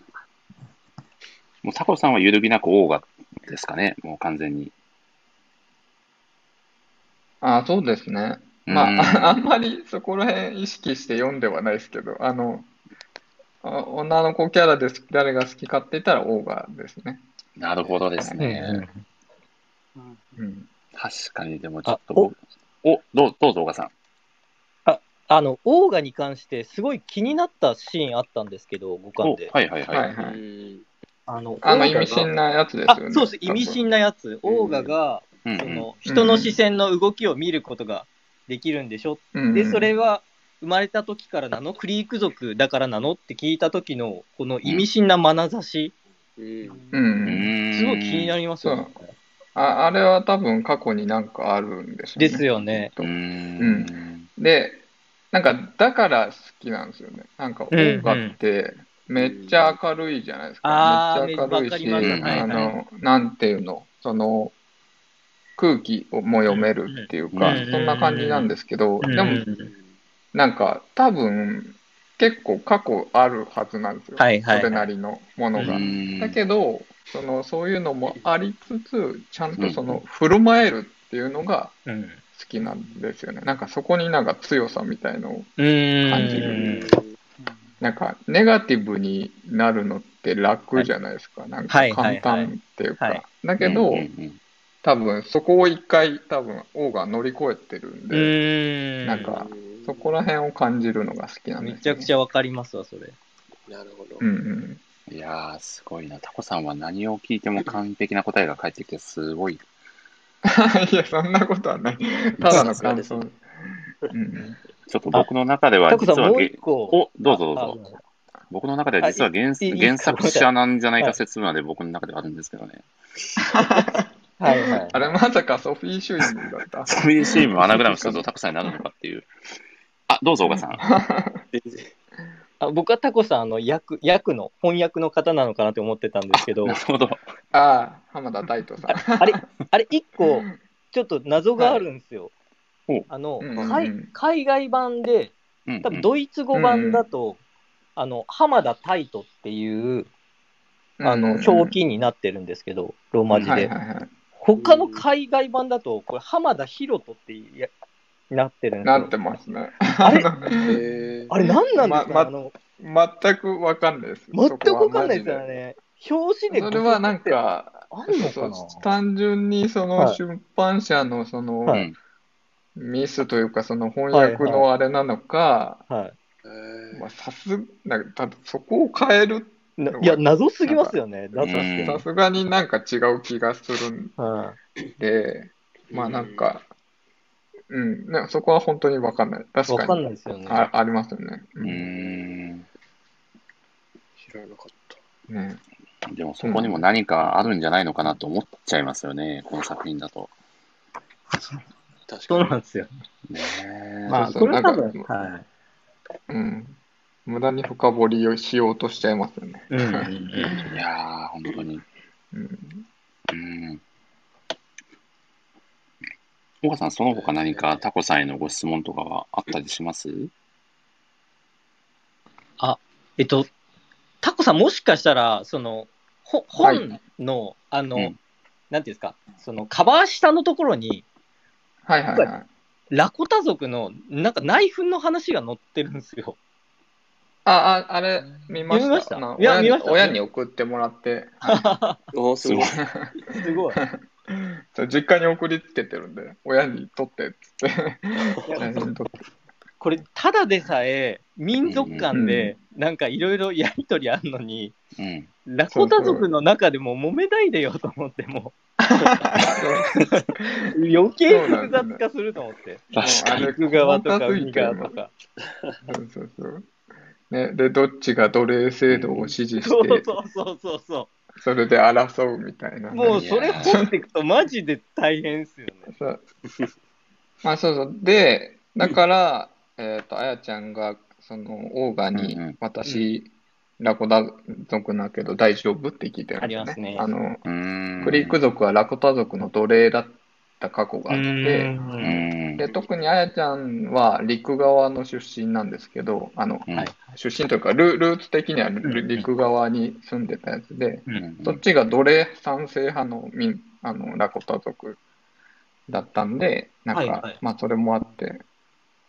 [SPEAKER 1] もうタコさんは揺るぎなくオーガですかね。もう完全に。
[SPEAKER 2] あそうですね。ま
[SPEAKER 1] うん
[SPEAKER 2] あ、あ んまりそこら辺意識して読んではないですけど、あの、あ女の子キャラです誰が好きかって言ったらオーガですね。
[SPEAKER 1] なるほどですね。
[SPEAKER 3] うん
[SPEAKER 2] うん。
[SPEAKER 1] 確かに、でもちょっと
[SPEAKER 5] あお
[SPEAKER 1] 僕、お、どうどうぞ、岡さん。
[SPEAKER 5] あの、オーガに関して、すごい気になったシーンあったんですけど、五
[SPEAKER 1] お
[SPEAKER 5] 感で。
[SPEAKER 1] はいはい
[SPEAKER 2] はい
[SPEAKER 1] はい。
[SPEAKER 4] う
[SPEAKER 2] はい。
[SPEAKER 4] ん
[SPEAKER 5] あの、
[SPEAKER 2] あの
[SPEAKER 5] オー
[SPEAKER 2] 意
[SPEAKER 5] ガが
[SPEAKER 2] 味深なやつです
[SPEAKER 5] あ
[SPEAKER 2] よね。
[SPEAKER 5] そうです、意
[SPEAKER 2] 多分
[SPEAKER 5] 味深なやつ。オーガが、
[SPEAKER 1] うんうん
[SPEAKER 5] その、人の視線の動きを見ることができるんでしょ。
[SPEAKER 2] うんうん
[SPEAKER 5] で、それは、生まれた時からなのクリーク族だからなのって聞いた時の、この意味深な眼差し、
[SPEAKER 4] うん
[SPEAKER 2] う。
[SPEAKER 1] うんーん
[SPEAKER 5] すごい気になりますよね。
[SPEAKER 2] あ、あれは多分過去になんかあるんですよね。
[SPEAKER 5] ですよね。
[SPEAKER 1] うー。
[SPEAKER 2] うんで、なんか、だから好きなんですよね。なんか、
[SPEAKER 5] うん
[SPEAKER 2] 音楽って、めっちゃ明るいじゃないですか。
[SPEAKER 5] あー
[SPEAKER 2] めっちゃ明るいし、
[SPEAKER 5] わ
[SPEAKER 1] かります
[SPEAKER 5] はい
[SPEAKER 2] あの、なんていうの、その、空気をも読めるっていうか、
[SPEAKER 1] うん
[SPEAKER 5] うん
[SPEAKER 2] そんな感じなんですけど、
[SPEAKER 5] うん
[SPEAKER 2] でも、なんか、多分、結構過去あるはずなんですよ。
[SPEAKER 5] はいはい
[SPEAKER 2] それなりのものが。だけど、その、そういうのもありつつ、ちゃんとその、振る舞えるっていうのが、
[SPEAKER 5] うん。
[SPEAKER 2] 好きなんですよね。なんかそこになんか強さみたいのを、
[SPEAKER 5] うん。
[SPEAKER 2] 感じ
[SPEAKER 5] うん
[SPEAKER 2] る。
[SPEAKER 3] うん
[SPEAKER 2] なんかネガティブになるのって楽じゃないですか。なんか
[SPEAKER 5] はいはい
[SPEAKER 2] 簡単っていうか。
[SPEAKER 5] はい
[SPEAKER 2] だけど、
[SPEAKER 1] うんうん
[SPEAKER 2] 多分そこを一回多分王が乗り越えてるん
[SPEAKER 5] う
[SPEAKER 2] で、
[SPEAKER 5] ーん。
[SPEAKER 2] なんかそこら辺を感じるのが好きなんです
[SPEAKER 5] め
[SPEAKER 2] よ、ね。
[SPEAKER 5] ちゃくち
[SPEAKER 2] ゃ。
[SPEAKER 5] ゃわかりますわ、それ。
[SPEAKER 6] なるほど。
[SPEAKER 2] うんうん。
[SPEAKER 1] うんいやー、すごいな。タコさんは何を聞いても完璧な答えが返ってきて、すごい。
[SPEAKER 2] いや、そんなことはない。ただの感想。
[SPEAKER 6] そう
[SPEAKER 2] うんうん、
[SPEAKER 1] ちょっと僕の中では、
[SPEAKER 5] タコさ
[SPEAKER 1] 実
[SPEAKER 5] ん、
[SPEAKER 1] は
[SPEAKER 5] もう
[SPEAKER 1] げ
[SPEAKER 5] 一個。
[SPEAKER 1] お、どうぞどう
[SPEAKER 5] あ
[SPEAKER 1] ぞ。僕の中では実は原
[SPEAKER 5] いいいい
[SPEAKER 1] 原作者なんじゃないか説まで僕の中ではあるんですけどね。
[SPEAKER 5] はいはい。
[SPEAKER 2] あれまさかソフィー・シュインだった。
[SPEAKER 1] そういうチームをアナグラムしたとタコさんになるのかっていう。あ、どうぞ、岡さん。
[SPEAKER 5] あ僕はタコさん、あの、役、役の、翻訳の方なのかなって思ってたんですけ ど
[SPEAKER 1] なる、ほど。
[SPEAKER 2] ああ、浜田大斗さん。
[SPEAKER 5] あれ、あれ、一個、ちょっと謎があるんですよ。
[SPEAKER 1] はいほう
[SPEAKER 5] あの、
[SPEAKER 2] うんうん
[SPEAKER 5] 海海外版で、
[SPEAKER 1] うんうん
[SPEAKER 5] 多分ドイツ語版だと、あの、浜田タイトっていう、あの、表記になってるんですけど、ローマ字で。
[SPEAKER 2] はいはいはい。
[SPEAKER 5] 他の海外版だと、これ、浜田博人ってやなってるんです
[SPEAKER 2] なっ
[SPEAKER 5] よ。
[SPEAKER 2] てますね。
[SPEAKER 5] あ
[SPEAKER 6] え
[SPEAKER 5] れ、
[SPEAKER 6] ー
[SPEAKER 5] あれ何なんですか、
[SPEAKER 2] まま
[SPEAKER 5] あの
[SPEAKER 2] 全くわかんないです。
[SPEAKER 5] 全くわかんないです
[SPEAKER 2] そこ
[SPEAKER 5] よ
[SPEAKER 2] はマジ
[SPEAKER 5] ね。表紙
[SPEAKER 2] で
[SPEAKER 5] で。
[SPEAKER 2] それはなん、か、
[SPEAKER 5] あんのかな
[SPEAKER 2] そう単純にそ
[SPEAKER 5] は
[SPEAKER 2] の
[SPEAKER 5] い
[SPEAKER 2] 出版社のその、
[SPEAKER 5] はい
[SPEAKER 2] ミスというか、その翻訳のあれなのか、
[SPEAKER 5] は
[SPEAKER 6] え
[SPEAKER 2] まあさすなんかたそこを変えるって
[SPEAKER 5] い、ないや、謎すぎますよね。だとして
[SPEAKER 1] うん
[SPEAKER 2] さすがになんか違う気がするん
[SPEAKER 5] は
[SPEAKER 2] で、
[SPEAKER 6] ー
[SPEAKER 2] まあなん、か、うん、ね、そこは本当にわかんない。
[SPEAKER 5] い。
[SPEAKER 2] 確
[SPEAKER 5] わ
[SPEAKER 2] か
[SPEAKER 5] かん
[SPEAKER 2] に
[SPEAKER 5] ないですよね。
[SPEAKER 2] あありますよね。
[SPEAKER 1] うーん。
[SPEAKER 6] 知らなかった。
[SPEAKER 2] ね
[SPEAKER 1] でもそこにも何かあるんじゃないのかなと思っちゃいますよね、この作品だと。
[SPEAKER 6] 確
[SPEAKER 5] そう
[SPEAKER 6] か
[SPEAKER 5] なんですよ。
[SPEAKER 1] ねえ
[SPEAKER 2] まあ
[SPEAKER 5] それは
[SPEAKER 2] な
[SPEAKER 5] 多分
[SPEAKER 2] んか、
[SPEAKER 5] はい。
[SPEAKER 2] うん。無駄に深掘りをしようとしちゃいますよね。
[SPEAKER 5] うんうんう
[SPEAKER 1] いやー、本当に。
[SPEAKER 2] うん
[SPEAKER 1] うん。岡さん、その他何かタコさんへのご質問とかはあったりします
[SPEAKER 5] えっと、タコさん、もしかしたら、その、ほ本の、あの、
[SPEAKER 1] うん
[SPEAKER 5] なんていうんですか、その、カバー下のところに、
[SPEAKER 2] はいはいはい。
[SPEAKER 5] ラコタ族の、なんか内紛の話が載ってるんですよ。
[SPEAKER 2] あ、あ、あれ、見ました。
[SPEAKER 5] 見ました
[SPEAKER 2] あの
[SPEAKER 5] いや
[SPEAKER 2] 親に
[SPEAKER 5] 見ました
[SPEAKER 2] 親に送ってもらって、
[SPEAKER 6] に。おーすごい。
[SPEAKER 5] すごい。
[SPEAKER 2] そう実家に送りつけてるんで、親に撮ってっつ って、親に撮って。
[SPEAKER 5] これ、ただでさえ、民族間で、なんかいろいろやりとりあんのに、
[SPEAKER 1] うん。
[SPEAKER 5] ラコタ族の中でも揉めないでよと思って、もう 余計複雑化すると思って。
[SPEAKER 1] 確かに。
[SPEAKER 5] 陸側とか海側とか。
[SPEAKER 2] そうそうそう。ね、で、どっちが奴隷制度を支持
[SPEAKER 5] そ
[SPEAKER 2] し
[SPEAKER 5] う
[SPEAKER 2] て、
[SPEAKER 5] そうそうそうそ
[SPEAKER 2] それで争うみたいな
[SPEAKER 5] う。
[SPEAKER 2] ね。
[SPEAKER 5] もうそれ掘っていくとマジで大変ですよね。
[SPEAKER 2] そう。まあそうそう。で、だから、えっ、と、あやちゃんが、その、オーガに
[SPEAKER 1] うんうん、
[SPEAKER 2] 私、ラコダ族だけど大丈夫って聞いてるん
[SPEAKER 5] ありま
[SPEAKER 2] ですす
[SPEAKER 5] ね
[SPEAKER 2] ね。あの、
[SPEAKER 1] うーん。
[SPEAKER 2] クリーク族はラコタ族の奴隷だった過去があって、
[SPEAKER 1] う
[SPEAKER 5] は
[SPEAKER 1] ん。
[SPEAKER 2] で、特にあやちゃんは陸側の出身なんですけど、あの、
[SPEAKER 1] うん
[SPEAKER 5] い。
[SPEAKER 2] 出身というか、ルルーツ的には
[SPEAKER 5] んうん
[SPEAKER 2] 陸側に住んでたやつで、
[SPEAKER 1] うんうん
[SPEAKER 2] そっちが奴隷賛成派の民あのラコタ族だったんで、なんか、
[SPEAKER 5] はいはい
[SPEAKER 2] まあそれもあって、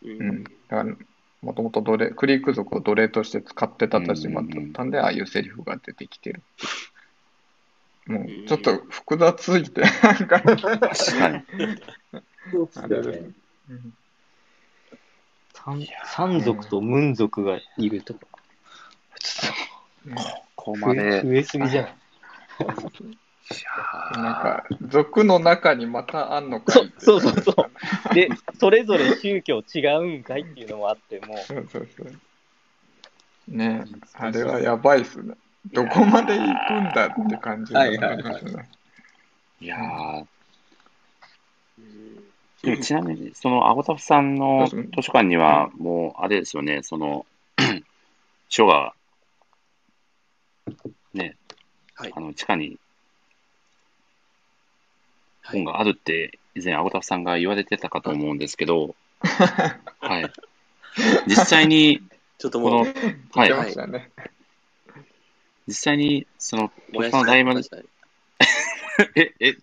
[SPEAKER 6] う
[SPEAKER 2] うん、だからもともと奴隷、クリーク族を奴隷として使ってた立場だったんで、ああいうセリフが出てきてる。もうちょっと複雑すぎて、なんか、
[SPEAKER 1] 確かに。
[SPEAKER 5] そう
[SPEAKER 2] あれですね。
[SPEAKER 5] 三三族とムン族がいるとか。
[SPEAKER 2] うん
[SPEAKER 1] ここ
[SPEAKER 5] 増
[SPEAKER 1] ま
[SPEAKER 5] え
[SPEAKER 1] で。
[SPEAKER 5] 増えすぎじゃない
[SPEAKER 2] なんか、族の中にまたあんのかいってい
[SPEAKER 5] そうそうそうそう。で、それぞれ宗教違うんかいっていうのもあっても、
[SPEAKER 2] そうそうそう。ねえあれはやばいっすね。どこまで行くんだって感じになりますね。
[SPEAKER 1] いやー、
[SPEAKER 6] ん
[SPEAKER 1] でもちなみに、その、アゴタフさんの
[SPEAKER 2] そうですね
[SPEAKER 1] 図書館には、もう、あれですよね、その、 書が、ね、
[SPEAKER 4] はい
[SPEAKER 1] あの地下に
[SPEAKER 4] は
[SPEAKER 1] 本
[SPEAKER 4] い
[SPEAKER 1] があるって、以前、アゴタフさんが言われてたかと思うんですけ ど、はい。実際に、
[SPEAKER 4] ち ょっと
[SPEAKER 1] こ
[SPEAKER 4] も
[SPEAKER 1] の
[SPEAKER 4] う、、
[SPEAKER 1] は
[SPEAKER 2] 出
[SPEAKER 1] い
[SPEAKER 2] ま。したね。
[SPEAKER 1] 実際に、その、
[SPEAKER 4] もやし
[SPEAKER 1] その大丸
[SPEAKER 4] 確かに
[SPEAKER 1] え、え、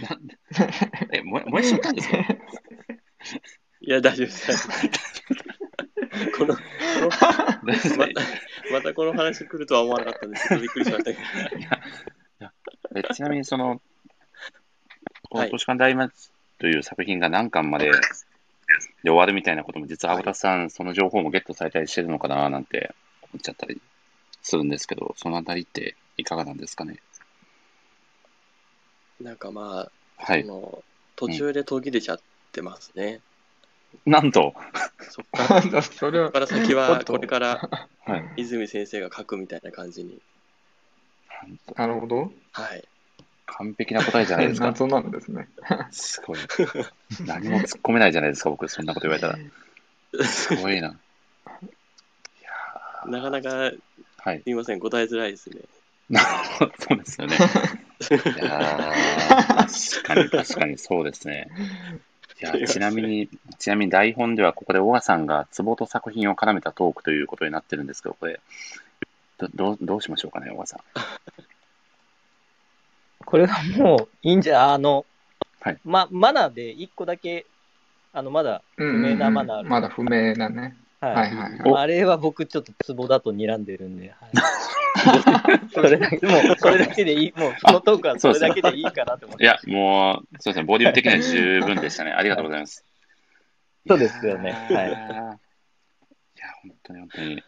[SPEAKER 1] なんえ、燃や燃やしちゃったんですか
[SPEAKER 4] いや、大丈夫です。大丈夫ですこの、こ
[SPEAKER 1] 大丈夫です
[SPEAKER 4] の
[SPEAKER 1] か
[SPEAKER 4] また、またこの話来るとは思わなかったんで、ちょっとびっくりしましたけど。
[SPEAKER 1] え ちなみに、その、こ
[SPEAKER 4] は
[SPEAKER 1] の
[SPEAKER 4] い
[SPEAKER 1] 都市間大魔という作品が何巻までで終わるみたいなことも、実は
[SPEAKER 4] はい
[SPEAKER 1] 羽田さん、その情報もゲットされたりしてるのかななんて思っちゃったりするんですけど、そのあたりっていかがなんですかね。
[SPEAKER 4] なんかまあ、
[SPEAKER 1] はい
[SPEAKER 4] そ。の途中で途切れちゃってますね。
[SPEAKER 1] なんと、
[SPEAKER 4] そこから、そ
[SPEAKER 2] それ
[SPEAKER 4] こ
[SPEAKER 2] は、
[SPEAKER 4] から先
[SPEAKER 2] お
[SPEAKER 4] は
[SPEAKER 2] っ、と
[SPEAKER 4] これから
[SPEAKER 1] はい。
[SPEAKER 4] 泉先生が書くみたいな感じに。
[SPEAKER 2] なるほど。
[SPEAKER 4] はい。
[SPEAKER 1] 完璧な答えじゃないですか。
[SPEAKER 2] 謎なんですね。
[SPEAKER 1] すごい。何も突っ込めないじゃないですか、僕、そんなこと言われたら。 すごいな。
[SPEAKER 4] なかなか、
[SPEAKER 1] はい。
[SPEAKER 4] すみません、答えづらいですね。
[SPEAKER 1] なるほど、 そうですよね。いやー確かに、確かにそうですね。いや、ちなみに、ちなみに台本ではここで小川さんが壺と作品を絡めたトークということになってるんですけど、これ、どどうどうしましょうかね、小川さん。
[SPEAKER 5] これはもういいんじゃ、あの、
[SPEAKER 1] はい
[SPEAKER 5] ま、マナーで一個だけ、あの、まだ、
[SPEAKER 2] 不
[SPEAKER 5] 明なマナーある
[SPEAKER 2] まだ不明なね。
[SPEAKER 5] はい。
[SPEAKER 2] はいはいはい。
[SPEAKER 1] お
[SPEAKER 5] あれは僕ちょっとツボだと睨んでるんで、 はい、それだけ、もうそれだけでいい、もうこのトークはそれだけでいいかなと思っ
[SPEAKER 1] い
[SPEAKER 5] て。
[SPEAKER 1] や、もう、そうですね、ボリューム的には十分でしたね。ありがとうございます。
[SPEAKER 5] そうですよね。
[SPEAKER 1] いや
[SPEAKER 5] は
[SPEAKER 1] ーい
[SPEAKER 5] い。
[SPEAKER 1] や、本当に本当に。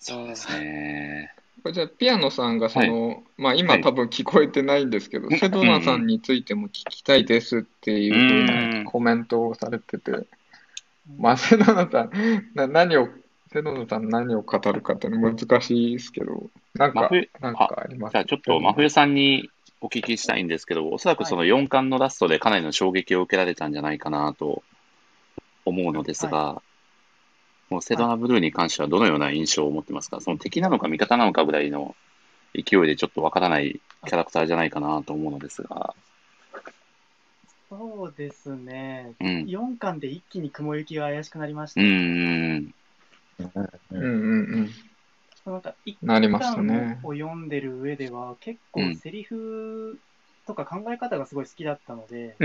[SPEAKER 1] そうですね。
[SPEAKER 2] これじゃあ、ピアノさんがその、まあ今
[SPEAKER 1] はい
[SPEAKER 2] 多分聞こえてないんですけど、セドナさんについても聞きたいですっていうふう
[SPEAKER 1] うん
[SPEAKER 2] なコメントをされてて、まあセドナさん、な何を、セドナさん何を語るかって難しいですけど、なん
[SPEAKER 1] 真
[SPEAKER 2] か
[SPEAKER 1] 冬、
[SPEAKER 2] なんかあります
[SPEAKER 1] じゃあちょっと真冬さんにお聞きしたいんですけど、おそらくその4巻のラストでかなりの衝撃を受けられたんじゃないかなと思うのですが、もうセドナブルーに関してはどのような印象を持ってますか、その敵なのか味方なのかぐらいの勢いでちょっとわからないキャラクターじゃないかなと思うのですが、
[SPEAKER 3] そうですね。
[SPEAKER 1] うん。
[SPEAKER 3] 4巻で一気に雲行きが怪しくなりまし
[SPEAKER 1] う
[SPEAKER 3] た。
[SPEAKER 1] ーん。
[SPEAKER 2] うんうん
[SPEAKER 3] なんか一
[SPEAKER 2] うん。なりました
[SPEAKER 3] 巻
[SPEAKER 2] ね。
[SPEAKER 3] を読んでる上では、結
[SPEAKER 1] う
[SPEAKER 3] 構
[SPEAKER 1] ん
[SPEAKER 3] セリフとか考え方がすごい好きだったので、
[SPEAKER 5] う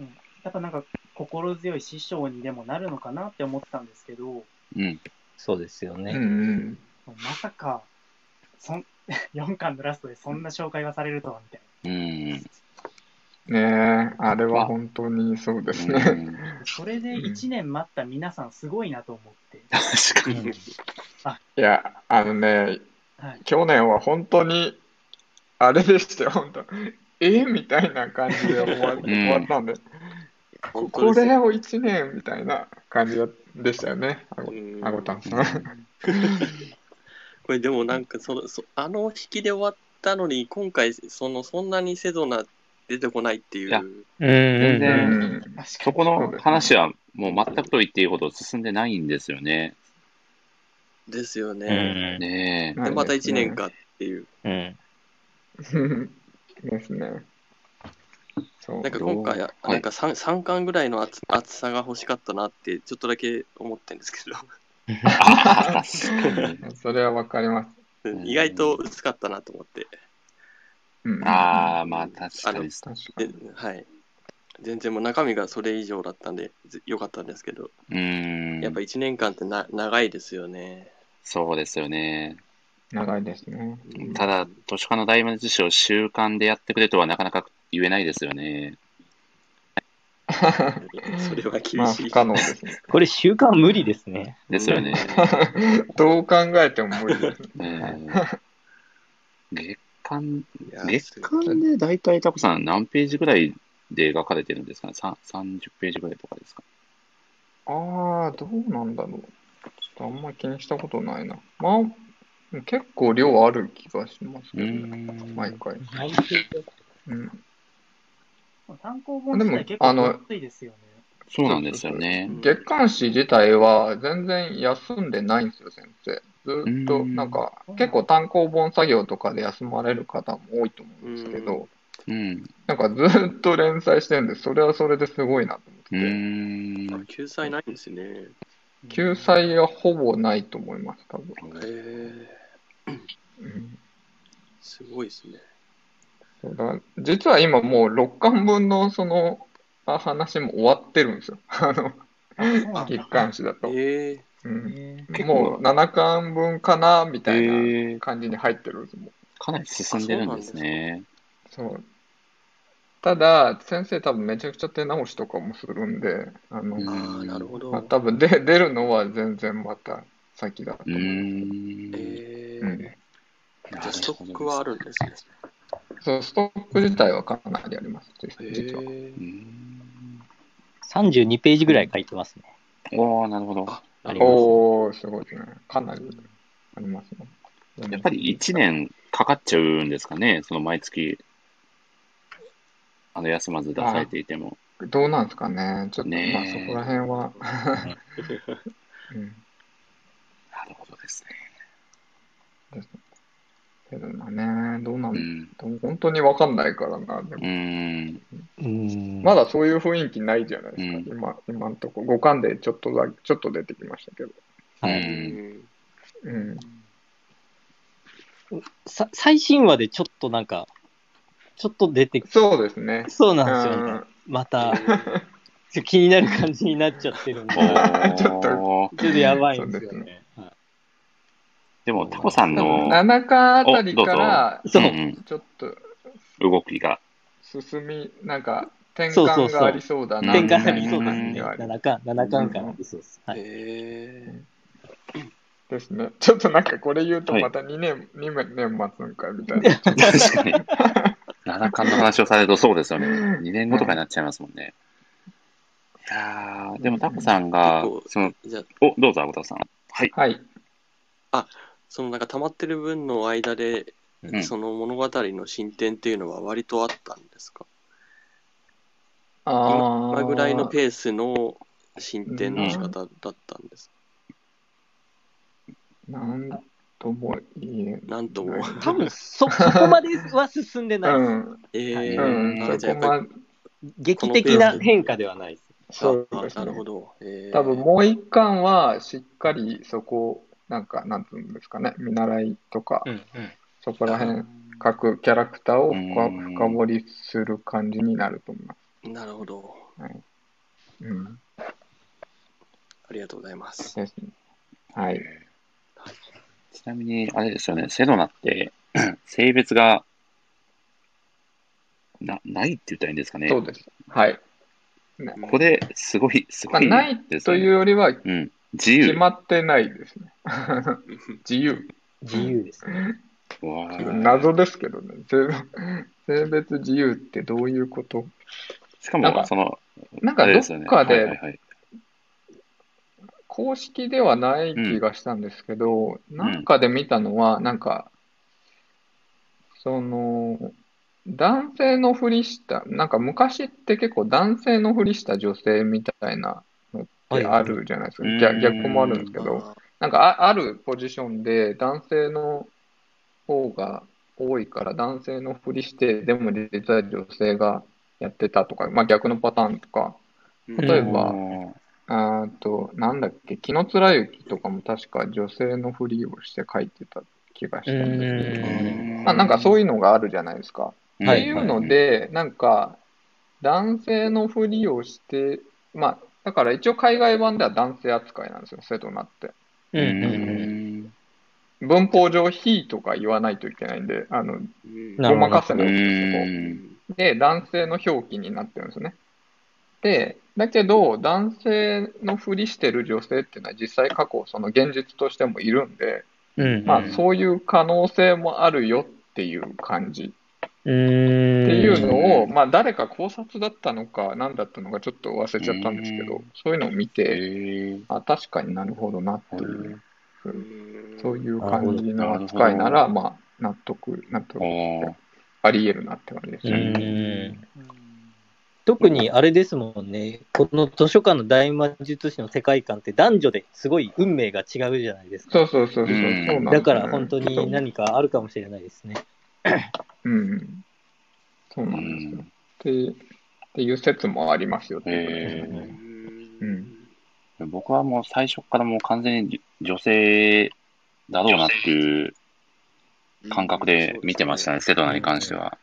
[SPEAKER 5] んん。
[SPEAKER 3] やっぱなんか心強い師匠にでもなるのかなって思ってたんですけど、
[SPEAKER 1] うん。
[SPEAKER 5] そうですよ
[SPEAKER 2] うんう
[SPEAKER 5] ね。
[SPEAKER 2] ん。
[SPEAKER 3] まさかそん 4巻のラストでそんな紹介がされるとはみたい
[SPEAKER 1] うん。
[SPEAKER 2] ねえ、あれは本当にそうです
[SPEAKER 1] う
[SPEAKER 2] ね。
[SPEAKER 1] ん
[SPEAKER 3] な。それで1年待った皆さんすごいなと思って。
[SPEAKER 1] 確かに。
[SPEAKER 2] いや、あのね、
[SPEAKER 3] はい、
[SPEAKER 2] 去年は本当に、あれでしたよ、本当。 えみたいな感じで終わ,、終わったんで、
[SPEAKER 4] 本
[SPEAKER 2] こ
[SPEAKER 4] 当です
[SPEAKER 2] れ
[SPEAKER 4] よ
[SPEAKER 2] を1年みたいな感じでしたよね、あご
[SPEAKER 4] うん
[SPEAKER 2] あごたんさん。
[SPEAKER 4] これでもなんかそのそあの引きで終わったのに今回そのそんなにセドナ出てこないってい
[SPEAKER 1] いや
[SPEAKER 4] う
[SPEAKER 5] うん。全
[SPEAKER 2] う
[SPEAKER 1] 然
[SPEAKER 2] ん、
[SPEAKER 1] そこの話はもう全くと言っていいほど進んでないんですよね。
[SPEAKER 4] ですよね。
[SPEAKER 5] うん。
[SPEAKER 1] ねえ。
[SPEAKER 4] でまた
[SPEAKER 2] 一
[SPEAKER 4] 1年。かっていう、
[SPEAKER 5] うん。
[SPEAKER 2] ですね。そう
[SPEAKER 4] なんか今回、
[SPEAKER 1] はい
[SPEAKER 4] なんか 3, 三巻ぐらいの厚厚さが欲しかったなって、ちょっとだけ思ってるんですけ
[SPEAKER 1] あー確かに。
[SPEAKER 2] それはわかります。
[SPEAKER 4] ど、
[SPEAKER 1] うん
[SPEAKER 4] 意外と薄かったなと思って、
[SPEAKER 2] うん、
[SPEAKER 1] ああ、まあ確かに。
[SPEAKER 2] 確か
[SPEAKER 4] で
[SPEAKER 2] に。
[SPEAKER 4] はい、全然もう中身がそれ以上だったんで、ずよかったんですけど、
[SPEAKER 1] うーん。
[SPEAKER 4] やっぱ1年間ってな長いですよね。
[SPEAKER 1] そうですよね。
[SPEAKER 2] 長いですね。
[SPEAKER 4] うん
[SPEAKER 1] ただ、図書館の大魔術師を習慣でやってくれとはなかなか言えないですよね。
[SPEAKER 4] それは 厳
[SPEAKER 2] まあ、
[SPEAKER 4] しい。
[SPEAKER 2] 不可能ですね。
[SPEAKER 5] これ習慣無理ですね。
[SPEAKER 1] ですよね。
[SPEAKER 2] どう考えても無理ですね。
[SPEAKER 1] ねえ月間、
[SPEAKER 4] いや
[SPEAKER 1] 月
[SPEAKER 4] す
[SPEAKER 1] 間で大体タコさん何ページぐらいで描かれてるんですかねさ ?30 ページぐらいとかですか
[SPEAKER 2] ああ、どうなんだろう。ちょっとあんま気にしたことないな。まあ、結構量ある気がします
[SPEAKER 1] うー
[SPEAKER 2] けどね、
[SPEAKER 1] ん。
[SPEAKER 2] 毎回。うん。
[SPEAKER 3] 単行本自体結構安いですよね。
[SPEAKER 1] そうなんですよね。
[SPEAKER 2] 月刊誌自体は全然休んでないんですよ、先生。ずっ
[SPEAKER 1] う
[SPEAKER 2] と、
[SPEAKER 1] ん
[SPEAKER 2] なんか、結構単行本作業とかで休まれる方も多いと思うんですけど、
[SPEAKER 1] うん。
[SPEAKER 2] なんかずっと連載してるんで、それはそれですごいなと思っ
[SPEAKER 1] う
[SPEAKER 2] て、
[SPEAKER 1] ーん。
[SPEAKER 6] 救済ないんですね。
[SPEAKER 2] 救済がほぼないと思います、多分。
[SPEAKER 6] へえ、
[SPEAKER 2] うん
[SPEAKER 6] すごいですね。
[SPEAKER 2] そうだ実は今もう6巻分のそのあ話も終わってるんですよ。あの、
[SPEAKER 3] あそうなん
[SPEAKER 2] 月
[SPEAKER 3] だ。
[SPEAKER 2] 刊誌だと。
[SPEAKER 6] ええ、
[SPEAKER 2] うん、
[SPEAKER 3] え
[SPEAKER 1] 結構
[SPEAKER 2] もう7巻分かな、みたいな
[SPEAKER 1] えー、
[SPEAKER 2] 感じに入ってるんですもん。
[SPEAKER 1] かなり進んでるんですね。
[SPEAKER 2] そう。ただ、先生多分めちゃくちゃ手直しとかもするんで、あの、
[SPEAKER 1] うん
[SPEAKER 6] ああ、なるほど。
[SPEAKER 2] まあ、多分で出るのは全然また先だと
[SPEAKER 1] う
[SPEAKER 2] 思う。
[SPEAKER 1] ーん。
[SPEAKER 6] ええ、
[SPEAKER 2] うん
[SPEAKER 1] なるほど
[SPEAKER 6] じゃあストックはあるんですね。
[SPEAKER 2] そう、ストック自体はかなりあります、
[SPEAKER 6] へ
[SPEAKER 2] 実は。
[SPEAKER 6] え
[SPEAKER 1] うーん。
[SPEAKER 5] 32ページぐらい書いてますね。
[SPEAKER 1] おー、なるほど。
[SPEAKER 6] あ、
[SPEAKER 5] あります。
[SPEAKER 2] おー、すごいですね。かなりありますね。
[SPEAKER 1] やっぱり1年かかっちゃうんですかね、その毎月、あの休まず出されていても。
[SPEAKER 2] どうなんですかね。ちょっと、
[SPEAKER 1] ね
[SPEAKER 2] まあそ
[SPEAKER 1] え
[SPEAKER 2] こら辺は。 うん。
[SPEAKER 1] なるほどですね。
[SPEAKER 2] けどね、どうな
[SPEAKER 1] うんん。
[SPEAKER 2] でも本当にわかんないからな。で
[SPEAKER 1] う
[SPEAKER 2] も
[SPEAKER 1] ー ん。
[SPEAKER 5] うん
[SPEAKER 2] まだそういう雰囲気ないじゃないですか。
[SPEAKER 1] う
[SPEAKER 2] 今、今んとこ。五巻でちょっとだけ、ちょっと出てきましたけど。
[SPEAKER 1] う
[SPEAKER 5] はい
[SPEAKER 1] ん。
[SPEAKER 2] うん。
[SPEAKER 5] さ最新話でちょっとなんか、ちょっと出てき
[SPEAKER 2] そうですね。
[SPEAKER 5] そう
[SPEAKER 2] う
[SPEAKER 5] なんですよね。
[SPEAKER 2] ん。
[SPEAKER 5] また、ちょ気になる感じになっちゃってるんで、
[SPEAKER 1] おー
[SPEAKER 2] ちょっと
[SPEAKER 5] ちょっとやばいんですよ
[SPEAKER 2] そうで
[SPEAKER 5] ね。
[SPEAKER 1] でも、タコさんの、
[SPEAKER 2] 7巻あたりから、
[SPEAKER 5] そううん
[SPEAKER 1] うん
[SPEAKER 2] ちょっと
[SPEAKER 1] 動き が。
[SPEAKER 2] 進み、なんか、転
[SPEAKER 5] そうそう
[SPEAKER 2] 換
[SPEAKER 5] そう
[SPEAKER 2] がありそうだな。
[SPEAKER 5] 展
[SPEAKER 1] 転
[SPEAKER 5] 開
[SPEAKER 1] 換
[SPEAKER 5] あ
[SPEAKER 1] あ
[SPEAKER 5] り
[SPEAKER 1] り
[SPEAKER 5] そ
[SPEAKER 1] そうう
[SPEAKER 5] な
[SPEAKER 1] なんん
[SPEAKER 5] で、
[SPEAKER 1] で
[SPEAKER 5] 7巻、7巻からありそうです。はい。
[SPEAKER 6] ええ、
[SPEAKER 2] ですね。ちょっとなんかこれ言うと
[SPEAKER 1] はい
[SPEAKER 2] また2年、二年待つんかみたいな。
[SPEAKER 1] 確かに。七冠の話をされるとそうですよね。2年後とかになっちゃいますもんね。いやーでもタコさんが
[SPEAKER 6] うん結、構
[SPEAKER 1] その、
[SPEAKER 6] じゃあ、
[SPEAKER 1] お、どうぞ、アゴタフさん。はい。
[SPEAKER 2] はい。
[SPEAKER 6] そのなんか溜まってる分の間で、
[SPEAKER 1] うん
[SPEAKER 6] その物語の進展っていうのは割とあったんですか
[SPEAKER 2] あ
[SPEAKER 6] 今ぐらいのペースの進展の仕方だったんです。
[SPEAKER 2] ーなんとも言えない。
[SPEAKER 6] なんとも。
[SPEAKER 5] 多分そ、そこまでは進んでな
[SPEAKER 2] う
[SPEAKER 5] いで
[SPEAKER 2] ん、
[SPEAKER 6] ええ、
[SPEAKER 2] うん、
[SPEAKER 6] あじ
[SPEAKER 2] そ
[SPEAKER 6] ゃあや
[SPEAKER 2] こ
[SPEAKER 6] っぱ
[SPEAKER 2] ま
[SPEAKER 6] り、
[SPEAKER 2] で、
[SPEAKER 5] す。劇的な変化ではないです。
[SPEAKER 2] そう
[SPEAKER 6] あ
[SPEAKER 2] です
[SPEAKER 6] なるほ
[SPEAKER 2] ね。
[SPEAKER 6] ど。ええ
[SPEAKER 2] 多分もう一巻はしっかりそこ、なんか、なんつうんですかね、見習いとか、
[SPEAKER 5] ん
[SPEAKER 2] そこら辺、各キャラクターを深
[SPEAKER 1] うん
[SPEAKER 2] 深掘りする感じになると思います。
[SPEAKER 6] なるほど。
[SPEAKER 2] うん、
[SPEAKER 6] ありがとうございます。
[SPEAKER 2] ですね。はい。
[SPEAKER 1] ちなみに、あれですよね、セドナって、 性別が、な、ないって言ったらいいんですかね。
[SPEAKER 2] そうです。はい。
[SPEAKER 1] ここですごい、す
[SPEAKER 2] ま
[SPEAKER 1] ご
[SPEAKER 2] あ、
[SPEAKER 1] い
[SPEAKER 2] ない
[SPEAKER 1] です
[SPEAKER 2] と
[SPEAKER 1] よ
[SPEAKER 2] いう
[SPEAKER 1] ね。
[SPEAKER 2] よりは、
[SPEAKER 1] うん。自
[SPEAKER 2] 決
[SPEAKER 1] 由。
[SPEAKER 2] まってないですね。 自由。
[SPEAKER 5] 自由ですね。
[SPEAKER 1] うわー
[SPEAKER 2] 謎ですけどね。性 性別自由ってどういうこと
[SPEAKER 1] しか
[SPEAKER 2] なんか
[SPEAKER 1] も、その、
[SPEAKER 2] なん
[SPEAKER 1] あ
[SPEAKER 2] か
[SPEAKER 1] れ
[SPEAKER 2] ど
[SPEAKER 1] ですよ
[SPEAKER 2] っ
[SPEAKER 1] ね。
[SPEAKER 2] か
[SPEAKER 1] はいはい
[SPEAKER 2] で
[SPEAKER 1] はい。
[SPEAKER 2] 公式ではない気がしたんですけど、なんかで見たのは、なんか、その、男性のふりした、なんか昔って結構男性のふりした女性みたいなのってあるじゃないですか。
[SPEAKER 1] はい
[SPEAKER 2] 逆逆もあるんですけど、
[SPEAKER 6] あ
[SPEAKER 2] なんかああるポジションで男性の方が多いから男性のふりして、でも実は女性がやってたとか、まあ逆のパターンとか、
[SPEAKER 6] ー
[SPEAKER 2] 例え
[SPEAKER 5] うん
[SPEAKER 2] ば、あーと、なんだっけ、紀貫之とかも確か女性のふりをして書いてた気がしたんですけど、まあなんかそう
[SPEAKER 1] い
[SPEAKER 2] いうのがあるじゃないですか。
[SPEAKER 1] う
[SPEAKER 5] は
[SPEAKER 2] っていうの、で、なんか、男性のふりをして、まあ、だから一応海外版では男性扱いなんですよ、セドナって。
[SPEAKER 5] う
[SPEAKER 1] うんん
[SPEAKER 5] う
[SPEAKER 1] うん
[SPEAKER 5] うん
[SPEAKER 1] ん
[SPEAKER 2] 文法上、非とか言わないといけないんで、あの、
[SPEAKER 6] うん
[SPEAKER 5] な
[SPEAKER 2] ご
[SPEAKER 5] るほど
[SPEAKER 2] まかせ
[SPEAKER 1] う
[SPEAKER 2] ないんですよ、そ
[SPEAKER 1] ん。
[SPEAKER 2] こ。で、男性の表記になってるんですね。で、だけど、男性のふりしてる女性っていうのは実際過去、その現実としてもいるんで、
[SPEAKER 5] うん。
[SPEAKER 2] ま
[SPEAKER 5] う
[SPEAKER 2] あ、そういう可能性もあるよっていう感じ。
[SPEAKER 5] ーん。
[SPEAKER 2] っていうのを、
[SPEAKER 1] うん
[SPEAKER 2] まあ、誰か考察だったのか、何だったのか、ちょっと忘れちゃったんですけ
[SPEAKER 1] う
[SPEAKER 2] ど
[SPEAKER 1] ん、
[SPEAKER 2] そういうのを見て、
[SPEAKER 1] へ
[SPEAKER 2] あ、確かになるほどなっていう、そういう感じ
[SPEAKER 1] なるほ
[SPEAKER 2] の
[SPEAKER 1] ど
[SPEAKER 2] 扱いな
[SPEAKER 1] な
[SPEAKER 2] ら、まあ、納得、納
[SPEAKER 1] ー
[SPEAKER 2] 得、
[SPEAKER 1] おー
[SPEAKER 2] あり得るなって感じです
[SPEAKER 5] う
[SPEAKER 2] よね。
[SPEAKER 5] ん。
[SPEAKER 3] うん
[SPEAKER 5] 特にあれですもんね、この図書館の大魔術師の世界観って男女ですごい運命が違うじゃないですか。
[SPEAKER 2] そうそうそうそう。そう
[SPEAKER 1] うん
[SPEAKER 2] なんですよね
[SPEAKER 5] だから本当に何かあるかもしれないですね。
[SPEAKER 2] うん。そう
[SPEAKER 1] う
[SPEAKER 2] なんです
[SPEAKER 1] ん。
[SPEAKER 2] よ。ってっていう説もありますよっていうことです
[SPEAKER 1] え
[SPEAKER 2] よね。
[SPEAKER 4] ん
[SPEAKER 1] 僕はもう最初からもう完全に女性だろうなっていう感覚で見てましたね、セドナに関しては。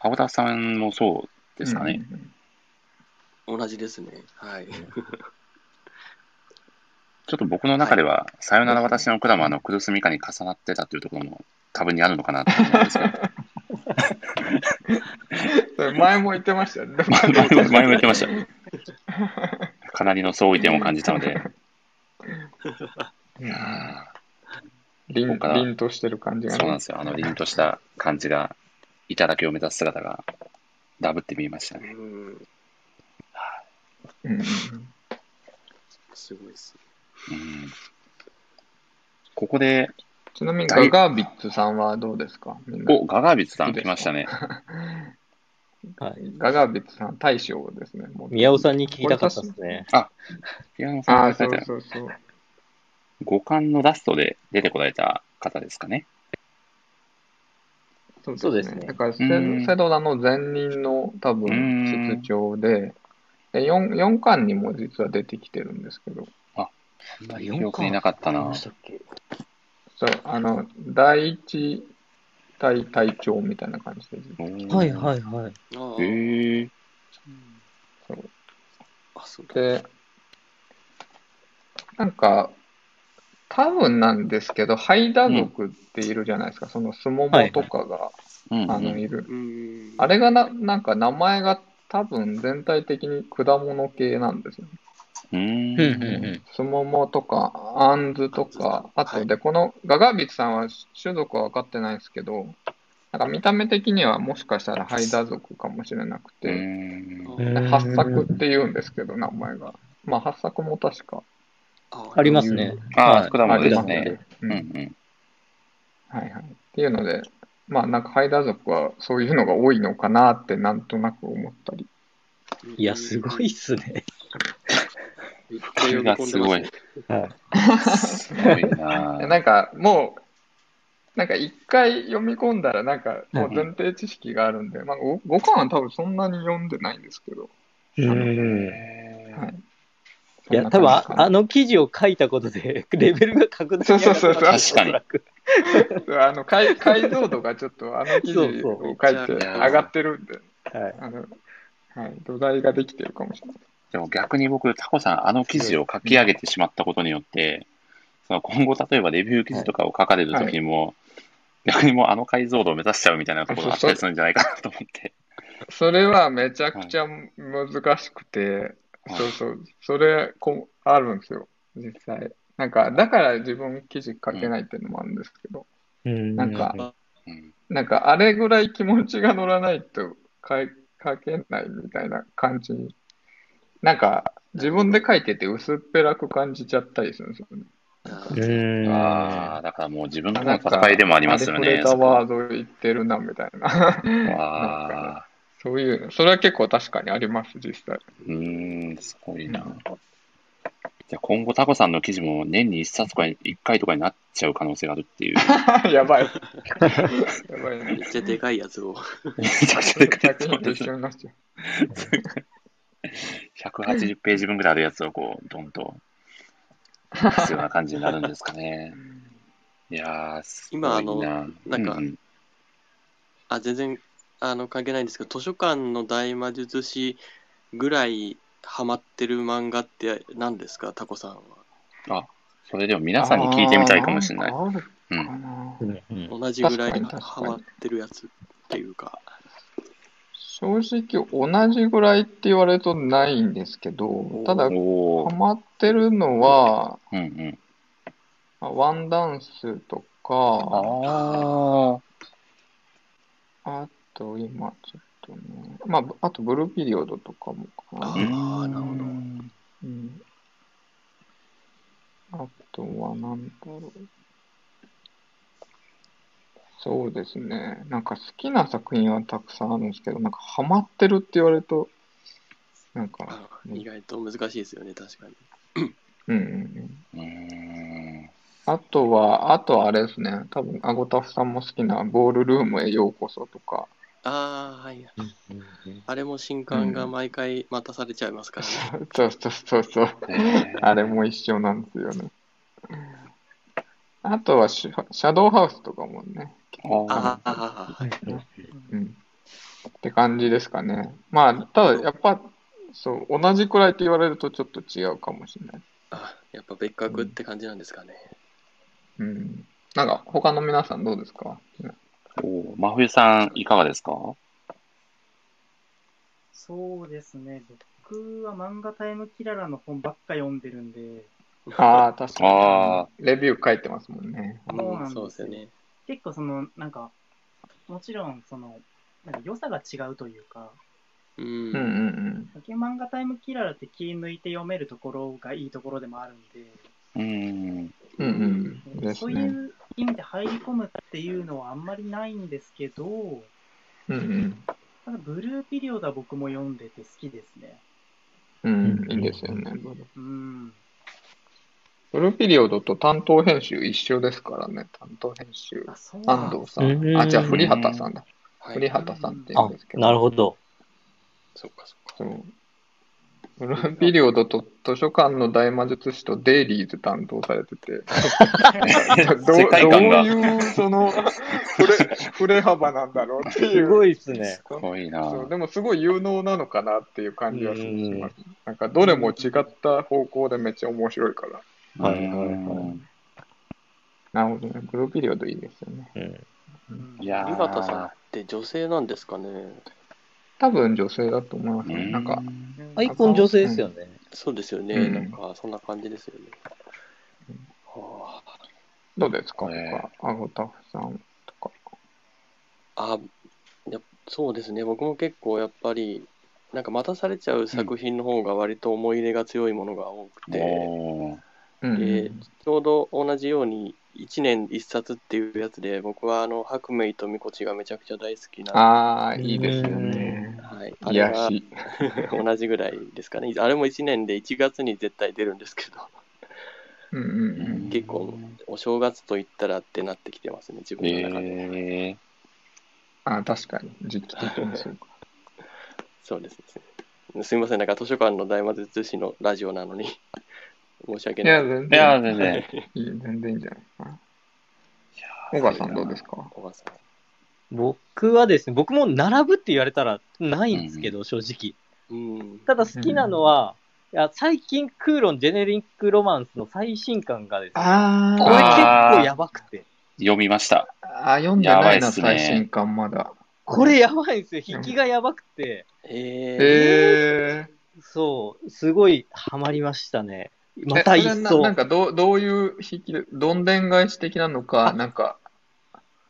[SPEAKER 1] 青田さんもそうですかね。
[SPEAKER 2] うんうん
[SPEAKER 6] 同じですね。はい。
[SPEAKER 1] ちょっと僕の中では、さよなら私のクラマーの苦しみかに重なってたっていうところも多分にあるのかなと思うんですけど、
[SPEAKER 2] それ前も言ってましたよね。
[SPEAKER 1] 前も 前も言ってました。かなりの相違点を感じたので、
[SPEAKER 2] うん
[SPEAKER 1] こ
[SPEAKER 2] 凛
[SPEAKER 1] こから
[SPEAKER 2] 凛としてる感じが
[SPEAKER 1] そうなん
[SPEAKER 2] ね
[SPEAKER 1] で。すよ。あの凛とした感じが、頂を目指す姿が、ダブって見えましたね。
[SPEAKER 6] うん、
[SPEAKER 2] うんうんうん
[SPEAKER 6] すごいです。
[SPEAKER 1] うんここで、
[SPEAKER 2] ちなみにガガービッツさんはどうですかみんな
[SPEAKER 1] お、ガガービッツさん来ましたね。
[SPEAKER 5] はい、
[SPEAKER 2] ガガービッツさん、大将ですね。もう
[SPEAKER 5] 宮尾さんに聞きたかったですね。
[SPEAKER 1] ピアノさ
[SPEAKER 2] あ
[SPEAKER 1] ん
[SPEAKER 2] あ、
[SPEAKER 1] が書
[SPEAKER 2] そ
[SPEAKER 1] いうてある。
[SPEAKER 2] そうそう。
[SPEAKER 1] 五巻のラストで出てこられた方ですかね。
[SPEAKER 2] そう
[SPEAKER 5] そうですね
[SPEAKER 2] だからセ
[SPEAKER 1] うん
[SPEAKER 2] セドナの前任の多分
[SPEAKER 1] うん
[SPEAKER 2] 室長でで 4, 4巻にも実は出てきてるんですけど
[SPEAKER 1] あんまり記憶になかったな。
[SPEAKER 2] そうあの第一隊隊長みたいな感じで
[SPEAKER 5] はいはいはい。
[SPEAKER 6] あー
[SPEAKER 1] いへえ。
[SPEAKER 3] うん
[SPEAKER 2] そう
[SPEAKER 6] あ、そうだ。
[SPEAKER 2] でなんか多分なんですけどハイダ族っているじゃないですか、そのスモモとかが、
[SPEAKER 1] うんうん
[SPEAKER 2] あのいる
[SPEAKER 6] うん。
[SPEAKER 2] あれがななんか名前が多分全体的に果物系なんですよね
[SPEAKER 1] う
[SPEAKER 5] うん
[SPEAKER 1] ん
[SPEAKER 5] うんうん。
[SPEAKER 2] スモモとか、アンズとか、あとで、このガガービッツさんは種族は分かってないですけど、なんか見た目的にはもしかしたらハイダ族かもしれなく
[SPEAKER 1] う
[SPEAKER 2] て、
[SPEAKER 1] ん
[SPEAKER 6] あ
[SPEAKER 5] うん
[SPEAKER 2] 八作って言うんですけど、名前が。まあ、八作も確か
[SPEAKER 6] あ
[SPEAKER 5] ありますね。
[SPEAKER 1] あ
[SPEAKER 5] は
[SPEAKER 1] あ、
[SPEAKER 5] い
[SPEAKER 1] くだも
[SPEAKER 2] あ
[SPEAKER 1] の
[SPEAKER 2] り
[SPEAKER 1] で
[SPEAKER 2] ますす
[SPEAKER 1] ね。
[SPEAKER 2] ね。う
[SPEAKER 1] うん
[SPEAKER 2] ん
[SPEAKER 1] うん。
[SPEAKER 2] はいはい。っていうので、まあ、なんかハイダ族はそういうのが多いのかなって、なんとなく思ったり。
[SPEAKER 5] いや、すごいっすね。
[SPEAKER 6] い。読み込んでますね。
[SPEAKER 5] はい、
[SPEAKER 1] すごいな
[SPEAKER 2] でなんか、もう、なんか一回読み込んだら、なんかもう前提知識があるんで、まあ、5巻は多分そんなに読んでないんですけど、
[SPEAKER 1] うん
[SPEAKER 2] はい。
[SPEAKER 5] いや、多分ああの記事を書いたことで、レベルが格段に
[SPEAKER 1] そ
[SPEAKER 5] 上がったんですよ
[SPEAKER 1] うそうそうそう
[SPEAKER 5] おそらく
[SPEAKER 2] の、あの解解像度がちょっとあの記事
[SPEAKER 5] そうそう
[SPEAKER 2] を書いて
[SPEAKER 6] めっ
[SPEAKER 1] ちゃ
[SPEAKER 2] 上がってるんで、
[SPEAKER 5] はい、
[SPEAKER 2] あの、はい、土台ができてるかもしれない。
[SPEAKER 1] でも逆に僕、タコさん、あの記事を書き上げてしまったことによって、その今後、例えばレビュー記事とかを書かれるときも、逆にもうあの解像度を目指しちゃうみたいなところがあったりするんじゃないかなと思って。
[SPEAKER 2] それはめちゃくちゃ難しくて、
[SPEAKER 1] はい
[SPEAKER 2] そうそう、それこあるんですよ、実際。なんか、だから自分記事書けないっていうのもあるんですけど、
[SPEAKER 5] うん
[SPEAKER 2] なんか
[SPEAKER 1] うん
[SPEAKER 2] なんかあれぐらい気持ちが乗らないと書い書けないみたいな感じに、なんか自分で書いてて薄っぺらく感じちゃったりするんですよね。
[SPEAKER 6] あ
[SPEAKER 5] う
[SPEAKER 6] ー
[SPEAKER 5] ん。
[SPEAKER 1] ああ、だからもう自分と
[SPEAKER 2] な
[SPEAKER 1] の
[SPEAKER 2] んか
[SPEAKER 1] 戦いでもありますよ
[SPEAKER 2] あ
[SPEAKER 1] ね。
[SPEAKER 2] れ触れたワード言ってるなみたいな。なんか
[SPEAKER 1] ああ、
[SPEAKER 2] そういう、それは結構確かにあります、実際。
[SPEAKER 1] うーん、すごいな。じゃあ今後、タコさんの記事も年に1冊とかに1回とかになっちゃう可能性があるっていう。
[SPEAKER 2] やばい。やばい
[SPEAKER 6] めっ
[SPEAKER 2] ね。
[SPEAKER 6] ちゃでかいやつを。
[SPEAKER 1] めちゃくちゃでかいやつ
[SPEAKER 2] 作品と 一緒になっちゃ
[SPEAKER 1] 180ページ分ぐらいあるやつをこう、どんと、必要な感じになるんですかね。 いやー、すごいな。
[SPEAKER 6] 今あのなんか
[SPEAKER 1] ううん
[SPEAKER 6] あ、全然、あの、関係ないんですけど、図書館の大魔術師ぐらいハマってる漫画って何ですか、タコさんは。
[SPEAKER 1] それでも
[SPEAKER 2] う。
[SPEAKER 1] 皆さんに聞いてみたいかもしれない。
[SPEAKER 2] あーんか
[SPEAKER 1] う
[SPEAKER 2] ある
[SPEAKER 1] ん
[SPEAKER 2] かな
[SPEAKER 5] うんうん
[SPEAKER 6] 同じぐらい
[SPEAKER 2] 確かに確
[SPEAKER 6] ハ
[SPEAKER 2] かに
[SPEAKER 6] マってるやつっていうか。
[SPEAKER 2] 正直、同じぐらいって言われるとないんですけど、ただ、
[SPEAKER 1] お
[SPEAKER 2] ハ
[SPEAKER 1] ー
[SPEAKER 2] マってるのは、
[SPEAKER 1] うんうん。
[SPEAKER 2] あワンダンスとか、
[SPEAKER 1] ああ。
[SPEAKER 2] あと今ちょっとね、まあぶ、あとブルーピリオドとかもか
[SPEAKER 6] あ
[SPEAKER 2] な。
[SPEAKER 6] ーなるほど
[SPEAKER 2] うん、あとはなんだろう。そうですね。なんか好きな作品はたくさんあるんですけど、なんかハマってるって言われると、なんか、
[SPEAKER 4] あ意外と難しいですよね、確かに。
[SPEAKER 2] うんうんうん。
[SPEAKER 1] うーん。
[SPEAKER 2] あとは、あとはあれですね。多分、アゴタフさんも好きなボールルームへようこそとか、
[SPEAKER 4] ああ、はい。あれも新刊が毎回待たされちゃいますからね。
[SPEAKER 2] そうそうそうそう。
[SPEAKER 1] え
[SPEAKER 2] あれも一緒なんですよね。あとはシャ、シャドウハウスとかもね。
[SPEAKER 1] ー
[SPEAKER 4] ああ、はい。
[SPEAKER 2] うん。って感じですかね。まあ、ただ、やっぱ、そう、同じくらいと言われるとちょっと違うかもしれない。
[SPEAKER 4] あやっぱ別格って感じなんですかね。
[SPEAKER 2] うん。なんか、他の皆さんどうですか
[SPEAKER 1] おー真冬さん、いかがですか
[SPEAKER 3] そうですね。僕は漫画タイムキララの本ばっか読んでるんで、
[SPEAKER 2] ああ、確
[SPEAKER 1] あ
[SPEAKER 2] かに。レビュー書いてますもんね。
[SPEAKER 3] そうなんですよ
[SPEAKER 4] そうですよね。
[SPEAKER 3] 結構その、なんか、もちろんその、なんか良さが違うというか、
[SPEAKER 4] う。
[SPEAKER 2] うんうんん
[SPEAKER 3] だけど漫画タイムキララって気抜いて読めるところがいいところでもあるんで、
[SPEAKER 1] うーん。
[SPEAKER 2] うん。うんうん。です
[SPEAKER 3] そうい
[SPEAKER 2] ね。
[SPEAKER 3] う意味で入り込むっていうのはあんまりないんですけど、
[SPEAKER 2] うん
[SPEAKER 3] ただブルーピリオドは僕も読んでて好きですね。
[SPEAKER 2] うん。うん、いいんですよね。
[SPEAKER 3] うん。
[SPEAKER 2] ブルーピリオドと担当編集一緒ですからね。担当編集。
[SPEAKER 3] あ、そうなん
[SPEAKER 2] 安
[SPEAKER 3] だ
[SPEAKER 2] 藤さん。あ、じゃあ、古畑さんだ。
[SPEAKER 4] は
[SPEAKER 2] 古
[SPEAKER 4] い。
[SPEAKER 2] 畑さんって言う
[SPEAKER 5] あ
[SPEAKER 2] んですけ、ど。
[SPEAKER 5] なるほど。
[SPEAKER 4] そっかそっか。
[SPEAKER 2] そう。ブルーピリオドと図書館の大魔術師とデイリーズ担当されて て、どう
[SPEAKER 1] 世界観が
[SPEAKER 2] どういう、その、触れ、触れ幅なんだろうっていう。
[SPEAKER 5] すごいっすね。
[SPEAKER 1] すごいな。
[SPEAKER 2] そうでもすごい有能なのかなっていう感じはします。なんかどれも違った方向でめっちゃ面白いから。
[SPEAKER 5] はいはいは
[SPEAKER 2] なるほどね。ブルーピリオドいいですよね。
[SPEAKER 5] うん
[SPEAKER 3] うん
[SPEAKER 1] いやー
[SPEAKER 4] 古畑さんって女性なんですかね。
[SPEAKER 2] 多分女性だと思います
[SPEAKER 1] う
[SPEAKER 2] ね。
[SPEAKER 1] ん
[SPEAKER 2] なんか、
[SPEAKER 5] アイコン女性ですよね。
[SPEAKER 4] そうですよね。
[SPEAKER 2] うん
[SPEAKER 4] なんか、そんな感じですよね。はあ
[SPEAKER 2] どうですか、
[SPEAKER 1] ね
[SPEAKER 2] 他アゴタフさんとか。
[SPEAKER 4] あやっそうですね僕も結構やっぱりなんか待たされちゃう作品の方が割と思い入れが強いものが多くて、
[SPEAKER 1] おー
[SPEAKER 2] うん
[SPEAKER 4] でちょうど同じように1年1冊っていうやつで僕はあの白明とみこちがめちゃくちゃ大好きな、
[SPEAKER 2] ああ、いいですよね。
[SPEAKER 4] はい、
[SPEAKER 2] 癒
[SPEAKER 4] あれ
[SPEAKER 2] や
[SPEAKER 4] は
[SPEAKER 2] し。
[SPEAKER 4] 同じぐらいですかねあれも1年で1月に絶対出るんですけど
[SPEAKER 2] うんうんうん。
[SPEAKER 4] 結構お正月と言ったらってなってきてますね自分の中で、
[SPEAKER 1] え
[SPEAKER 2] あ確かに、実機的に そうか。
[SPEAKER 4] そうですねすいませんなんか図書館の大魔術師のラジオなのに 申し訳
[SPEAKER 2] い
[SPEAKER 4] ない
[SPEAKER 2] や、全
[SPEAKER 1] ー、いや
[SPEAKER 2] 然
[SPEAKER 1] ー、全然。
[SPEAKER 2] いい、全然いいんじゃないですか。小川さん、どうですか
[SPEAKER 4] 小川さん
[SPEAKER 5] 僕はですね、僕も並ぶって言われたらないんですけど、正直。
[SPEAKER 4] うん
[SPEAKER 5] ただ好きなのは、いや最近、クーロン・ジェネリック・ロマンスの最新刊がですね、
[SPEAKER 2] あ
[SPEAKER 5] これ結
[SPEAKER 1] あ
[SPEAKER 5] 構やばくて、
[SPEAKER 1] 読みました。
[SPEAKER 2] あ、読んでな
[SPEAKER 1] や
[SPEAKER 2] い
[SPEAKER 1] ばい
[SPEAKER 2] な、
[SPEAKER 1] っすね
[SPEAKER 2] 最新刊まだ。
[SPEAKER 5] これやばいんですよ、引きがやばくて、
[SPEAKER 4] へえ
[SPEAKER 2] え
[SPEAKER 5] そう、すごいハマりましたね。
[SPEAKER 2] ー、
[SPEAKER 5] また
[SPEAKER 2] え
[SPEAKER 5] 一
[SPEAKER 2] それな
[SPEAKER 5] 層
[SPEAKER 2] な、んかどう、どういう引きで、どんでん返し的なのか、なんか、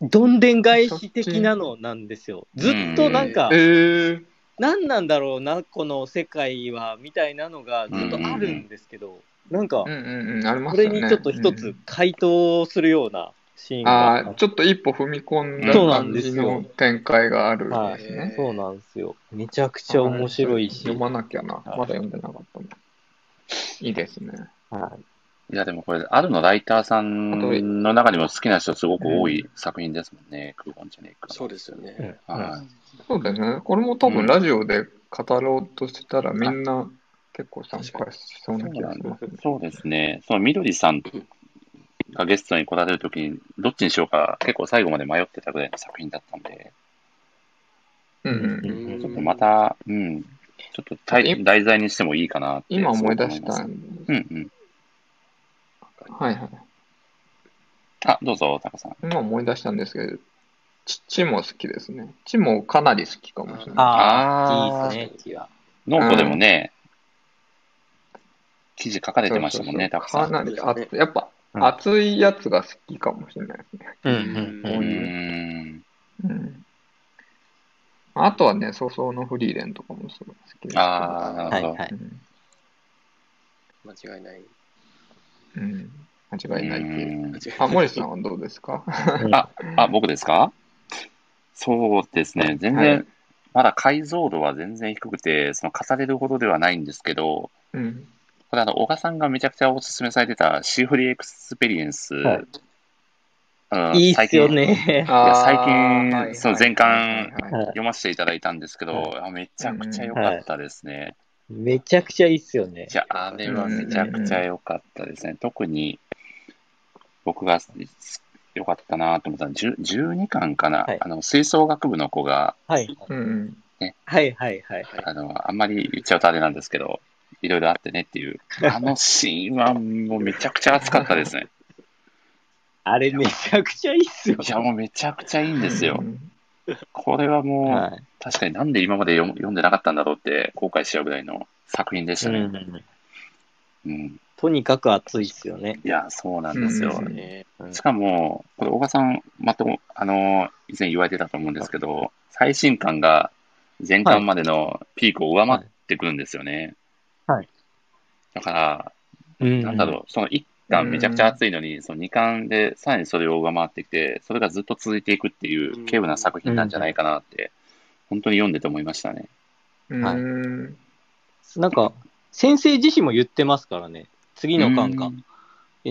[SPEAKER 5] どんでん返し的なのなんですよ。ずっとなんか
[SPEAKER 2] え、ー、
[SPEAKER 5] 何なんだろうな、この世界は、みたいなのがずっとあるんですけど、なんか
[SPEAKER 2] うん、うんうん、ありま
[SPEAKER 5] こ
[SPEAKER 2] す
[SPEAKER 5] れ
[SPEAKER 2] よね。
[SPEAKER 5] にちょっと一
[SPEAKER 2] うんう
[SPEAKER 5] つ
[SPEAKER 2] ん
[SPEAKER 5] 回答するようなシーンがあ
[SPEAKER 2] あ
[SPEAKER 5] っ
[SPEAKER 2] あ、
[SPEAKER 5] て
[SPEAKER 2] ちょっと一歩踏み込んだ
[SPEAKER 1] そう
[SPEAKER 5] なん
[SPEAKER 2] 感
[SPEAKER 5] です
[SPEAKER 2] じ
[SPEAKER 5] よ
[SPEAKER 2] の展開があるん
[SPEAKER 5] はい
[SPEAKER 2] ですね。
[SPEAKER 5] そうなんですよ。めちゃくちゃ面白いし
[SPEAKER 2] 読、まなきゃな。
[SPEAKER 5] はい
[SPEAKER 2] まだ読んでなかったもん。いいですね。
[SPEAKER 5] はい
[SPEAKER 1] や、でもこれ、あるのライターさんの中にも好きな人すごく多い作品ですもんね、クーゴン・ジェネリック。
[SPEAKER 4] そうですよ
[SPEAKER 5] い
[SPEAKER 4] ね。
[SPEAKER 1] は
[SPEAKER 2] そうだよね。これも多
[SPEAKER 1] うん
[SPEAKER 2] 分ラジオで語ろうとしたら、みんな結構参加しそう
[SPEAKER 1] い。そ
[SPEAKER 2] な
[SPEAKER 1] う
[SPEAKER 2] 気
[SPEAKER 1] な
[SPEAKER 2] が
[SPEAKER 1] ん
[SPEAKER 2] し
[SPEAKER 1] で
[SPEAKER 2] ますね
[SPEAKER 1] す。。そうですね。そのみどりさんがゲストに来られるときに、どっちにしようか、結構最後まで迷ってたぐらいの作品だったんで、
[SPEAKER 2] うんうん
[SPEAKER 5] う
[SPEAKER 1] ち
[SPEAKER 5] ん
[SPEAKER 1] ょっとまた、うん、ちょっと題題材にしてもいいかなって。
[SPEAKER 2] 今思い出し
[SPEAKER 1] そう
[SPEAKER 2] た
[SPEAKER 1] 思います
[SPEAKER 2] んで
[SPEAKER 1] うんうん。
[SPEAKER 2] はいはい。
[SPEAKER 1] あ、どうぞ、タカさん。
[SPEAKER 2] 今思い出したんですけど、ちちも好きですね。ちもかなり好きかもしれない。
[SPEAKER 5] あ
[SPEAKER 1] あ
[SPEAKER 5] あ、
[SPEAKER 1] ー
[SPEAKER 5] いいですね。
[SPEAKER 1] ノートでもね、記事書かれ
[SPEAKER 2] そう
[SPEAKER 1] てましたもんね、
[SPEAKER 2] そ
[SPEAKER 1] た
[SPEAKER 2] う
[SPEAKER 1] く
[SPEAKER 2] そう
[SPEAKER 1] さ
[SPEAKER 2] か
[SPEAKER 1] ん。
[SPEAKER 2] なり、
[SPEAKER 4] そうですね
[SPEAKER 2] あやっぱ
[SPEAKER 5] うん
[SPEAKER 2] 熱いやつが好きかもしれないですね。
[SPEAKER 5] うん
[SPEAKER 4] うん
[SPEAKER 1] う
[SPEAKER 2] こういう
[SPEAKER 1] ーん。
[SPEAKER 2] うん。あとはね、ソソのフリーレンとかもすごい好きですけど。
[SPEAKER 1] あー、な
[SPEAKER 5] は
[SPEAKER 1] る
[SPEAKER 5] い
[SPEAKER 1] ほど。
[SPEAKER 5] はい。
[SPEAKER 2] うん
[SPEAKER 4] 間違いない。
[SPEAKER 2] うん間違いないっていう。
[SPEAKER 1] うーん
[SPEAKER 2] あ、森さんはどうですか
[SPEAKER 1] あ、僕ですかそうですね。全然、
[SPEAKER 2] はい
[SPEAKER 1] まだ解像度は全然低くて、その語れるほどではないんですけど、
[SPEAKER 2] うん。
[SPEAKER 1] ただあの、小賀さんがめちゃくちゃおすすめされてたシーフリーエクスペリエンス、
[SPEAKER 5] はい
[SPEAKER 1] うん
[SPEAKER 5] いいっ
[SPEAKER 1] 最
[SPEAKER 5] す
[SPEAKER 1] 近
[SPEAKER 5] よね。
[SPEAKER 2] あー
[SPEAKER 1] 最近その全巻
[SPEAKER 5] はい
[SPEAKER 1] 読ませていただいたんですけど、あめちゃくちゃ良かったですね。
[SPEAKER 5] めちゃくちゃいいっすよね
[SPEAKER 1] い。や、あれはめちゃくちゃ良かったですね。特に僕が良かったなと思ったのは、10 12巻かな、
[SPEAKER 5] はい
[SPEAKER 1] あの吹奏楽部の子が、
[SPEAKER 5] はい。
[SPEAKER 2] うん
[SPEAKER 5] はいはいはい。
[SPEAKER 1] あの、あんまり言っちゃうとあれなんですけど、いろいろあってねっていう、あのシーンはもうめちゃくちゃ熱かったですね。
[SPEAKER 5] あれめちゃくちゃいいっすよ。
[SPEAKER 1] いや、もうめちゃくちゃいいんです
[SPEAKER 2] う
[SPEAKER 1] よ。
[SPEAKER 2] ん
[SPEAKER 1] これはもう、
[SPEAKER 5] はい。
[SPEAKER 1] 確かになんで今まで読読んでなかったんだろうって後悔しちゃうぐらいの作品でしたね。うん。
[SPEAKER 5] とにかく熱いっすよね。
[SPEAKER 1] いや、そうなんですよ。
[SPEAKER 2] うん
[SPEAKER 6] え
[SPEAKER 1] しかも、これ、小川さん、また、あの、以前言われてたと思うんですけど、最新刊が前巻までのピークを上回ってくるんですよね。
[SPEAKER 5] はい。
[SPEAKER 1] だから、
[SPEAKER 5] うん
[SPEAKER 1] なんだろう、その1巻めちゃくちゃ熱いのに、その2巻でさらにそれを上回ってきて、それがずっと続いていくっていう、軽有な作品なんじゃないかなって、本当に読んでて思いましたね。
[SPEAKER 2] うん
[SPEAKER 5] はい
[SPEAKER 2] うん
[SPEAKER 5] なんか、先生自身も言ってますからね。次の巻が
[SPEAKER 1] う、ん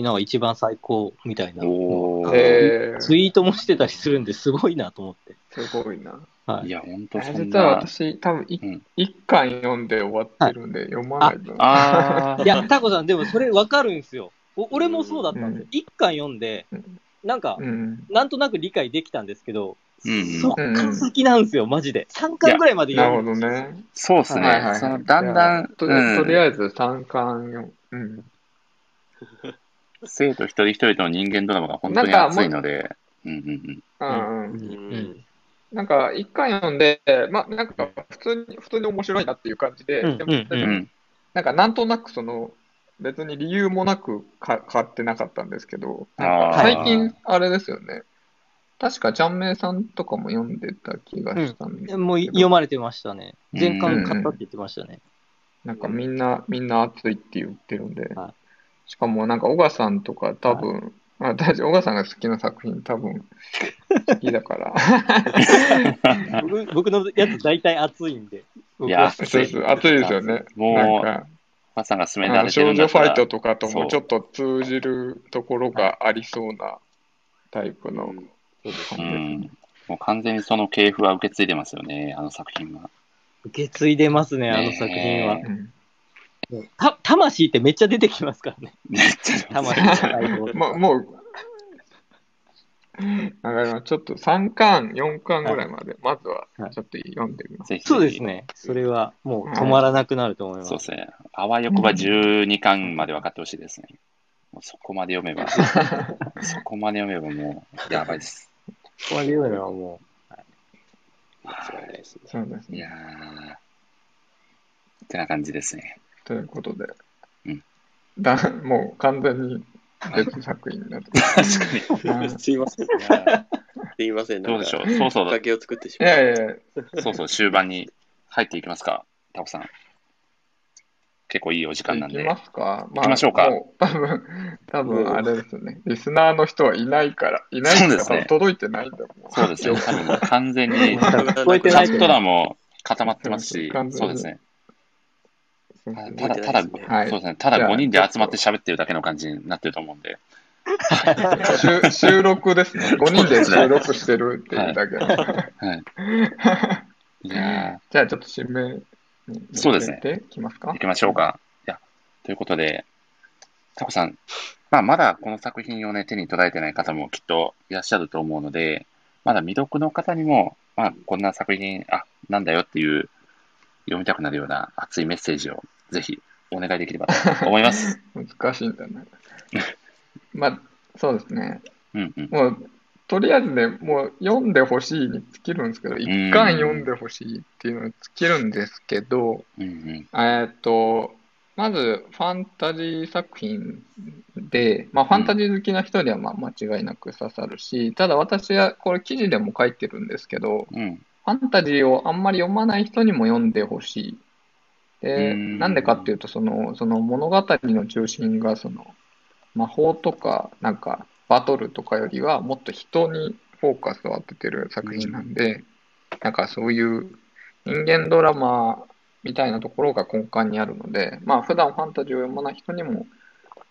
[SPEAKER 5] なんか一番最高みたいな。
[SPEAKER 1] おー
[SPEAKER 2] えー
[SPEAKER 5] ツイートもしてたりするんですごいなと思 って。
[SPEAKER 2] すごいな。
[SPEAKER 5] はいい。
[SPEAKER 1] や、本当
[SPEAKER 2] あ
[SPEAKER 1] そん
[SPEAKER 2] 実は
[SPEAKER 1] な。
[SPEAKER 2] 私、多分い
[SPEAKER 1] うん
[SPEAKER 2] 一巻読んで終わってるんで、読まないと。
[SPEAKER 1] あ
[SPEAKER 5] いや、タコさん、でもそれわかるんですよ。お俺もそうだったんですよ
[SPEAKER 2] う。
[SPEAKER 5] 一巻読んで、なんか
[SPEAKER 2] う、ん。
[SPEAKER 5] なんとなく理解できたんですけど、
[SPEAKER 1] うん
[SPEAKER 5] そっから好きなんですよ、マジで。3巻ぐらいまで
[SPEAKER 2] なる
[SPEAKER 5] 読
[SPEAKER 2] ほ
[SPEAKER 5] ん
[SPEAKER 2] どね。
[SPEAKER 1] そうです
[SPEAKER 2] はいはい
[SPEAKER 1] ね
[SPEAKER 2] は。い
[SPEAKER 1] そのだんだん、
[SPEAKER 2] とりあえずとりあ
[SPEAKER 1] うん
[SPEAKER 2] えず三巻よ、うん。
[SPEAKER 1] 生徒一人一人との人間ドラマが本当に
[SPEAKER 2] なんかも
[SPEAKER 1] 熱いので、うんうんうん。
[SPEAKER 2] うんうん
[SPEAKER 5] で。
[SPEAKER 6] うん
[SPEAKER 5] うん
[SPEAKER 2] なんか、一回読んで、まあ、なんか、普通に、普通に面白いなっていう感じで、
[SPEAKER 5] うん
[SPEAKER 2] でも
[SPEAKER 5] うん
[SPEAKER 1] う
[SPEAKER 5] うん
[SPEAKER 1] ん
[SPEAKER 2] なんか、なんとなく、その、別に理由もなくか変わってなかったんですけど、なんか
[SPEAKER 1] あー
[SPEAKER 2] 最近、あれですよね。確か、ちゃんめいさんとかも読んでた気がしたんですけど、
[SPEAKER 5] もう読まれてましたね。
[SPEAKER 1] うん
[SPEAKER 5] 全巻買ったって言ってましたね。
[SPEAKER 2] なんか、みんな、みんな熱いって言ってるんで
[SPEAKER 5] は、
[SPEAKER 2] しかも、なんか、小川さんとか、多分、まあ、私、小川さんが好きな作品、多分、好きだ から。
[SPEAKER 5] 僕僕のやつ大体熱いんで。
[SPEAKER 1] いや
[SPEAKER 2] そうそう熱いですよね。なん
[SPEAKER 1] もう、
[SPEAKER 2] か
[SPEAKER 1] お母さんが勧め
[SPEAKER 2] あ
[SPEAKER 1] ら
[SPEAKER 2] の
[SPEAKER 1] れてる
[SPEAKER 2] 少
[SPEAKER 1] んだ
[SPEAKER 2] 女
[SPEAKER 1] った
[SPEAKER 2] フ
[SPEAKER 1] ら
[SPEAKER 2] ァイトとかと
[SPEAKER 1] そう
[SPEAKER 2] もちょっと通じるところがありそうなタイプの
[SPEAKER 6] うん
[SPEAKER 1] う
[SPEAKER 2] 本
[SPEAKER 1] ん。もう完全にその系譜は受け継いでますよね、あの作品は。
[SPEAKER 5] 受け継いでますね、あの
[SPEAKER 1] ねえ
[SPEAKER 5] 作品は
[SPEAKER 2] で。すね。
[SPEAKER 5] た魂ってめっちゃ出てきますからね。
[SPEAKER 1] めっちゃ
[SPEAKER 5] 魂の最後
[SPEAKER 2] うんまあもう、なんかちょっと3巻、4巻ぐらいまで、まずはちょっと読んでみます。
[SPEAKER 1] ぜひ
[SPEAKER 5] そうです。ね。それはもう止まらなくなると思います。
[SPEAKER 1] そうですね。あわよくば12巻まで分かってほしいですね。もうそこまで読めば、そこまで読めばもう、やばいです。
[SPEAKER 5] ここまで言うのはも
[SPEAKER 6] 間違いないですね
[SPEAKER 2] そうです
[SPEAKER 1] い
[SPEAKER 2] ね。
[SPEAKER 1] やー。ってな感じですね。
[SPEAKER 2] ということで、
[SPEAKER 1] うん
[SPEAKER 2] だもう完全に別作品だと。
[SPEAKER 1] 確かに。
[SPEAKER 2] はい
[SPEAKER 6] すいません。
[SPEAKER 1] いやー
[SPEAKER 6] すいません。
[SPEAKER 1] どうでしょ
[SPEAKER 6] う。
[SPEAKER 1] う。そう
[SPEAKER 6] きっ
[SPEAKER 1] そう
[SPEAKER 6] かけを作ってし
[SPEAKER 2] い
[SPEAKER 6] まう。
[SPEAKER 2] やいやいや、
[SPEAKER 1] そうそう、終盤に入っていきますか、タコさん。結構いいお時間なん
[SPEAKER 2] い
[SPEAKER 1] で
[SPEAKER 2] きま。すか。
[SPEAKER 1] 行
[SPEAKER 2] ま
[SPEAKER 1] きましょうか
[SPEAKER 2] もう多分、多分あれですよね。リスナーの人はいないから、いない
[SPEAKER 1] そう
[SPEAKER 2] か
[SPEAKER 1] で
[SPEAKER 2] ら
[SPEAKER 1] すね
[SPEAKER 2] 届いてないんだもん。
[SPEAKER 1] そうですね、多分完全に、
[SPEAKER 5] う、
[SPEAKER 1] チ
[SPEAKER 5] 聞こえてな
[SPEAKER 1] ャ
[SPEAKER 5] い
[SPEAKER 1] ット欄も固まってますし
[SPEAKER 2] 完全、に
[SPEAKER 1] そうですね。
[SPEAKER 2] そうですね
[SPEAKER 1] ただ、ただ、そう
[SPEAKER 2] はい
[SPEAKER 1] ですね、ただ5人で集まって喋ってるだけの感じになってると思うんで、
[SPEAKER 2] 収収録です ね。5人で収録してるっていうだけ。
[SPEAKER 1] はい。いや
[SPEAKER 2] じゃあちょっと締めに
[SPEAKER 1] そうですね
[SPEAKER 2] 行ってきます
[SPEAKER 1] ー、
[SPEAKER 2] か
[SPEAKER 1] 行きましょうか。いや、ということで、タコさん、まあ、まだこの作品をね、手に捉えてない方もきっといらっしゃると思うので、まだ未読の方にも、まあ、こんな作品、あ、なんだよっていう、読みたくなるような熱いメッセージを、ぜひ、お願いできればと思い ます。
[SPEAKER 2] 難しいんだな。まあ、そうですね。
[SPEAKER 1] うんうん。
[SPEAKER 2] もう、とりあえずね、もう読んでほしいに尽きるんですけど、一巻読んでほしいっていうのに尽きるんですけど、
[SPEAKER 1] うんうん。
[SPEAKER 2] えーっと、まずファンタジー作品で、まあ、ファンタジー好きな人にはまあ間違いなく刺さるし、ただ私はこれ記事でも書いてるんですけど、
[SPEAKER 1] うん。
[SPEAKER 2] ファンタジーをあんまり読まない人にも読んでほしい。
[SPEAKER 1] う
[SPEAKER 2] で、
[SPEAKER 1] ん
[SPEAKER 2] なんでかっていうと、その、その物語の中心が、その、魔法とか、なんか、バトルとかよりは、もっと人にフォーカスを当ててる作品なんで、なんかそういう人間ドラマみたいなところが根幹にあるので、まあ、普段ファンタジーを読まない人にも、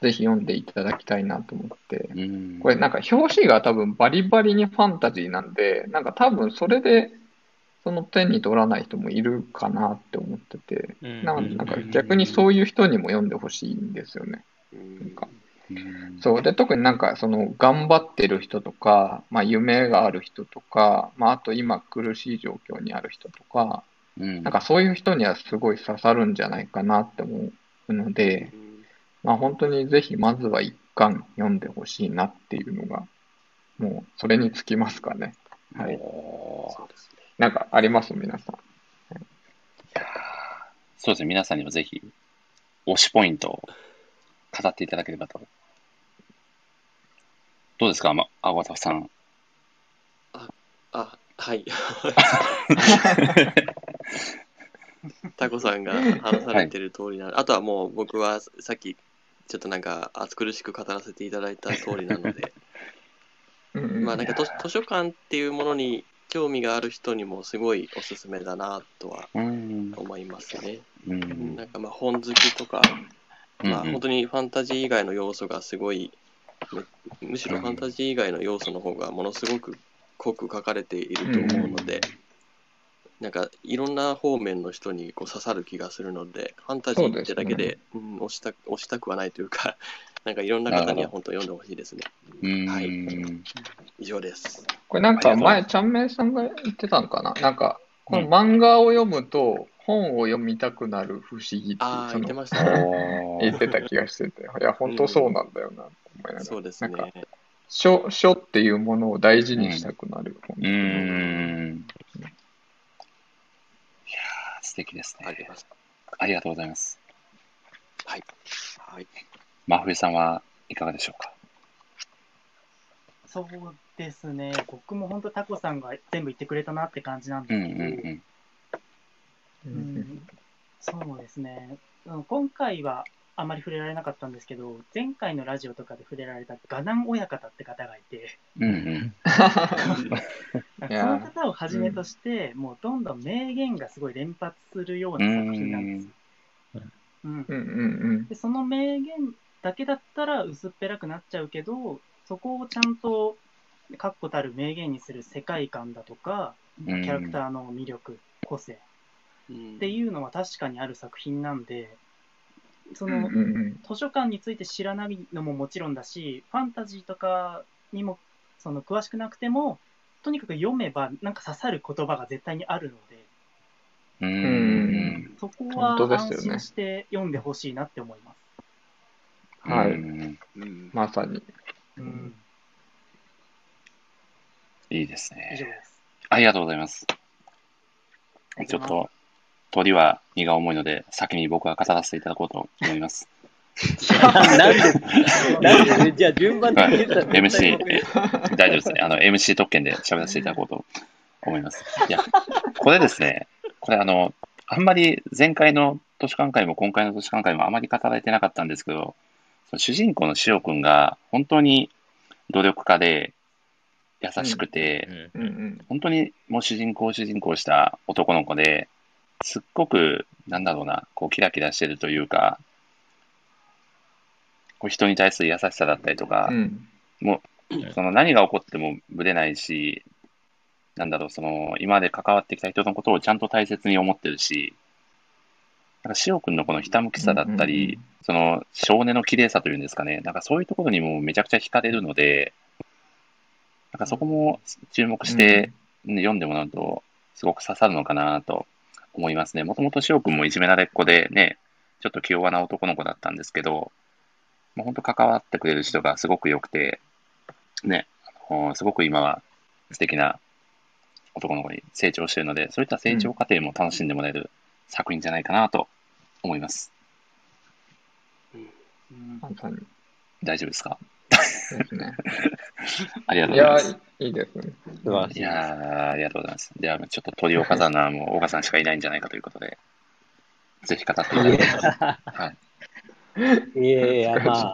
[SPEAKER 2] ぜひ読んでいただきたいなと思って、
[SPEAKER 1] うん
[SPEAKER 2] これなんか表紙が多分バリバリにファンタジーなんで、なんか多分それでその手に取らない人もいるかなって思ってて、
[SPEAKER 5] うん
[SPEAKER 2] なのでなんか逆にそういう人にも読んでほしいんですよね。なんか
[SPEAKER 1] うん
[SPEAKER 2] そう。で、特になんかその頑張ってる人とか、まあ夢がある人とか、まああと今苦しい状況にある人とか、
[SPEAKER 1] うん
[SPEAKER 2] なんかそういう人にはすごい刺さるんじゃないかなって思うので、まあ本当にぜひまずは一巻読んでほしいなっていうのが、もうそれにつきますかね。はい。
[SPEAKER 1] おー
[SPEAKER 6] そうですね。
[SPEAKER 2] なんかあります皆さん。
[SPEAKER 1] そうですね、皆さんにもぜひ、推しポイントを語っていただければと。どうですか、ま、青畑さ ん。
[SPEAKER 6] あ、 はい。タコさんが話されてる通りな、あとはもう僕はさっきちょっとなんか暑苦しく語らせていただいた通りなので、
[SPEAKER 2] うんうん
[SPEAKER 6] まあなんか図図書館っていうものに興味がある人にもすごいおすすめだなとは
[SPEAKER 1] うん。
[SPEAKER 6] 思いますね。
[SPEAKER 1] うん。
[SPEAKER 6] なんかまあ本好きとか、まあ
[SPEAKER 1] うんうん
[SPEAKER 6] 本当にファンタジー以外の要素がすごい、むむしろファンタジー以外の要素の方がものすごく濃く書かれていると思うので、なんかいろんな方面の人にこう刺さる気がするので、ファンタジーってだけで、うん、押した押したくはないというか、 なんかいろんな方には本当読んでほしいですね。
[SPEAKER 1] うん
[SPEAKER 6] はい
[SPEAKER 1] うん
[SPEAKER 6] 以上です。
[SPEAKER 2] これなんか
[SPEAKER 1] あ
[SPEAKER 2] 前、
[SPEAKER 1] り
[SPEAKER 2] ちゃんめいさんが言ってたのかななんか、この漫画を読むと本を読みたくなる不思議って
[SPEAKER 6] ああ、
[SPEAKER 2] そ
[SPEAKER 6] 言って
[SPEAKER 2] の
[SPEAKER 6] まし
[SPEAKER 1] お
[SPEAKER 6] たね。
[SPEAKER 2] 言っ
[SPEAKER 1] ー
[SPEAKER 2] てた気がしてて、いや、本当そうなんだよなって思いなが
[SPEAKER 6] そ
[SPEAKER 2] ら
[SPEAKER 6] うですね
[SPEAKER 2] なん。書。書っていうものを大事にしたくなる。
[SPEAKER 1] うん。いやー素敵です
[SPEAKER 6] あり
[SPEAKER 1] ね。
[SPEAKER 6] ます。
[SPEAKER 1] ありがとうございます。
[SPEAKER 6] はい。はい。
[SPEAKER 1] 真冬さんはいかがでしょうか。
[SPEAKER 3] そうですね、僕も本当、タコさんが全部言ってくれたなって感じなん
[SPEAKER 1] う
[SPEAKER 3] で
[SPEAKER 1] ん
[SPEAKER 3] すけど、
[SPEAKER 1] うん
[SPEAKER 2] う
[SPEAKER 3] うんんそうですね、あの今回はあまり触れられなかったんですけど、前回のラジオとかで触れられたガナン親方って方がいて、
[SPEAKER 1] うん。うんうん。
[SPEAKER 3] なん
[SPEAKER 2] い
[SPEAKER 3] か
[SPEAKER 2] や
[SPEAKER 3] そ
[SPEAKER 2] ー
[SPEAKER 3] の方をはじめとして、もうどんどん名言がすごい連発するような作品なんですよ。うん
[SPEAKER 2] うんうん
[SPEAKER 3] でその名言だけだったら薄っぺらくなっちゃうけど、そこをちゃんと確固たる名言にする世界観だとか、
[SPEAKER 1] うん
[SPEAKER 3] キャラクターの魅力、個性
[SPEAKER 6] うん
[SPEAKER 3] っていうのは確かにある作品なんで、そ
[SPEAKER 2] うん。
[SPEAKER 3] の
[SPEAKER 2] うんうん
[SPEAKER 3] 図書館について知らないのももちろんだし、ファンタジーとかにもその詳しくなくても、とにかく読めばなんか刺さる言葉が絶対にあるので、
[SPEAKER 1] うん
[SPEAKER 2] う
[SPEAKER 1] うん
[SPEAKER 2] うん
[SPEAKER 1] ん
[SPEAKER 3] そこは
[SPEAKER 2] 本当です
[SPEAKER 3] 安
[SPEAKER 2] よね
[SPEAKER 3] 心して読んでほしいなって思います。
[SPEAKER 1] うん。
[SPEAKER 2] はい
[SPEAKER 1] うん
[SPEAKER 6] うん
[SPEAKER 2] まさに。
[SPEAKER 3] うんん、
[SPEAKER 1] いいです
[SPEAKER 3] 以上
[SPEAKER 1] ね。
[SPEAKER 3] です。
[SPEAKER 1] ありがとうございます。
[SPEAKER 3] あり
[SPEAKER 1] ちょ
[SPEAKER 3] が
[SPEAKER 1] っ
[SPEAKER 3] とうございま
[SPEAKER 1] と、
[SPEAKER 3] す
[SPEAKER 1] 鳥は荷が重いので、先に僕は語らせていただこうと思い ます。
[SPEAKER 5] なんで、なんで、じゃあ順番的に言ったら絶対
[SPEAKER 1] MC
[SPEAKER 5] 僕、
[SPEAKER 1] え大丈夫ですね。あの、MC 特権で喋らせていただこうと思います。いや、これですね、これあの、あんまり前回の図書館会も今回の図書館会もあまり語られてなかったんですけど、その主人公のしおくんが本当に努力家で優しくて、
[SPEAKER 2] うんうん
[SPEAKER 1] 本当にもう主人公主人公した男の子ですっごくなんだろうなこうキラキラしてるというかこう人に対する優しさだったりとか
[SPEAKER 2] う、ん
[SPEAKER 1] その何が起こってもぶれないしなんだろうその今まで関わってきた人のことをちゃんと大切に思ってるしなんか潮君のこのひたむきさだったり、
[SPEAKER 2] うんうんうん
[SPEAKER 1] その少年の綺麗さというんですかねなんかそういうところにもめちゃくちゃ惹かれるのでなんかそこも注目して、ね読んでもらうと、すごく刺さるのかなと思いますね。もともとく君もいじめられっ子でね、ちょっと気弱な男の子だったんですけど、もう本当関わってくれる人がすごく良くて、ね、あのすごく今は素敵な男の子に成長してるので、そういった成長過程も楽しんでもらえる作品じゃないかなと思います。
[SPEAKER 3] うん
[SPEAKER 2] まさに
[SPEAKER 1] 大丈夫ですか
[SPEAKER 2] ですね。
[SPEAKER 1] ありがと
[SPEAKER 2] いう
[SPEAKER 1] ござい
[SPEAKER 2] や
[SPEAKER 1] ます。
[SPEAKER 2] ー、いいですね。
[SPEAKER 5] 素晴らし
[SPEAKER 1] い
[SPEAKER 5] いです。
[SPEAKER 1] やーありがとうございます。では、ちょっと鳥岡さんはもう岡さんしかいないんじゃないかということで、ぜひ語っていただければと。はい。
[SPEAKER 5] いやいや、まあ、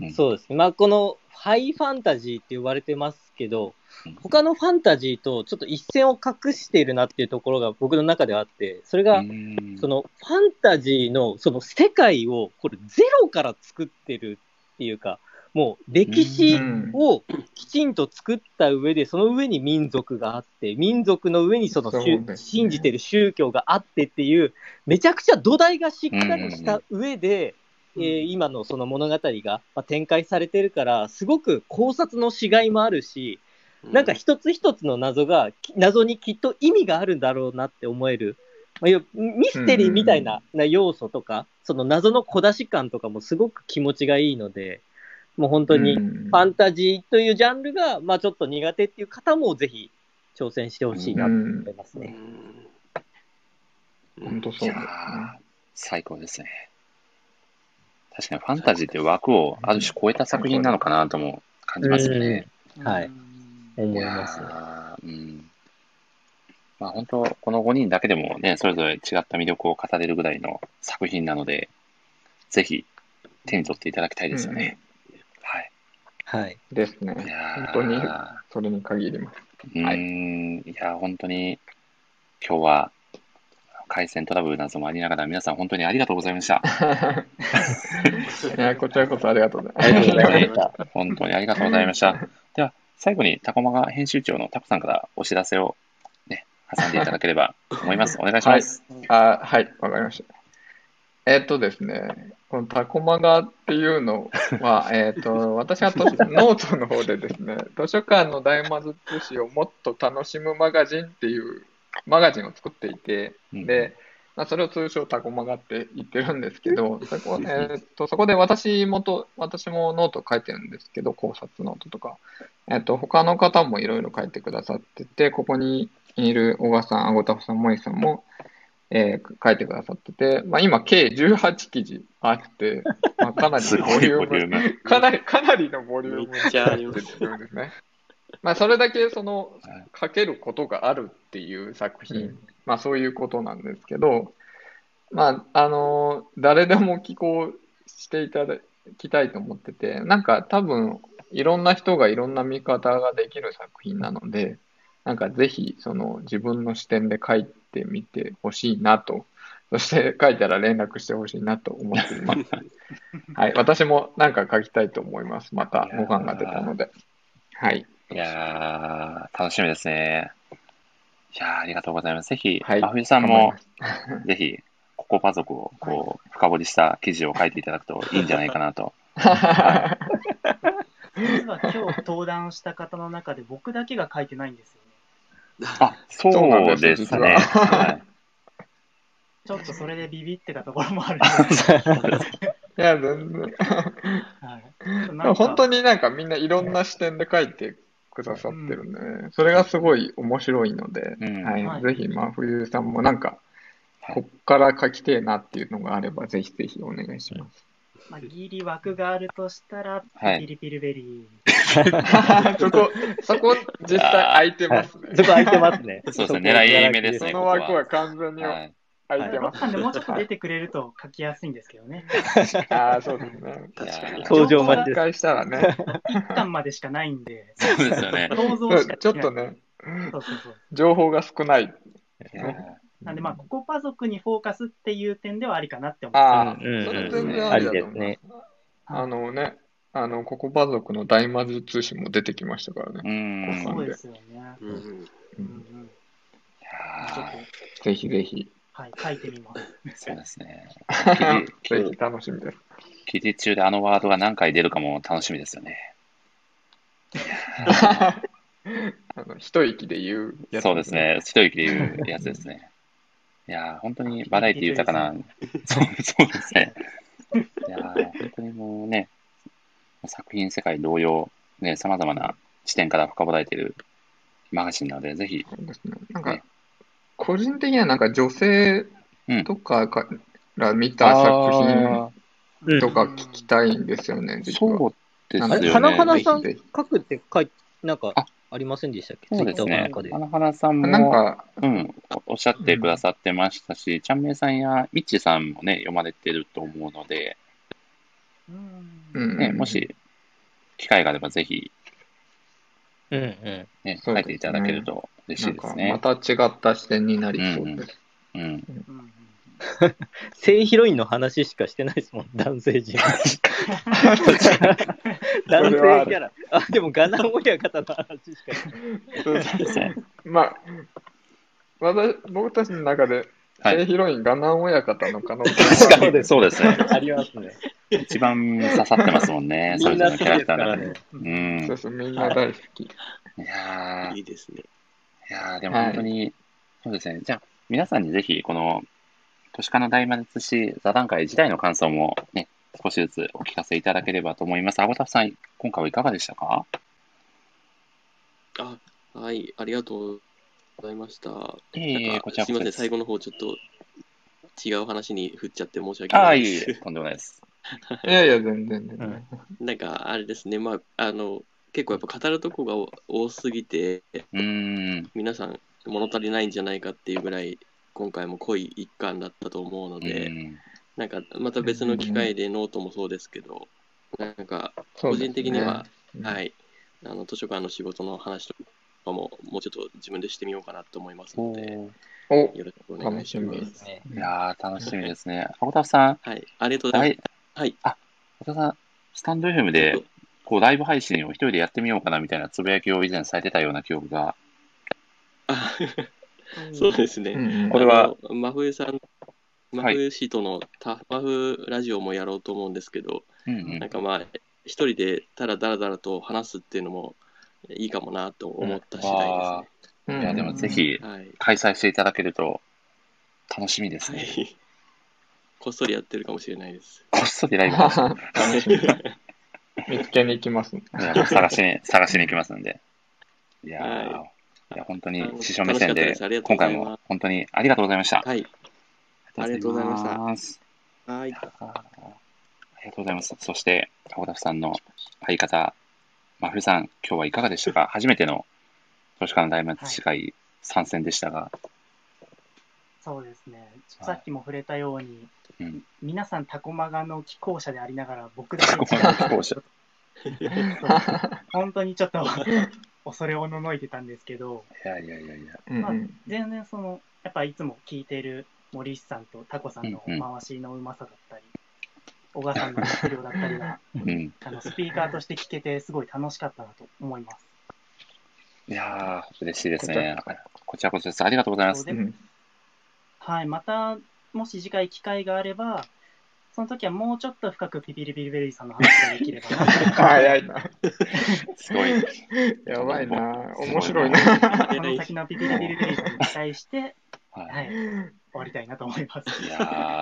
[SPEAKER 1] うん
[SPEAKER 5] そうですね。まあ、このハイファンタジーって呼ばれてますけど
[SPEAKER 1] うん、
[SPEAKER 5] 他のファンタジーとちょっと一線を隠しているなっていうところが僕の中ではあって、それが、
[SPEAKER 1] ん
[SPEAKER 5] そのファンタジーのその世界をこれゼロから作ってるっていうか、もう歴史
[SPEAKER 2] うん
[SPEAKER 5] をきちんと作った上で、その上に民族があって、民族の上にその宗
[SPEAKER 2] そうですね
[SPEAKER 5] 信じてる宗教があってっていう、めちゃくちゃ土台がしっかりした上で、
[SPEAKER 3] うん
[SPEAKER 5] えー今のその物語がまあ展開されてるから、すごく考察のしがいもあるし、なんか一つ一つの謎が、き謎にきっと意味があるんだろうなって思える。まあ要ミステリーみたいなな要素とか、その謎の小出し感とかもすごく気持ちがいいので、もう本当に
[SPEAKER 2] う
[SPEAKER 5] フ
[SPEAKER 2] ん
[SPEAKER 5] ァンタジーというジャンルが、まあちょっと苦手っていう方もぜひ挑戦してほしいなと思います
[SPEAKER 6] う
[SPEAKER 5] ね。
[SPEAKER 6] ん
[SPEAKER 2] 本当
[SPEAKER 1] い
[SPEAKER 2] そう
[SPEAKER 1] や
[SPEAKER 2] だよね
[SPEAKER 1] ー最高ですね。確かにファンタジーっていう枠をある種超えた作品なのかなとも感じますよね。
[SPEAKER 5] はい
[SPEAKER 3] うん
[SPEAKER 5] 思いますね。
[SPEAKER 1] ね。うん。まあ本当、この5人だけでもね、それぞれ違った魅力を語れるぐらいの作品なので、ぜひ手に取っていただきたいですよね。はい。
[SPEAKER 5] はい。
[SPEAKER 2] です
[SPEAKER 1] い
[SPEAKER 2] ね。
[SPEAKER 1] やー
[SPEAKER 2] 本当にそれに限ります。 は
[SPEAKER 1] う
[SPEAKER 2] い
[SPEAKER 1] ーん、いや、本当に、今日は、回線トラブルなどもありながら、皆さん本当にありがとうございました。
[SPEAKER 2] いやこちらこそありがとうございます。
[SPEAKER 5] ありがとうございました。
[SPEAKER 1] 本当にありがとうございました。では、最後にタコマが編集長のタコさんからお知らせを、ね、挟んでいただければと思います。お願いします。
[SPEAKER 2] あはい、わかりました。えっとですね、このタコマガっていうの は、えっと、私は図書ノートの方でですね、図書館の大魔術師をもっと楽しむマガジンっていうマガジンを作っていて、
[SPEAKER 1] うん
[SPEAKER 2] で、まあ、それを通称タコマガって言ってるんですけど、そこ,、えっとそこで私もと、私もノート書いてるんですけど、考察ノートとか、えっと、他の方もいろいろ書いてくださってて、ここにいる小川さん、あごたふさん、もえさんも、えー書いてくださってて、まあ、今、計18記事あって、まあ、かなり
[SPEAKER 1] す
[SPEAKER 2] の
[SPEAKER 1] ご
[SPEAKER 2] ボ
[SPEAKER 1] い
[SPEAKER 2] リ
[SPEAKER 1] ボ
[SPEAKER 2] ュー
[SPEAKER 1] リュ
[SPEAKER 2] ム、
[SPEAKER 1] ーム。
[SPEAKER 2] かなり、かなりのボリューム
[SPEAKER 6] めっちゃあります。
[SPEAKER 2] そうですね。まあ、それだけその
[SPEAKER 1] はい
[SPEAKER 2] 書けることがあるっていう作品、まあ、そういうことなんですけど、まあ、あのー誰でも寄稿していただきたいと思ってて、なんか多分、いろんな人がいろんな見方ができる作品なので、なんかぜひ、その自分の視点で書いてみてほしいなと、そして書いたら連絡してほしいなと思ってい ます。はい、私もなんか書きたいと思います。またご飯が出たので。はい。
[SPEAKER 1] いやー、楽しみですね。いやー、ありがとうございます。ぜひ、
[SPEAKER 2] はい
[SPEAKER 1] 真冬さん
[SPEAKER 2] 頑張り
[SPEAKER 1] も
[SPEAKER 2] ま、す
[SPEAKER 1] ぜひ、ここパ族をこう深掘りした記事を書いていただくといいんじゃないかなと。
[SPEAKER 3] 実は今日登壇した方の中で僕だけが書いてないんですよね。
[SPEAKER 1] あ、
[SPEAKER 2] うなん
[SPEAKER 1] そう
[SPEAKER 2] です
[SPEAKER 1] で
[SPEAKER 2] よ
[SPEAKER 1] すね。
[SPEAKER 2] 実
[SPEAKER 1] はい
[SPEAKER 3] ちょっとそれでビビってたところ もある
[SPEAKER 2] いや、全然。
[SPEAKER 3] はい、
[SPEAKER 2] 本当
[SPEAKER 3] に
[SPEAKER 2] になんかみんないろんな視点で書いてくださってるんでね、それがすごい面白いので、
[SPEAKER 1] うん
[SPEAKER 2] はい
[SPEAKER 3] はい
[SPEAKER 2] ぜひ真冬さんもなんか、
[SPEAKER 1] はい
[SPEAKER 2] こっから書きてえなっていうのがあれば、ぜひぜひお願いします。
[SPEAKER 3] まあ、ギリ枠があるとしたら、
[SPEAKER 1] はい
[SPEAKER 3] ピリピリベリ
[SPEAKER 2] そこ、そこ、実際空いてますね。
[SPEAKER 5] そこ空いてますね。
[SPEAKER 1] そうですね
[SPEAKER 5] こ
[SPEAKER 1] 狙い目です
[SPEAKER 2] そ
[SPEAKER 1] ね
[SPEAKER 2] の枠は完全に
[SPEAKER 1] はい
[SPEAKER 2] 空
[SPEAKER 3] ー。
[SPEAKER 2] いて
[SPEAKER 3] ロ
[SPEAKER 2] ま
[SPEAKER 3] ッ
[SPEAKER 2] す。
[SPEAKER 3] カンでもうちょっと出てくれると書きやすいんですけど ね。
[SPEAKER 2] ああ、そうですね。
[SPEAKER 1] いや
[SPEAKER 6] 確かに
[SPEAKER 1] ー
[SPEAKER 5] 登場待ち
[SPEAKER 2] 一
[SPEAKER 5] です。
[SPEAKER 2] 回したらね、
[SPEAKER 3] 一巻までしかないんで、
[SPEAKER 1] そうですよ ね。
[SPEAKER 3] 想像しかできない。
[SPEAKER 2] ちょっとね、
[SPEAKER 3] そうそうそう。
[SPEAKER 2] 情報が少ない。
[SPEAKER 1] いやー
[SPEAKER 3] なんで、まあ、ココパ族にフォーカスっていう点ではありかなって思う。
[SPEAKER 2] ああ、
[SPEAKER 5] うんうん
[SPEAKER 2] それ全然ありだと思います。
[SPEAKER 5] あり
[SPEAKER 2] あのね、あの、ここ馬族の大魔術師も出てきましたから
[SPEAKER 1] う
[SPEAKER 2] ね。
[SPEAKER 1] ん。い
[SPEAKER 3] そうですよね。
[SPEAKER 6] うん
[SPEAKER 3] う
[SPEAKER 2] うんん
[SPEAKER 3] うん、ちょっ
[SPEAKER 1] や
[SPEAKER 3] と、
[SPEAKER 2] ぜひぜひ、
[SPEAKER 3] はい、書いてみます。
[SPEAKER 1] ーそうですね。記
[SPEAKER 2] ぜ
[SPEAKER 1] 事
[SPEAKER 2] ひ楽しみです。
[SPEAKER 1] 記事中であのワードが何回出るかも楽しみですよね。
[SPEAKER 2] あの、一息で言うやつ。
[SPEAKER 1] そうです。ね。一息で言うやつですね。いやー、本当にバラエティ豊かな、そうそうですね。いやー、本当にもうね、作品世界同様、ね、様々な視点から深掘られているマガジンなので、ぜひ、
[SPEAKER 2] そうですね。なん
[SPEAKER 1] ね
[SPEAKER 2] か、個人的にはなんか女性
[SPEAKER 1] うん
[SPEAKER 2] とかから見た作品
[SPEAKER 5] うん
[SPEAKER 2] とか聞きたいんですよね、実は。
[SPEAKER 1] そうです
[SPEAKER 5] あ
[SPEAKER 1] よ
[SPEAKER 5] れ、
[SPEAKER 1] ね。
[SPEAKER 5] 花花さん
[SPEAKER 2] ぜひぜ
[SPEAKER 5] 書くって書いなんか
[SPEAKER 1] あ
[SPEAKER 5] ありませんでしたっけ
[SPEAKER 1] そうです
[SPEAKER 5] ツイッターの
[SPEAKER 1] ね
[SPEAKER 5] 中で。。
[SPEAKER 1] 花花さんも、
[SPEAKER 2] なんか、
[SPEAKER 1] うん、おおっしゃってくださってましたし、ちゃんめいさんやみっちさんもね、読まれてると思うので、
[SPEAKER 3] うん
[SPEAKER 2] うん
[SPEAKER 1] ね、も、し、機会があればぜひ、
[SPEAKER 5] うんうん。
[SPEAKER 1] ね、書
[SPEAKER 2] そうで
[SPEAKER 1] い
[SPEAKER 2] すね
[SPEAKER 1] ていただけると嬉し
[SPEAKER 2] な
[SPEAKER 1] い
[SPEAKER 2] ん
[SPEAKER 1] で
[SPEAKER 2] か
[SPEAKER 1] す
[SPEAKER 2] ま
[SPEAKER 1] ね。
[SPEAKER 2] た違った視点になりそうです。
[SPEAKER 1] うん。
[SPEAKER 3] うんうん
[SPEAKER 5] 性ヒロインの話しかしてないですもん、 男性陣。男性キャラ。あ、でもガナン親方の話しかしてない。
[SPEAKER 2] そう です
[SPEAKER 1] そうですね。
[SPEAKER 2] まあ、私僕たちの中で、
[SPEAKER 1] は
[SPEAKER 2] 正
[SPEAKER 1] い。
[SPEAKER 2] ヒロイン、ガナン親方の可能性
[SPEAKER 1] 確
[SPEAKER 2] が
[SPEAKER 1] かに、そうですね。
[SPEAKER 5] ありますね。
[SPEAKER 1] 一番刺さってますもん ね、そ
[SPEAKER 5] み
[SPEAKER 1] れ
[SPEAKER 5] ん
[SPEAKER 1] ぞれの
[SPEAKER 5] な好
[SPEAKER 1] キ
[SPEAKER 5] き
[SPEAKER 1] ャラ
[SPEAKER 5] で
[SPEAKER 1] ク
[SPEAKER 5] す
[SPEAKER 1] ター
[SPEAKER 5] か
[SPEAKER 1] が
[SPEAKER 5] ら
[SPEAKER 1] ね。
[SPEAKER 5] ね。
[SPEAKER 1] う
[SPEAKER 2] そ
[SPEAKER 1] ん
[SPEAKER 2] う。です、みんな大好き。
[SPEAKER 1] いやー
[SPEAKER 4] いいですね。
[SPEAKER 1] いやーでも本当に、そうですね。じゃあ、皆さんにぜひ、この、都市化の大魔術師座談会自体の感想もね、少しずつお聞かせいただければと思います。アゴタフさん、今回はいかがでしたか
[SPEAKER 4] あ、はい、ありがとうございました。
[SPEAKER 1] いえいえ
[SPEAKER 4] なんか
[SPEAKER 1] こちらこそ
[SPEAKER 4] すみませ
[SPEAKER 1] で
[SPEAKER 4] ん、
[SPEAKER 1] す
[SPEAKER 4] 最後の方ちょっと違う話に振っちゃって申し訳
[SPEAKER 1] あ
[SPEAKER 4] な
[SPEAKER 1] あ、
[SPEAKER 4] い
[SPEAKER 1] い
[SPEAKER 4] で
[SPEAKER 1] えい
[SPEAKER 4] す。
[SPEAKER 1] え、とんでもないです。
[SPEAKER 2] いやいや、全然、全
[SPEAKER 5] う
[SPEAKER 2] 然
[SPEAKER 5] ん。
[SPEAKER 4] なんかあれですね、まあ、あの、結構やっぱ語るとこが多多すぎて、
[SPEAKER 1] うーん。
[SPEAKER 4] 皆さん物足りないんじゃないかっていうぐらい、今回も濃い一巻だったと思うの
[SPEAKER 1] う
[SPEAKER 4] で、
[SPEAKER 1] ん。
[SPEAKER 4] なんかまた別の機会でノートもそうですけど、なんか
[SPEAKER 2] そう
[SPEAKER 4] 個
[SPEAKER 2] ですね
[SPEAKER 4] 人的には、
[SPEAKER 2] うん
[SPEAKER 4] はい、あの図書館の仕事の話とかも、もうちょっと自分でしてみようかなと思いますの
[SPEAKER 1] お
[SPEAKER 4] で、
[SPEAKER 1] ー
[SPEAKER 2] お
[SPEAKER 4] よろしくお願いし
[SPEAKER 2] 楽しみ
[SPEAKER 4] ま。
[SPEAKER 2] です
[SPEAKER 5] ね
[SPEAKER 1] いやー、楽しみですね。アゴタフさん、
[SPEAKER 4] はい、ありがとうござ
[SPEAKER 1] はいい。
[SPEAKER 4] ます。はい、
[SPEAKER 1] アゴタフさん、スタンド FM で、こう、ライブ配信を一人でやってみようかなみたいなつぶやきを以前されてたような記憶が。
[SPEAKER 4] あ そうですね。
[SPEAKER 2] うんうん
[SPEAKER 1] これは
[SPEAKER 4] あの、真冬さん、真冬シートのタフ、真冬ラジオもやろうと思うんですけど、
[SPEAKER 1] うんう
[SPEAKER 4] なん
[SPEAKER 1] ん。
[SPEAKER 4] かまあ、一人でただだらだらと話すっていうのもいいかもなと思った次第です
[SPEAKER 1] わ
[SPEAKER 4] ね。
[SPEAKER 2] うん
[SPEAKER 1] ーいや、でもぜひ、
[SPEAKER 4] はい。
[SPEAKER 1] 開催していただけると楽しみです
[SPEAKER 4] は
[SPEAKER 1] ね。
[SPEAKER 4] い。 こっそりやってるかもしれないです。
[SPEAKER 1] こっそりライブ配信
[SPEAKER 2] 楽 しみだ。 見つけに行きますね。
[SPEAKER 1] いやもう探しに、探しに行きますんで。いやー、、
[SPEAKER 4] はい
[SPEAKER 1] や本当に
[SPEAKER 4] あの
[SPEAKER 1] 師匠目線
[SPEAKER 4] 楽しかったで
[SPEAKER 1] です
[SPEAKER 4] ありがとう
[SPEAKER 1] 今
[SPEAKER 4] ござ
[SPEAKER 1] 回
[SPEAKER 4] います
[SPEAKER 1] も本当にありがとうございました。
[SPEAKER 4] はい。
[SPEAKER 1] あ
[SPEAKER 4] ありがとうございました
[SPEAKER 1] す。
[SPEAKER 4] はい。
[SPEAKER 1] あーありがとうございます。そして、青田さんの相方、まふりさん、今日はいかがでしたか初めての投資家の大松司会参戦でしたが、
[SPEAKER 3] そうですね。さっきも触れたように、
[SPEAKER 1] うん。
[SPEAKER 3] 皆さんタコマガの寄稿者でありながら、僕だけ
[SPEAKER 1] タコマガの寄稿者
[SPEAKER 3] そう本当にちょっと恐れおののいてたんですけど、
[SPEAKER 1] いやいやいやいや。
[SPEAKER 2] うんうん
[SPEAKER 3] 全然その、やっぱいつも聞いてる森氏さんとタコさんの
[SPEAKER 1] うんうん
[SPEAKER 3] 回しのうまさだったり、小川さんの熱量だった りが、
[SPEAKER 1] うん。
[SPEAKER 3] あのスピーカーとして聞けて、すごい楽しかったなと思います。
[SPEAKER 1] いやー、嬉しいですね。こちらこそです。ありがとうございます
[SPEAKER 3] そう。ではい、また、もし次回機会があれば、その時はもうちょっと深くピピリピリベリーさんの話ができればなと。
[SPEAKER 2] 早いな。
[SPEAKER 1] すごい。
[SPEAKER 2] やばいな。面
[SPEAKER 1] すご
[SPEAKER 2] 白
[SPEAKER 1] い
[SPEAKER 2] いな。
[SPEAKER 4] あ
[SPEAKER 3] この先のピピリピリベリーさんに期待して、
[SPEAKER 1] はい
[SPEAKER 3] はい、終わりたいなと思います。
[SPEAKER 1] いや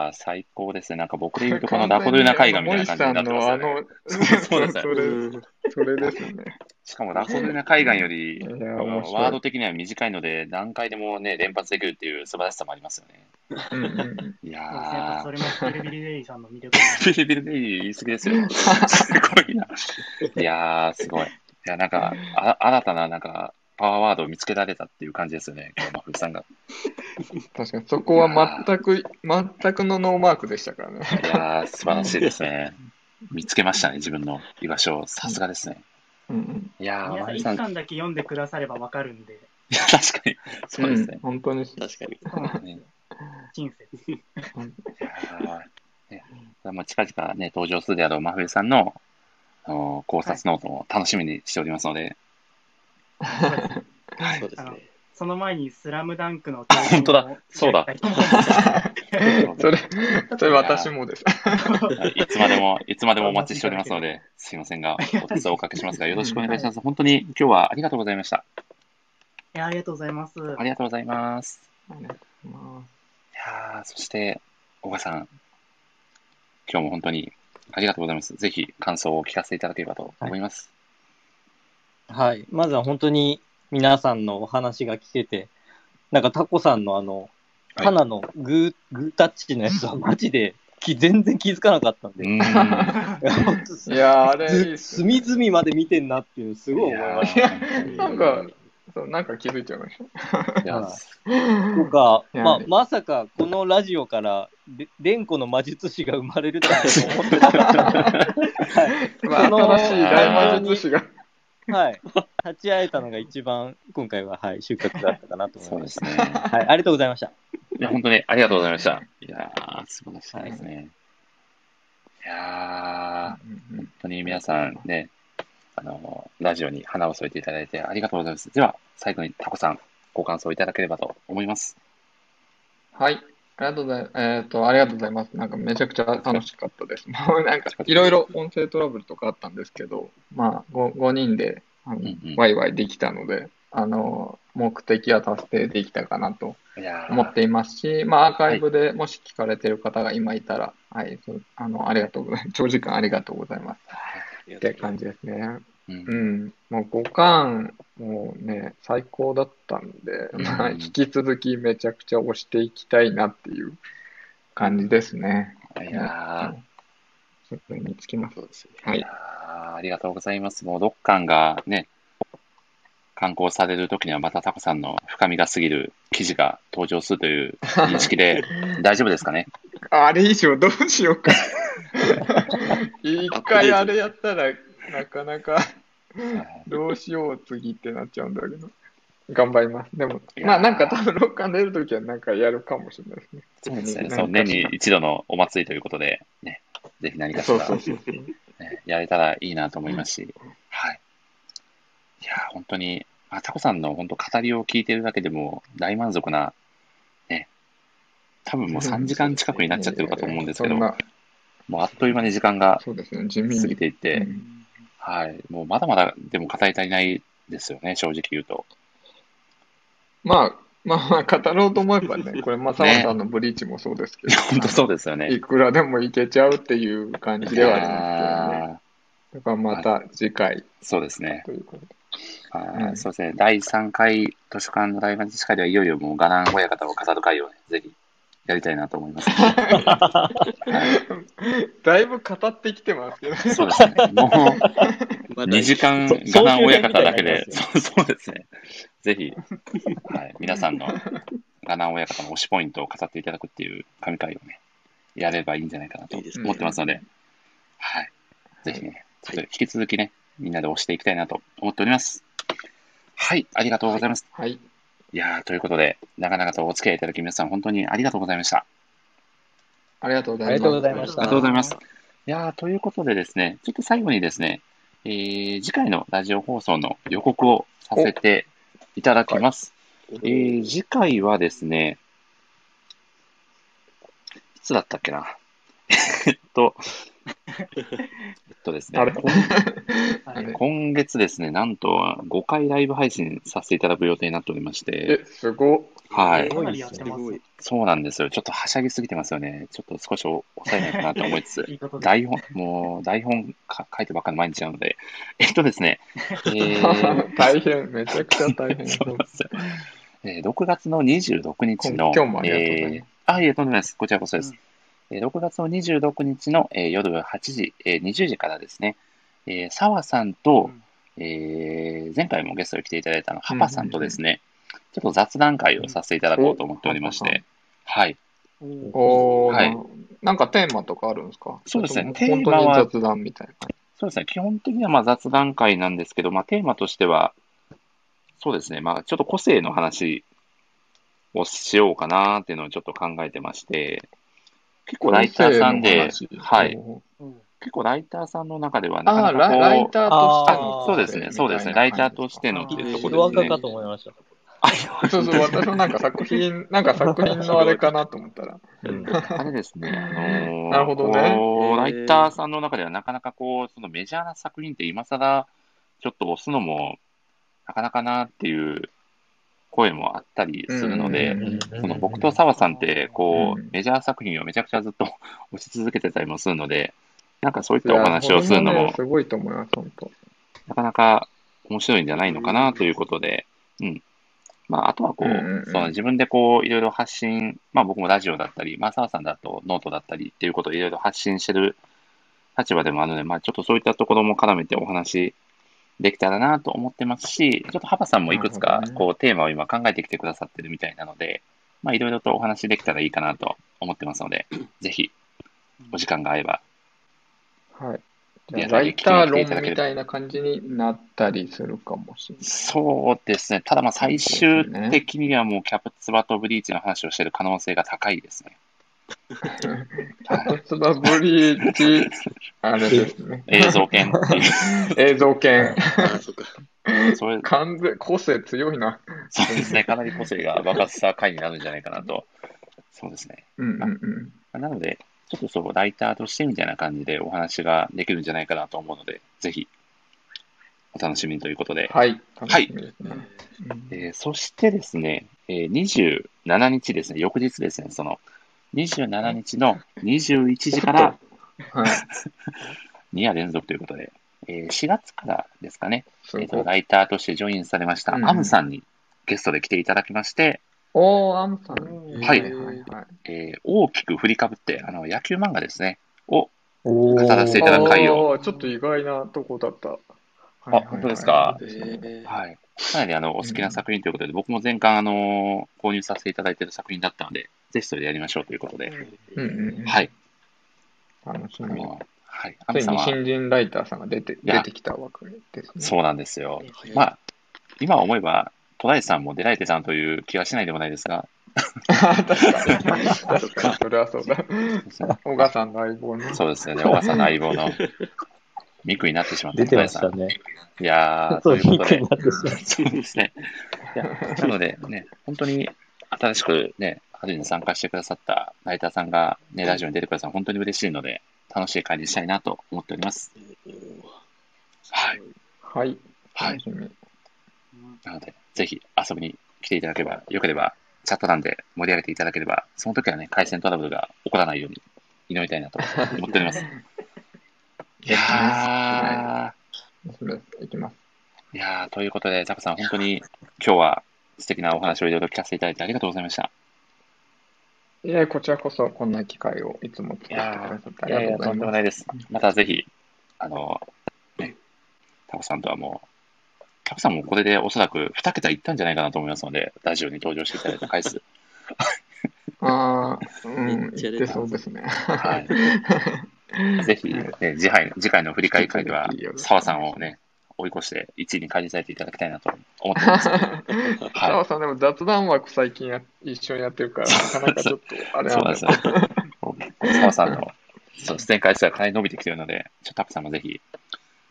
[SPEAKER 1] ー、最高ですね。なんか僕で言うとこのダコドゥーナ絵画みたいな感じになってますよね。
[SPEAKER 2] 森さんのあの、
[SPEAKER 1] そう
[SPEAKER 2] それ、それですね。
[SPEAKER 1] しかもダコドゥーナ絵画より、
[SPEAKER 2] いや
[SPEAKER 1] あ
[SPEAKER 2] ー、
[SPEAKER 1] の
[SPEAKER 2] 面
[SPEAKER 1] ワー
[SPEAKER 2] 白
[SPEAKER 1] ド
[SPEAKER 2] い。
[SPEAKER 1] 的には短いので、何回でもね、連発できるっていう素晴らしさもありますよね。
[SPEAKER 2] うんうん
[SPEAKER 1] い
[SPEAKER 3] そうですねやっぱ
[SPEAKER 1] や
[SPEAKER 3] そ
[SPEAKER 1] ー、
[SPEAKER 3] れもピリピリベリーさんの魅力
[SPEAKER 1] ビ
[SPEAKER 3] な
[SPEAKER 1] リビリビリ言い過ぎですよ。すごいな。いやー、すごい。いや、なんか、あ新たな、なんか、パワーワードを見つけられたっていう感じですよね。今日、まふさんが。
[SPEAKER 2] 確かに、そこは全く、全くのノーマークでしたからね。
[SPEAKER 1] いやー、素晴らしいですね。見つけましたね、自分の居場所を。さすがですね。
[SPEAKER 2] うん
[SPEAKER 1] いやー、
[SPEAKER 3] 皆
[SPEAKER 1] ま
[SPEAKER 3] さん
[SPEAKER 1] ふ
[SPEAKER 3] 一
[SPEAKER 1] さん、い
[SPEAKER 3] 巻だけ読んでくださればわかるんで、
[SPEAKER 1] や、確かに。そうですね。
[SPEAKER 2] 本当に。
[SPEAKER 4] 確かに。
[SPEAKER 3] そうなんです
[SPEAKER 1] ね
[SPEAKER 3] 親切。
[SPEAKER 1] いやーねまあ近々ね、登場するであろう真冬さんの、あのー考察ノートも楽しみにしておりますので、
[SPEAKER 3] そうですね
[SPEAKER 4] そうですね。
[SPEAKER 3] その前にスラムダンクの教
[SPEAKER 1] 本当だそうだ
[SPEAKER 2] それ、それ私もです。
[SPEAKER 1] はいいつまで も、いつまでもお待ちしておりますので、すいませんが、お手数をおかけしますが、よろしくお願いします。本当に今日はありがとうございました。
[SPEAKER 3] いやありがとうございます。
[SPEAKER 1] ありがとうございます。
[SPEAKER 2] ま
[SPEAKER 1] いやーそして、小川さん、今日も本当にありがとうございます。ぜひ感想を聞かせていただければと思います。
[SPEAKER 5] はい。まずは本当に皆さんのお話が聞けて、なんかタコさんのあの、
[SPEAKER 1] はい
[SPEAKER 5] 花のグー、グータッチのやつはマジでき全然気づかなかったん
[SPEAKER 1] う
[SPEAKER 5] で、
[SPEAKER 1] ーん。い
[SPEAKER 5] いや本当
[SPEAKER 2] あいやー、あれいいっ
[SPEAKER 5] ず
[SPEAKER 2] すね。
[SPEAKER 5] 隅々まで見てんなっていうのすごい思い
[SPEAKER 1] や
[SPEAKER 5] まし
[SPEAKER 1] ー
[SPEAKER 2] なんか、そう、なんか気づいちゃいました。
[SPEAKER 1] いや、
[SPEAKER 5] はい
[SPEAKER 1] す
[SPEAKER 5] とか、
[SPEAKER 2] いや
[SPEAKER 5] まあ、まさかこのラジオから、れ蓮子の魔術師が生まれるとは思ってなかった。はい
[SPEAKER 2] まあ、
[SPEAKER 5] その
[SPEAKER 2] 新しい大魔術師が。
[SPEAKER 5] はい。立ち会えたのが一番、今回は、はい、収穫だったかなと
[SPEAKER 1] そ
[SPEAKER 5] 思
[SPEAKER 1] う
[SPEAKER 5] いま
[SPEAKER 1] で
[SPEAKER 5] し
[SPEAKER 1] すね。
[SPEAKER 5] た。はい、ありがとうございました。
[SPEAKER 1] いや、本当にありがとうございました。いやー、素晴らしいですね。いやー、
[SPEAKER 2] うんうん
[SPEAKER 1] 本当に皆さんね、あの、ラジオに花を添えていただいてありがとうございます。では、最後にタコさん、ご感想いただければと思います。
[SPEAKER 2] はい。ありがとうございます。えーっと、ありがとうございます。なんかめちゃくちゃ楽しかったです。 もうなんかいろいろ音声トラブルとかあったんですけど、まあ、5, 5人であの、
[SPEAKER 1] んうん
[SPEAKER 2] ワイワイできたので、あの、目的は達成できたかなと
[SPEAKER 1] いやー
[SPEAKER 2] 思っていますし、まあ、アーカイブでもし聞かれてる方が今いたら、はい、そうあの、ありがとうございます。長時間ありがとうございます。って感じですね。
[SPEAKER 1] うん
[SPEAKER 2] う、ん。もう5巻、もうね、最高だったんで、
[SPEAKER 1] うん
[SPEAKER 2] まあ、引き続きめちゃくちゃ押していきたいなっていう感じですね。
[SPEAKER 1] いや
[SPEAKER 2] それにつきます。
[SPEAKER 6] そうですね。
[SPEAKER 1] ー、
[SPEAKER 2] はい
[SPEAKER 1] や。ーありがとうございます。もう、どっかんがね、観光される時にはまたタコさんの深みが過ぎる記事が登場するという認識 で大丈夫ですか ね
[SPEAKER 2] あれ以上どうしよう か。一回あれやったら、なかなか
[SPEAKER 1] はい
[SPEAKER 2] どうしよう次ってなっちゃうんだけど。頑張ります。でも
[SPEAKER 1] い、やー
[SPEAKER 2] まあなんか多分6巻出るときはなんかやるかもしれないですね。
[SPEAKER 1] そうですね。
[SPEAKER 2] 何かしら
[SPEAKER 1] そう、年に一度のお祭りということで、ね、ぜひ何かし
[SPEAKER 2] そう
[SPEAKER 1] ら
[SPEAKER 2] そうそうそう。
[SPEAKER 1] ねやれたらいいなと思いますし、はい。いやー、本当に、あタコさんの本当語りを聞いてるだけでも大満足な、ね、多分もう3時間近くになっちゃってるかと思うんですけど、
[SPEAKER 2] そ
[SPEAKER 1] も
[SPEAKER 2] な
[SPEAKER 1] うあっという間に時間が
[SPEAKER 2] そうですね、地味
[SPEAKER 1] 過ぎ
[SPEAKER 2] に。
[SPEAKER 1] ていって、
[SPEAKER 2] うん
[SPEAKER 1] はい。もうまだまだでも語り足りないですよね、正直言う と。
[SPEAKER 2] まあ、まあまあ、語ろうと思え ばね、これ、まあ、澤さんのブリーチもそうですけど、
[SPEAKER 1] 本当そうですよね。
[SPEAKER 2] いくらでもいけちゃうっていう感じではありますけどね。
[SPEAKER 1] あー
[SPEAKER 2] だからまた次回
[SPEAKER 1] そうですね。
[SPEAKER 2] ということで。
[SPEAKER 1] はい
[SPEAKER 2] うん
[SPEAKER 1] そうですね。第3回図書館の大魔術師会ではいよいよもうガラン親方を飾る会をね、ぜひやりたいなと思います。
[SPEAKER 2] だいぶ語ってきてますけ ど、
[SPEAKER 1] そうです ね。もう
[SPEAKER 6] まだ
[SPEAKER 1] 2時間、
[SPEAKER 5] そ
[SPEAKER 1] ガナン親方だけで、
[SPEAKER 5] 総
[SPEAKER 1] そうそうですね。ぜひ、はい、皆さんのガナン親方の推しポイントを語っていただくっていう神会をね、やればいいんじゃないかなと
[SPEAKER 6] いいです
[SPEAKER 2] ね
[SPEAKER 1] 思ってますので、はい。ぜひね、ちょっと引き続きね、みんなで推していきたいなと思っております。はい、ありがとうございます。
[SPEAKER 2] はい、
[SPEAKER 1] いやー、ということで、長々とお付き合いいただき皆さん、本当にありがとうございました。
[SPEAKER 2] ありがとうございます。
[SPEAKER 5] ありがとうございました
[SPEAKER 1] ありがとうございます。いやー、ということでですね、ちょっと最後にですね、えー次回のラジオ放送の予告をさせていただきます。えー次回はですね、いつだったっけな。えっと、えっとですね
[SPEAKER 2] あれ、
[SPEAKER 1] こん
[SPEAKER 3] あれ
[SPEAKER 1] 今月ですね、なんと5回ライブ配信させていただく予定になっておりまして、
[SPEAKER 2] え、すごっ。
[SPEAKER 1] はい。
[SPEAKER 3] かなりやってますす、
[SPEAKER 6] ごい。
[SPEAKER 1] そうなんですよ。ちょっとはしゃぎすぎてますよね。ちょっと少しお抑えないかなと思いつつ
[SPEAKER 3] いいことで
[SPEAKER 1] 台本、もう台本か書いてばっかりの毎日なので、えっとですね、え ー
[SPEAKER 2] 大変、めちゃくちゃ大 変。
[SPEAKER 1] そうなんですよえー6月の26日の、
[SPEAKER 2] 今日もありがとうございます
[SPEAKER 1] えーあ、いえ、とんでもないです。こちらこそです
[SPEAKER 3] うん。
[SPEAKER 1] えー6月の26日の、えー夜8時、えー20時からですね、えー、澤さんと、えー前回もゲストに来ていただいたあのハパさんとですね、ちょっと雑談会をさせていただこうと思っておりまし
[SPEAKER 2] うん
[SPEAKER 1] て、はい。
[SPEAKER 2] おー、
[SPEAKER 1] はい
[SPEAKER 2] なんかテーマとかあるんですか
[SPEAKER 1] そうですね
[SPEAKER 2] それとも
[SPEAKER 1] テーマは
[SPEAKER 2] 本当に雑談みたいな。
[SPEAKER 1] そうですね、基本的にはまあ雑談会なんですけど、まあ、テーマとしては、そうですね、まあ、ちょっと個性の話をしようかなっていうのをちょっと考えてまして、結構ライターさんで
[SPEAKER 2] 個性、の話
[SPEAKER 1] はい、
[SPEAKER 2] おー
[SPEAKER 3] うん
[SPEAKER 1] 結構ライターさんの中ではな
[SPEAKER 2] ああ
[SPEAKER 1] か
[SPEAKER 2] ー、
[SPEAKER 1] な
[SPEAKER 2] ラ
[SPEAKER 1] か
[SPEAKER 2] ライ
[SPEAKER 1] こう、
[SPEAKER 2] ター
[SPEAKER 5] あ
[SPEAKER 2] と
[SPEAKER 5] ー
[SPEAKER 1] そう
[SPEAKER 2] しての個性
[SPEAKER 1] ですね、そうですね、ライターとしてのっていうとこ
[SPEAKER 5] ヒ
[SPEAKER 1] ろ
[SPEAKER 5] ロア
[SPEAKER 1] です
[SPEAKER 5] カ
[SPEAKER 1] ね
[SPEAKER 5] か。と思いました。
[SPEAKER 1] あ、いや
[SPEAKER 2] そうそう、私もなんか作 品、なんか作品のあれかなと思ったら。
[SPEAKER 5] うん
[SPEAKER 1] あれですね、あ のー
[SPEAKER 2] なるほどね
[SPEAKER 1] こう
[SPEAKER 6] へ
[SPEAKER 1] ラ
[SPEAKER 6] ー
[SPEAKER 1] イターさんの中ではなかなかこう、そのメジャーな作品って今更ちょっと押すのも、なかなかなっていう声もあったりするので、
[SPEAKER 2] うんうんうん
[SPEAKER 1] その僕と澤さんって、こう、
[SPEAKER 2] うん
[SPEAKER 1] メジャー作品をめちゃくちゃずっと押し続けてたりもするので、なんかそういったお話をするの
[SPEAKER 2] いやそれ
[SPEAKER 1] も
[SPEAKER 2] ね、すごいと思います、本当。
[SPEAKER 1] なかなか面白いんじゃないのかなということで、うん。まあ、あとはこう、
[SPEAKER 2] うんうんうん
[SPEAKER 1] その自分でこう、いろいろ発信、まあ僕もラジオだったり、まあ澤さんだとノートだったりっていうことをいろいろ発信してる立場でもあるので、まあちょっとそういったところも絡めてお話できたらなと思ってますし、ちょっとハバさんもいくつ
[SPEAKER 2] な
[SPEAKER 1] か
[SPEAKER 2] るほどね
[SPEAKER 1] こうテーマを今考えてきてくださってるみたいなので、まあいろいろとお話できたらいいかなと思ってますので、ぜひお時間が合えば。
[SPEAKER 2] はい。
[SPEAKER 1] い
[SPEAKER 2] じゃ
[SPEAKER 1] や
[SPEAKER 2] あライター論
[SPEAKER 1] 来ていただけ
[SPEAKER 2] み
[SPEAKER 1] る
[SPEAKER 2] たいな感じになったりするかもしれない。
[SPEAKER 1] そうですね。ただまあ最終的にはもうキャプツバとブリーチの話をしてる可能性が高い ですね。
[SPEAKER 2] キャプツバブリ ーチ、あれですね。
[SPEAKER 1] 映像権ってい
[SPEAKER 2] 映像犬。
[SPEAKER 6] あそっか。
[SPEAKER 1] う。それ
[SPEAKER 2] 完全、個性強いな。
[SPEAKER 1] そうですね。かなり個性が爆発した回になるんじゃないかなと。そうですね。
[SPEAKER 2] うんうんうん。
[SPEAKER 1] なので、ちょっとそう、ライターとしてみたいな感じでお話ができるんじゃないかなと思うので、ぜひ、お楽しみにということで。
[SPEAKER 2] はい。楽
[SPEAKER 1] はい
[SPEAKER 2] しみですね。うん
[SPEAKER 1] えーそしてですね、えー27日ですね、翌日ですね、その、27日の21時から
[SPEAKER 2] はい。
[SPEAKER 1] 2夜連続ということで、えー4月からですかね、
[SPEAKER 2] す
[SPEAKER 1] えー
[SPEAKER 2] ご
[SPEAKER 1] と
[SPEAKER 2] い。
[SPEAKER 1] ライターとしてジョインされました、
[SPEAKER 2] うん
[SPEAKER 1] アムさんにゲストで来ていただきまして、
[SPEAKER 2] おー、アムさん。
[SPEAKER 1] はい
[SPEAKER 2] はいはいはい。
[SPEAKER 1] えー大きく振りかぶって、あの、野球漫画ですね、を、
[SPEAKER 5] お
[SPEAKER 1] 語らせていただく回を
[SPEAKER 2] あーちょっと意外なとこだった。は
[SPEAKER 1] あ
[SPEAKER 2] いはいはい
[SPEAKER 1] 本当ですか
[SPEAKER 6] えー、
[SPEAKER 1] はい。かなりあの、お好きな作品ということで、僕も前回、あの、購入させていただいている作品だったので、ぜひそれでやりましょうということで。
[SPEAKER 2] うんうん。。
[SPEAKER 1] はいい。
[SPEAKER 2] 楽し
[SPEAKER 1] あ
[SPEAKER 2] み。
[SPEAKER 1] の、はい。ア
[SPEAKER 2] つ
[SPEAKER 1] ム
[SPEAKER 2] い
[SPEAKER 1] さん
[SPEAKER 2] に
[SPEAKER 1] は、
[SPEAKER 2] 新人ライターさんが出て
[SPEAKER 1] や
[SPEAKER 2] 出てきたわけですね。
[SPEAKER 1] そうなんですよ。
[SPEAKER 6] はい
[SPEAKER 1] まあ、今思えば、戸田井さんも出られてたという気はしないでもないですが、
[SPEAKER 2] 確かに。確 かに、それはそうだ。小川さんの相棒の。
[SPEAKER 1] そうですよね、小川さんの相棒の、ミクになってしまった戸田
[SPEAKER 5] 出てま
[SPEAKER 1] 井
[SPEAKER 5] し
[SPEAKER 1] さ
[SPEAKER 5] た
[SPEAKER 1] ん。
[SPEAKER 5] ね。
[SPEAKER 1] いやー、と
[SPEAKER 5] そう、
[SPEAKER 1] いう
[SPEAKER 5] ヒ
[SPEAKER 1] こ
[SPEAKER 5] ン
[SPEAKER 1] と
[SPEAKER 5] ト
[SPEAKER 1] で
[SPEAKER 5] に、なってしまう。
[SPEAKER 1] そうですね。いやなので、ね、本当に新しくね、初めて参加してくださったライターさんが、ね、ラジオに出てくださるの本当に嬉しいので、楽しい会にしたいなと思っております。はい。
[SPEAKER 2] はい。
[SPEAKER 1] はい
[SPEAKER 2] 楽しみ。
[SPEAKER 1] なので、ぜひ遊びに来ていただければ、よければ、チャット欄で盛り上げていただければ、その時はね、回線トラブルが起こらないように祈りたいなと思っております。いや
[SPEAKER 2] それいきます。
[SPEAKER 1] ー、いやーということで、ザコさん、本当に今日は素敵なお話をいろいろ聞かせていただいてありがとうございました。
[SPEAKER 2] いや、こちらこそこんな機会をいつも作ってくださってあ
[SPEAKER 1] い
[SPEAKER 2] り
[SPEAKER 1] やい
[SPEAKER 2] がとう
[SPEAKER 1] や、と
[SPEAKER 2] ござい
[SPEAKER 1] んでも
[SPEAKER 2] ま
[SPEAKER 1] な
[SPEAKER 2] す。
[SPEAKER 1] いです。またぜひ、あの、ね、タコさんとはもう、タコさんもこれでおそらく2桁いったんじゃないかなと思いますので、ラジオに登場していただいた回数。
[SPEAKER 2] ああ、うん、
[SPEAKER 6] めっちゃ
[SPEAKER 2] 言っ
[SPEAKER 6] 出
[SPEAKER 2] て
[SPEAKER 6] た
[SPEAKER 2] そうですね。
[SPEAKER 1] はい。ぜひ、ね、次回、次回の振り返り会では
[SPEAKER 2] 引き続きよ、ろしくお願
[SPEAKER 1] 澤
[SPEAKER 2] いします
[SPEAKER 1] さんをね、追い越して1位に返り咲いていただきたいなと思っており ます。
[SPEAKER 2] 澤、
[SPEAKER 1] は
[SPEAKER 2] さん、でも雑談枠最近や一緒にやってるから、なかなかちょっとあ
[SPEAKER 1] い。
[SPEAKER 2] れ
[SPEAKER 1] そう
[SPEAKER 2] な
[SPEAKER 1] なん
[SPEAKER 2] ん
[SPEAKER 1] で
[SPEAKER 2] ですす
[SPEAKER 1] よ。澤さんの、そう、出演回数がかなり伸びてきているので、ちょっとタコさんもぜひ、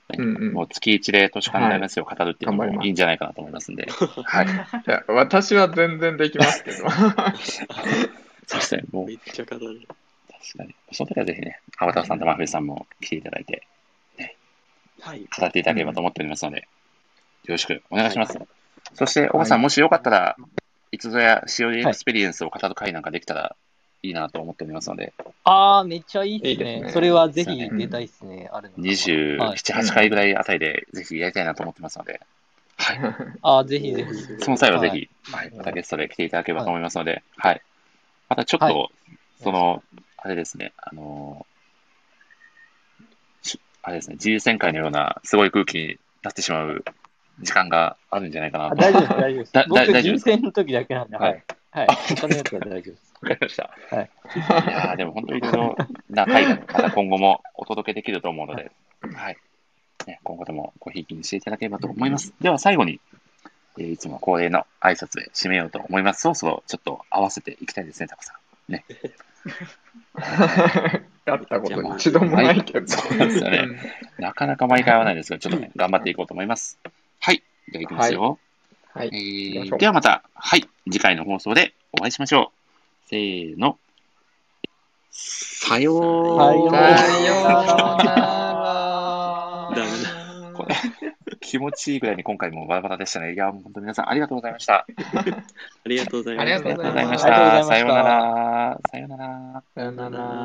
[SPEAKER 1] ね
[SPEAKER 2] うんうん
[SPEAKER 1] もう月1で都市間の話を語るっていうの
[SPEAKER 2] はい頑張りま
[SPEAKER 1] も
[SPEAKER 2] す
[SPEAKER 1] いいんじゃないかなと思いますんで、はい。
[SPEAKER 2] いや私は全然できますけ
[SPEAKER 1] そ
[SPEAKER 2] ど。
[SPEAKER 1] うですね、もう
[SPEAKER 6] めっちゃ語る。
[SPEAKER 1] 確かに。その時はぜひね、アバターさんとマフィさんも来ていただいて、
[SPEAKER 6] はい。
[SPEAKER 1] 語っていただければと思っておりますので、よろしくお願いします。そして、岡さん、もしよかったら、いつぞや COD エクスペリエンスを語る会なんかできたらいいなと思っておりますので、
[SPEAKER 5] ああ、めっちゃいいで
[SPEAKER 2] いい
[SPEAKER 5] す
[SPEAKER 2] です
[SPEAKER 5] ね。
[SPEAKER 2] ね
[SPEAKER 5] それはぜひ出たいですね。あるの。
[SPEAKER 1] 27、
[SPEAKER 5] はい
[SPEAKER 1] 8回ぐらいあたりでぜひやりたいなと思ってますので、
[SPEAKER 5] ああ、ぜひぜひ。
[SPEAKER 1] その際はぜ
[SPEAKER 5] は
[SPEAKER 1] ひ、はい、またゲストで来ていただければと思いますので、はい。またちょっ
[SPEAKER 5] は
[SPEAKER 1] と、その、あれですね、あのー、しあれですね、自由旋回のようなすごい空気になってしまう時間があるんじゃないかな
[SPEAKER 5] あ
[SPEAKER 1] と。
[SPEAKER 5] 大丈夫です、大丈夫です
[SPEAKER 1] だ。
[SPEAKER 5] 僕、
[SPEAKER 1] 大丈夫で
[SPEAKER 5] 人
[SPEAKER 1] すか
[SPEAKER 5] 選の時だけなんで、はい。はい。他のやつは大丈夫です。
[SPEAKER 1] わかりました。
[SPEAKER 5] はい。
[SPEAKER 1] いやーでも本当にいろいろな回がまた今後もお届けできると思うので、はい。ね、今後ともごひいきにしていただければと思います。では最後に、えーいつも恒例の挨拶で締めようと思います。そろそろちょっと合わせていきたいですね、タコさん。
[SPEAKER 2] やったこと一度もないけど。
[SPEAKER 1] そうなんですよね。なかなか毎回合わないですが、ちょっとね、頑張っていこうと思います。はい。じゃあ、いきますよ。
[SPEAKER 2] は
[SPEAKER 1] え
[SPEAKER 2] い。行きましょ
[SPEAKER 1] ー、
[SPEAKER 2] う
[SPEAKER 1] ではまた、はい。次回の放送でお会いしましょう。せーの。さよう
[SPEAKER 5] さよう
[SPEAKER 2] さ
[SPEAKER 5] な
[SPEAKER 2] よう
[SPEAKER 5] ら
[SPEAKER 2] なら。
[SPEAKER 6] ダメ
[SPEAKER 1] これ気持ちいいぐらいに今回もバラバラでしたね。いや、もう本当皆さんありがとうございまし
[SPEAKER 6] あ
[SPEAKER 1] た。
[SPEAKER 6] りがとうございま
[SPEAKER 2] あり
[SPEAKER 6] し
[SPEAKER 2] が
[SPEAKER 6] た
[SPEAKER 1] ありがとうございまし
[SPEAKER 5] ありがとうござい
[SPEAKER 1] た。さよ
[SPEAKER 5] ました
[SPEAKER 1] うなら。さようなら。
[SPEAKER 2] さよなら。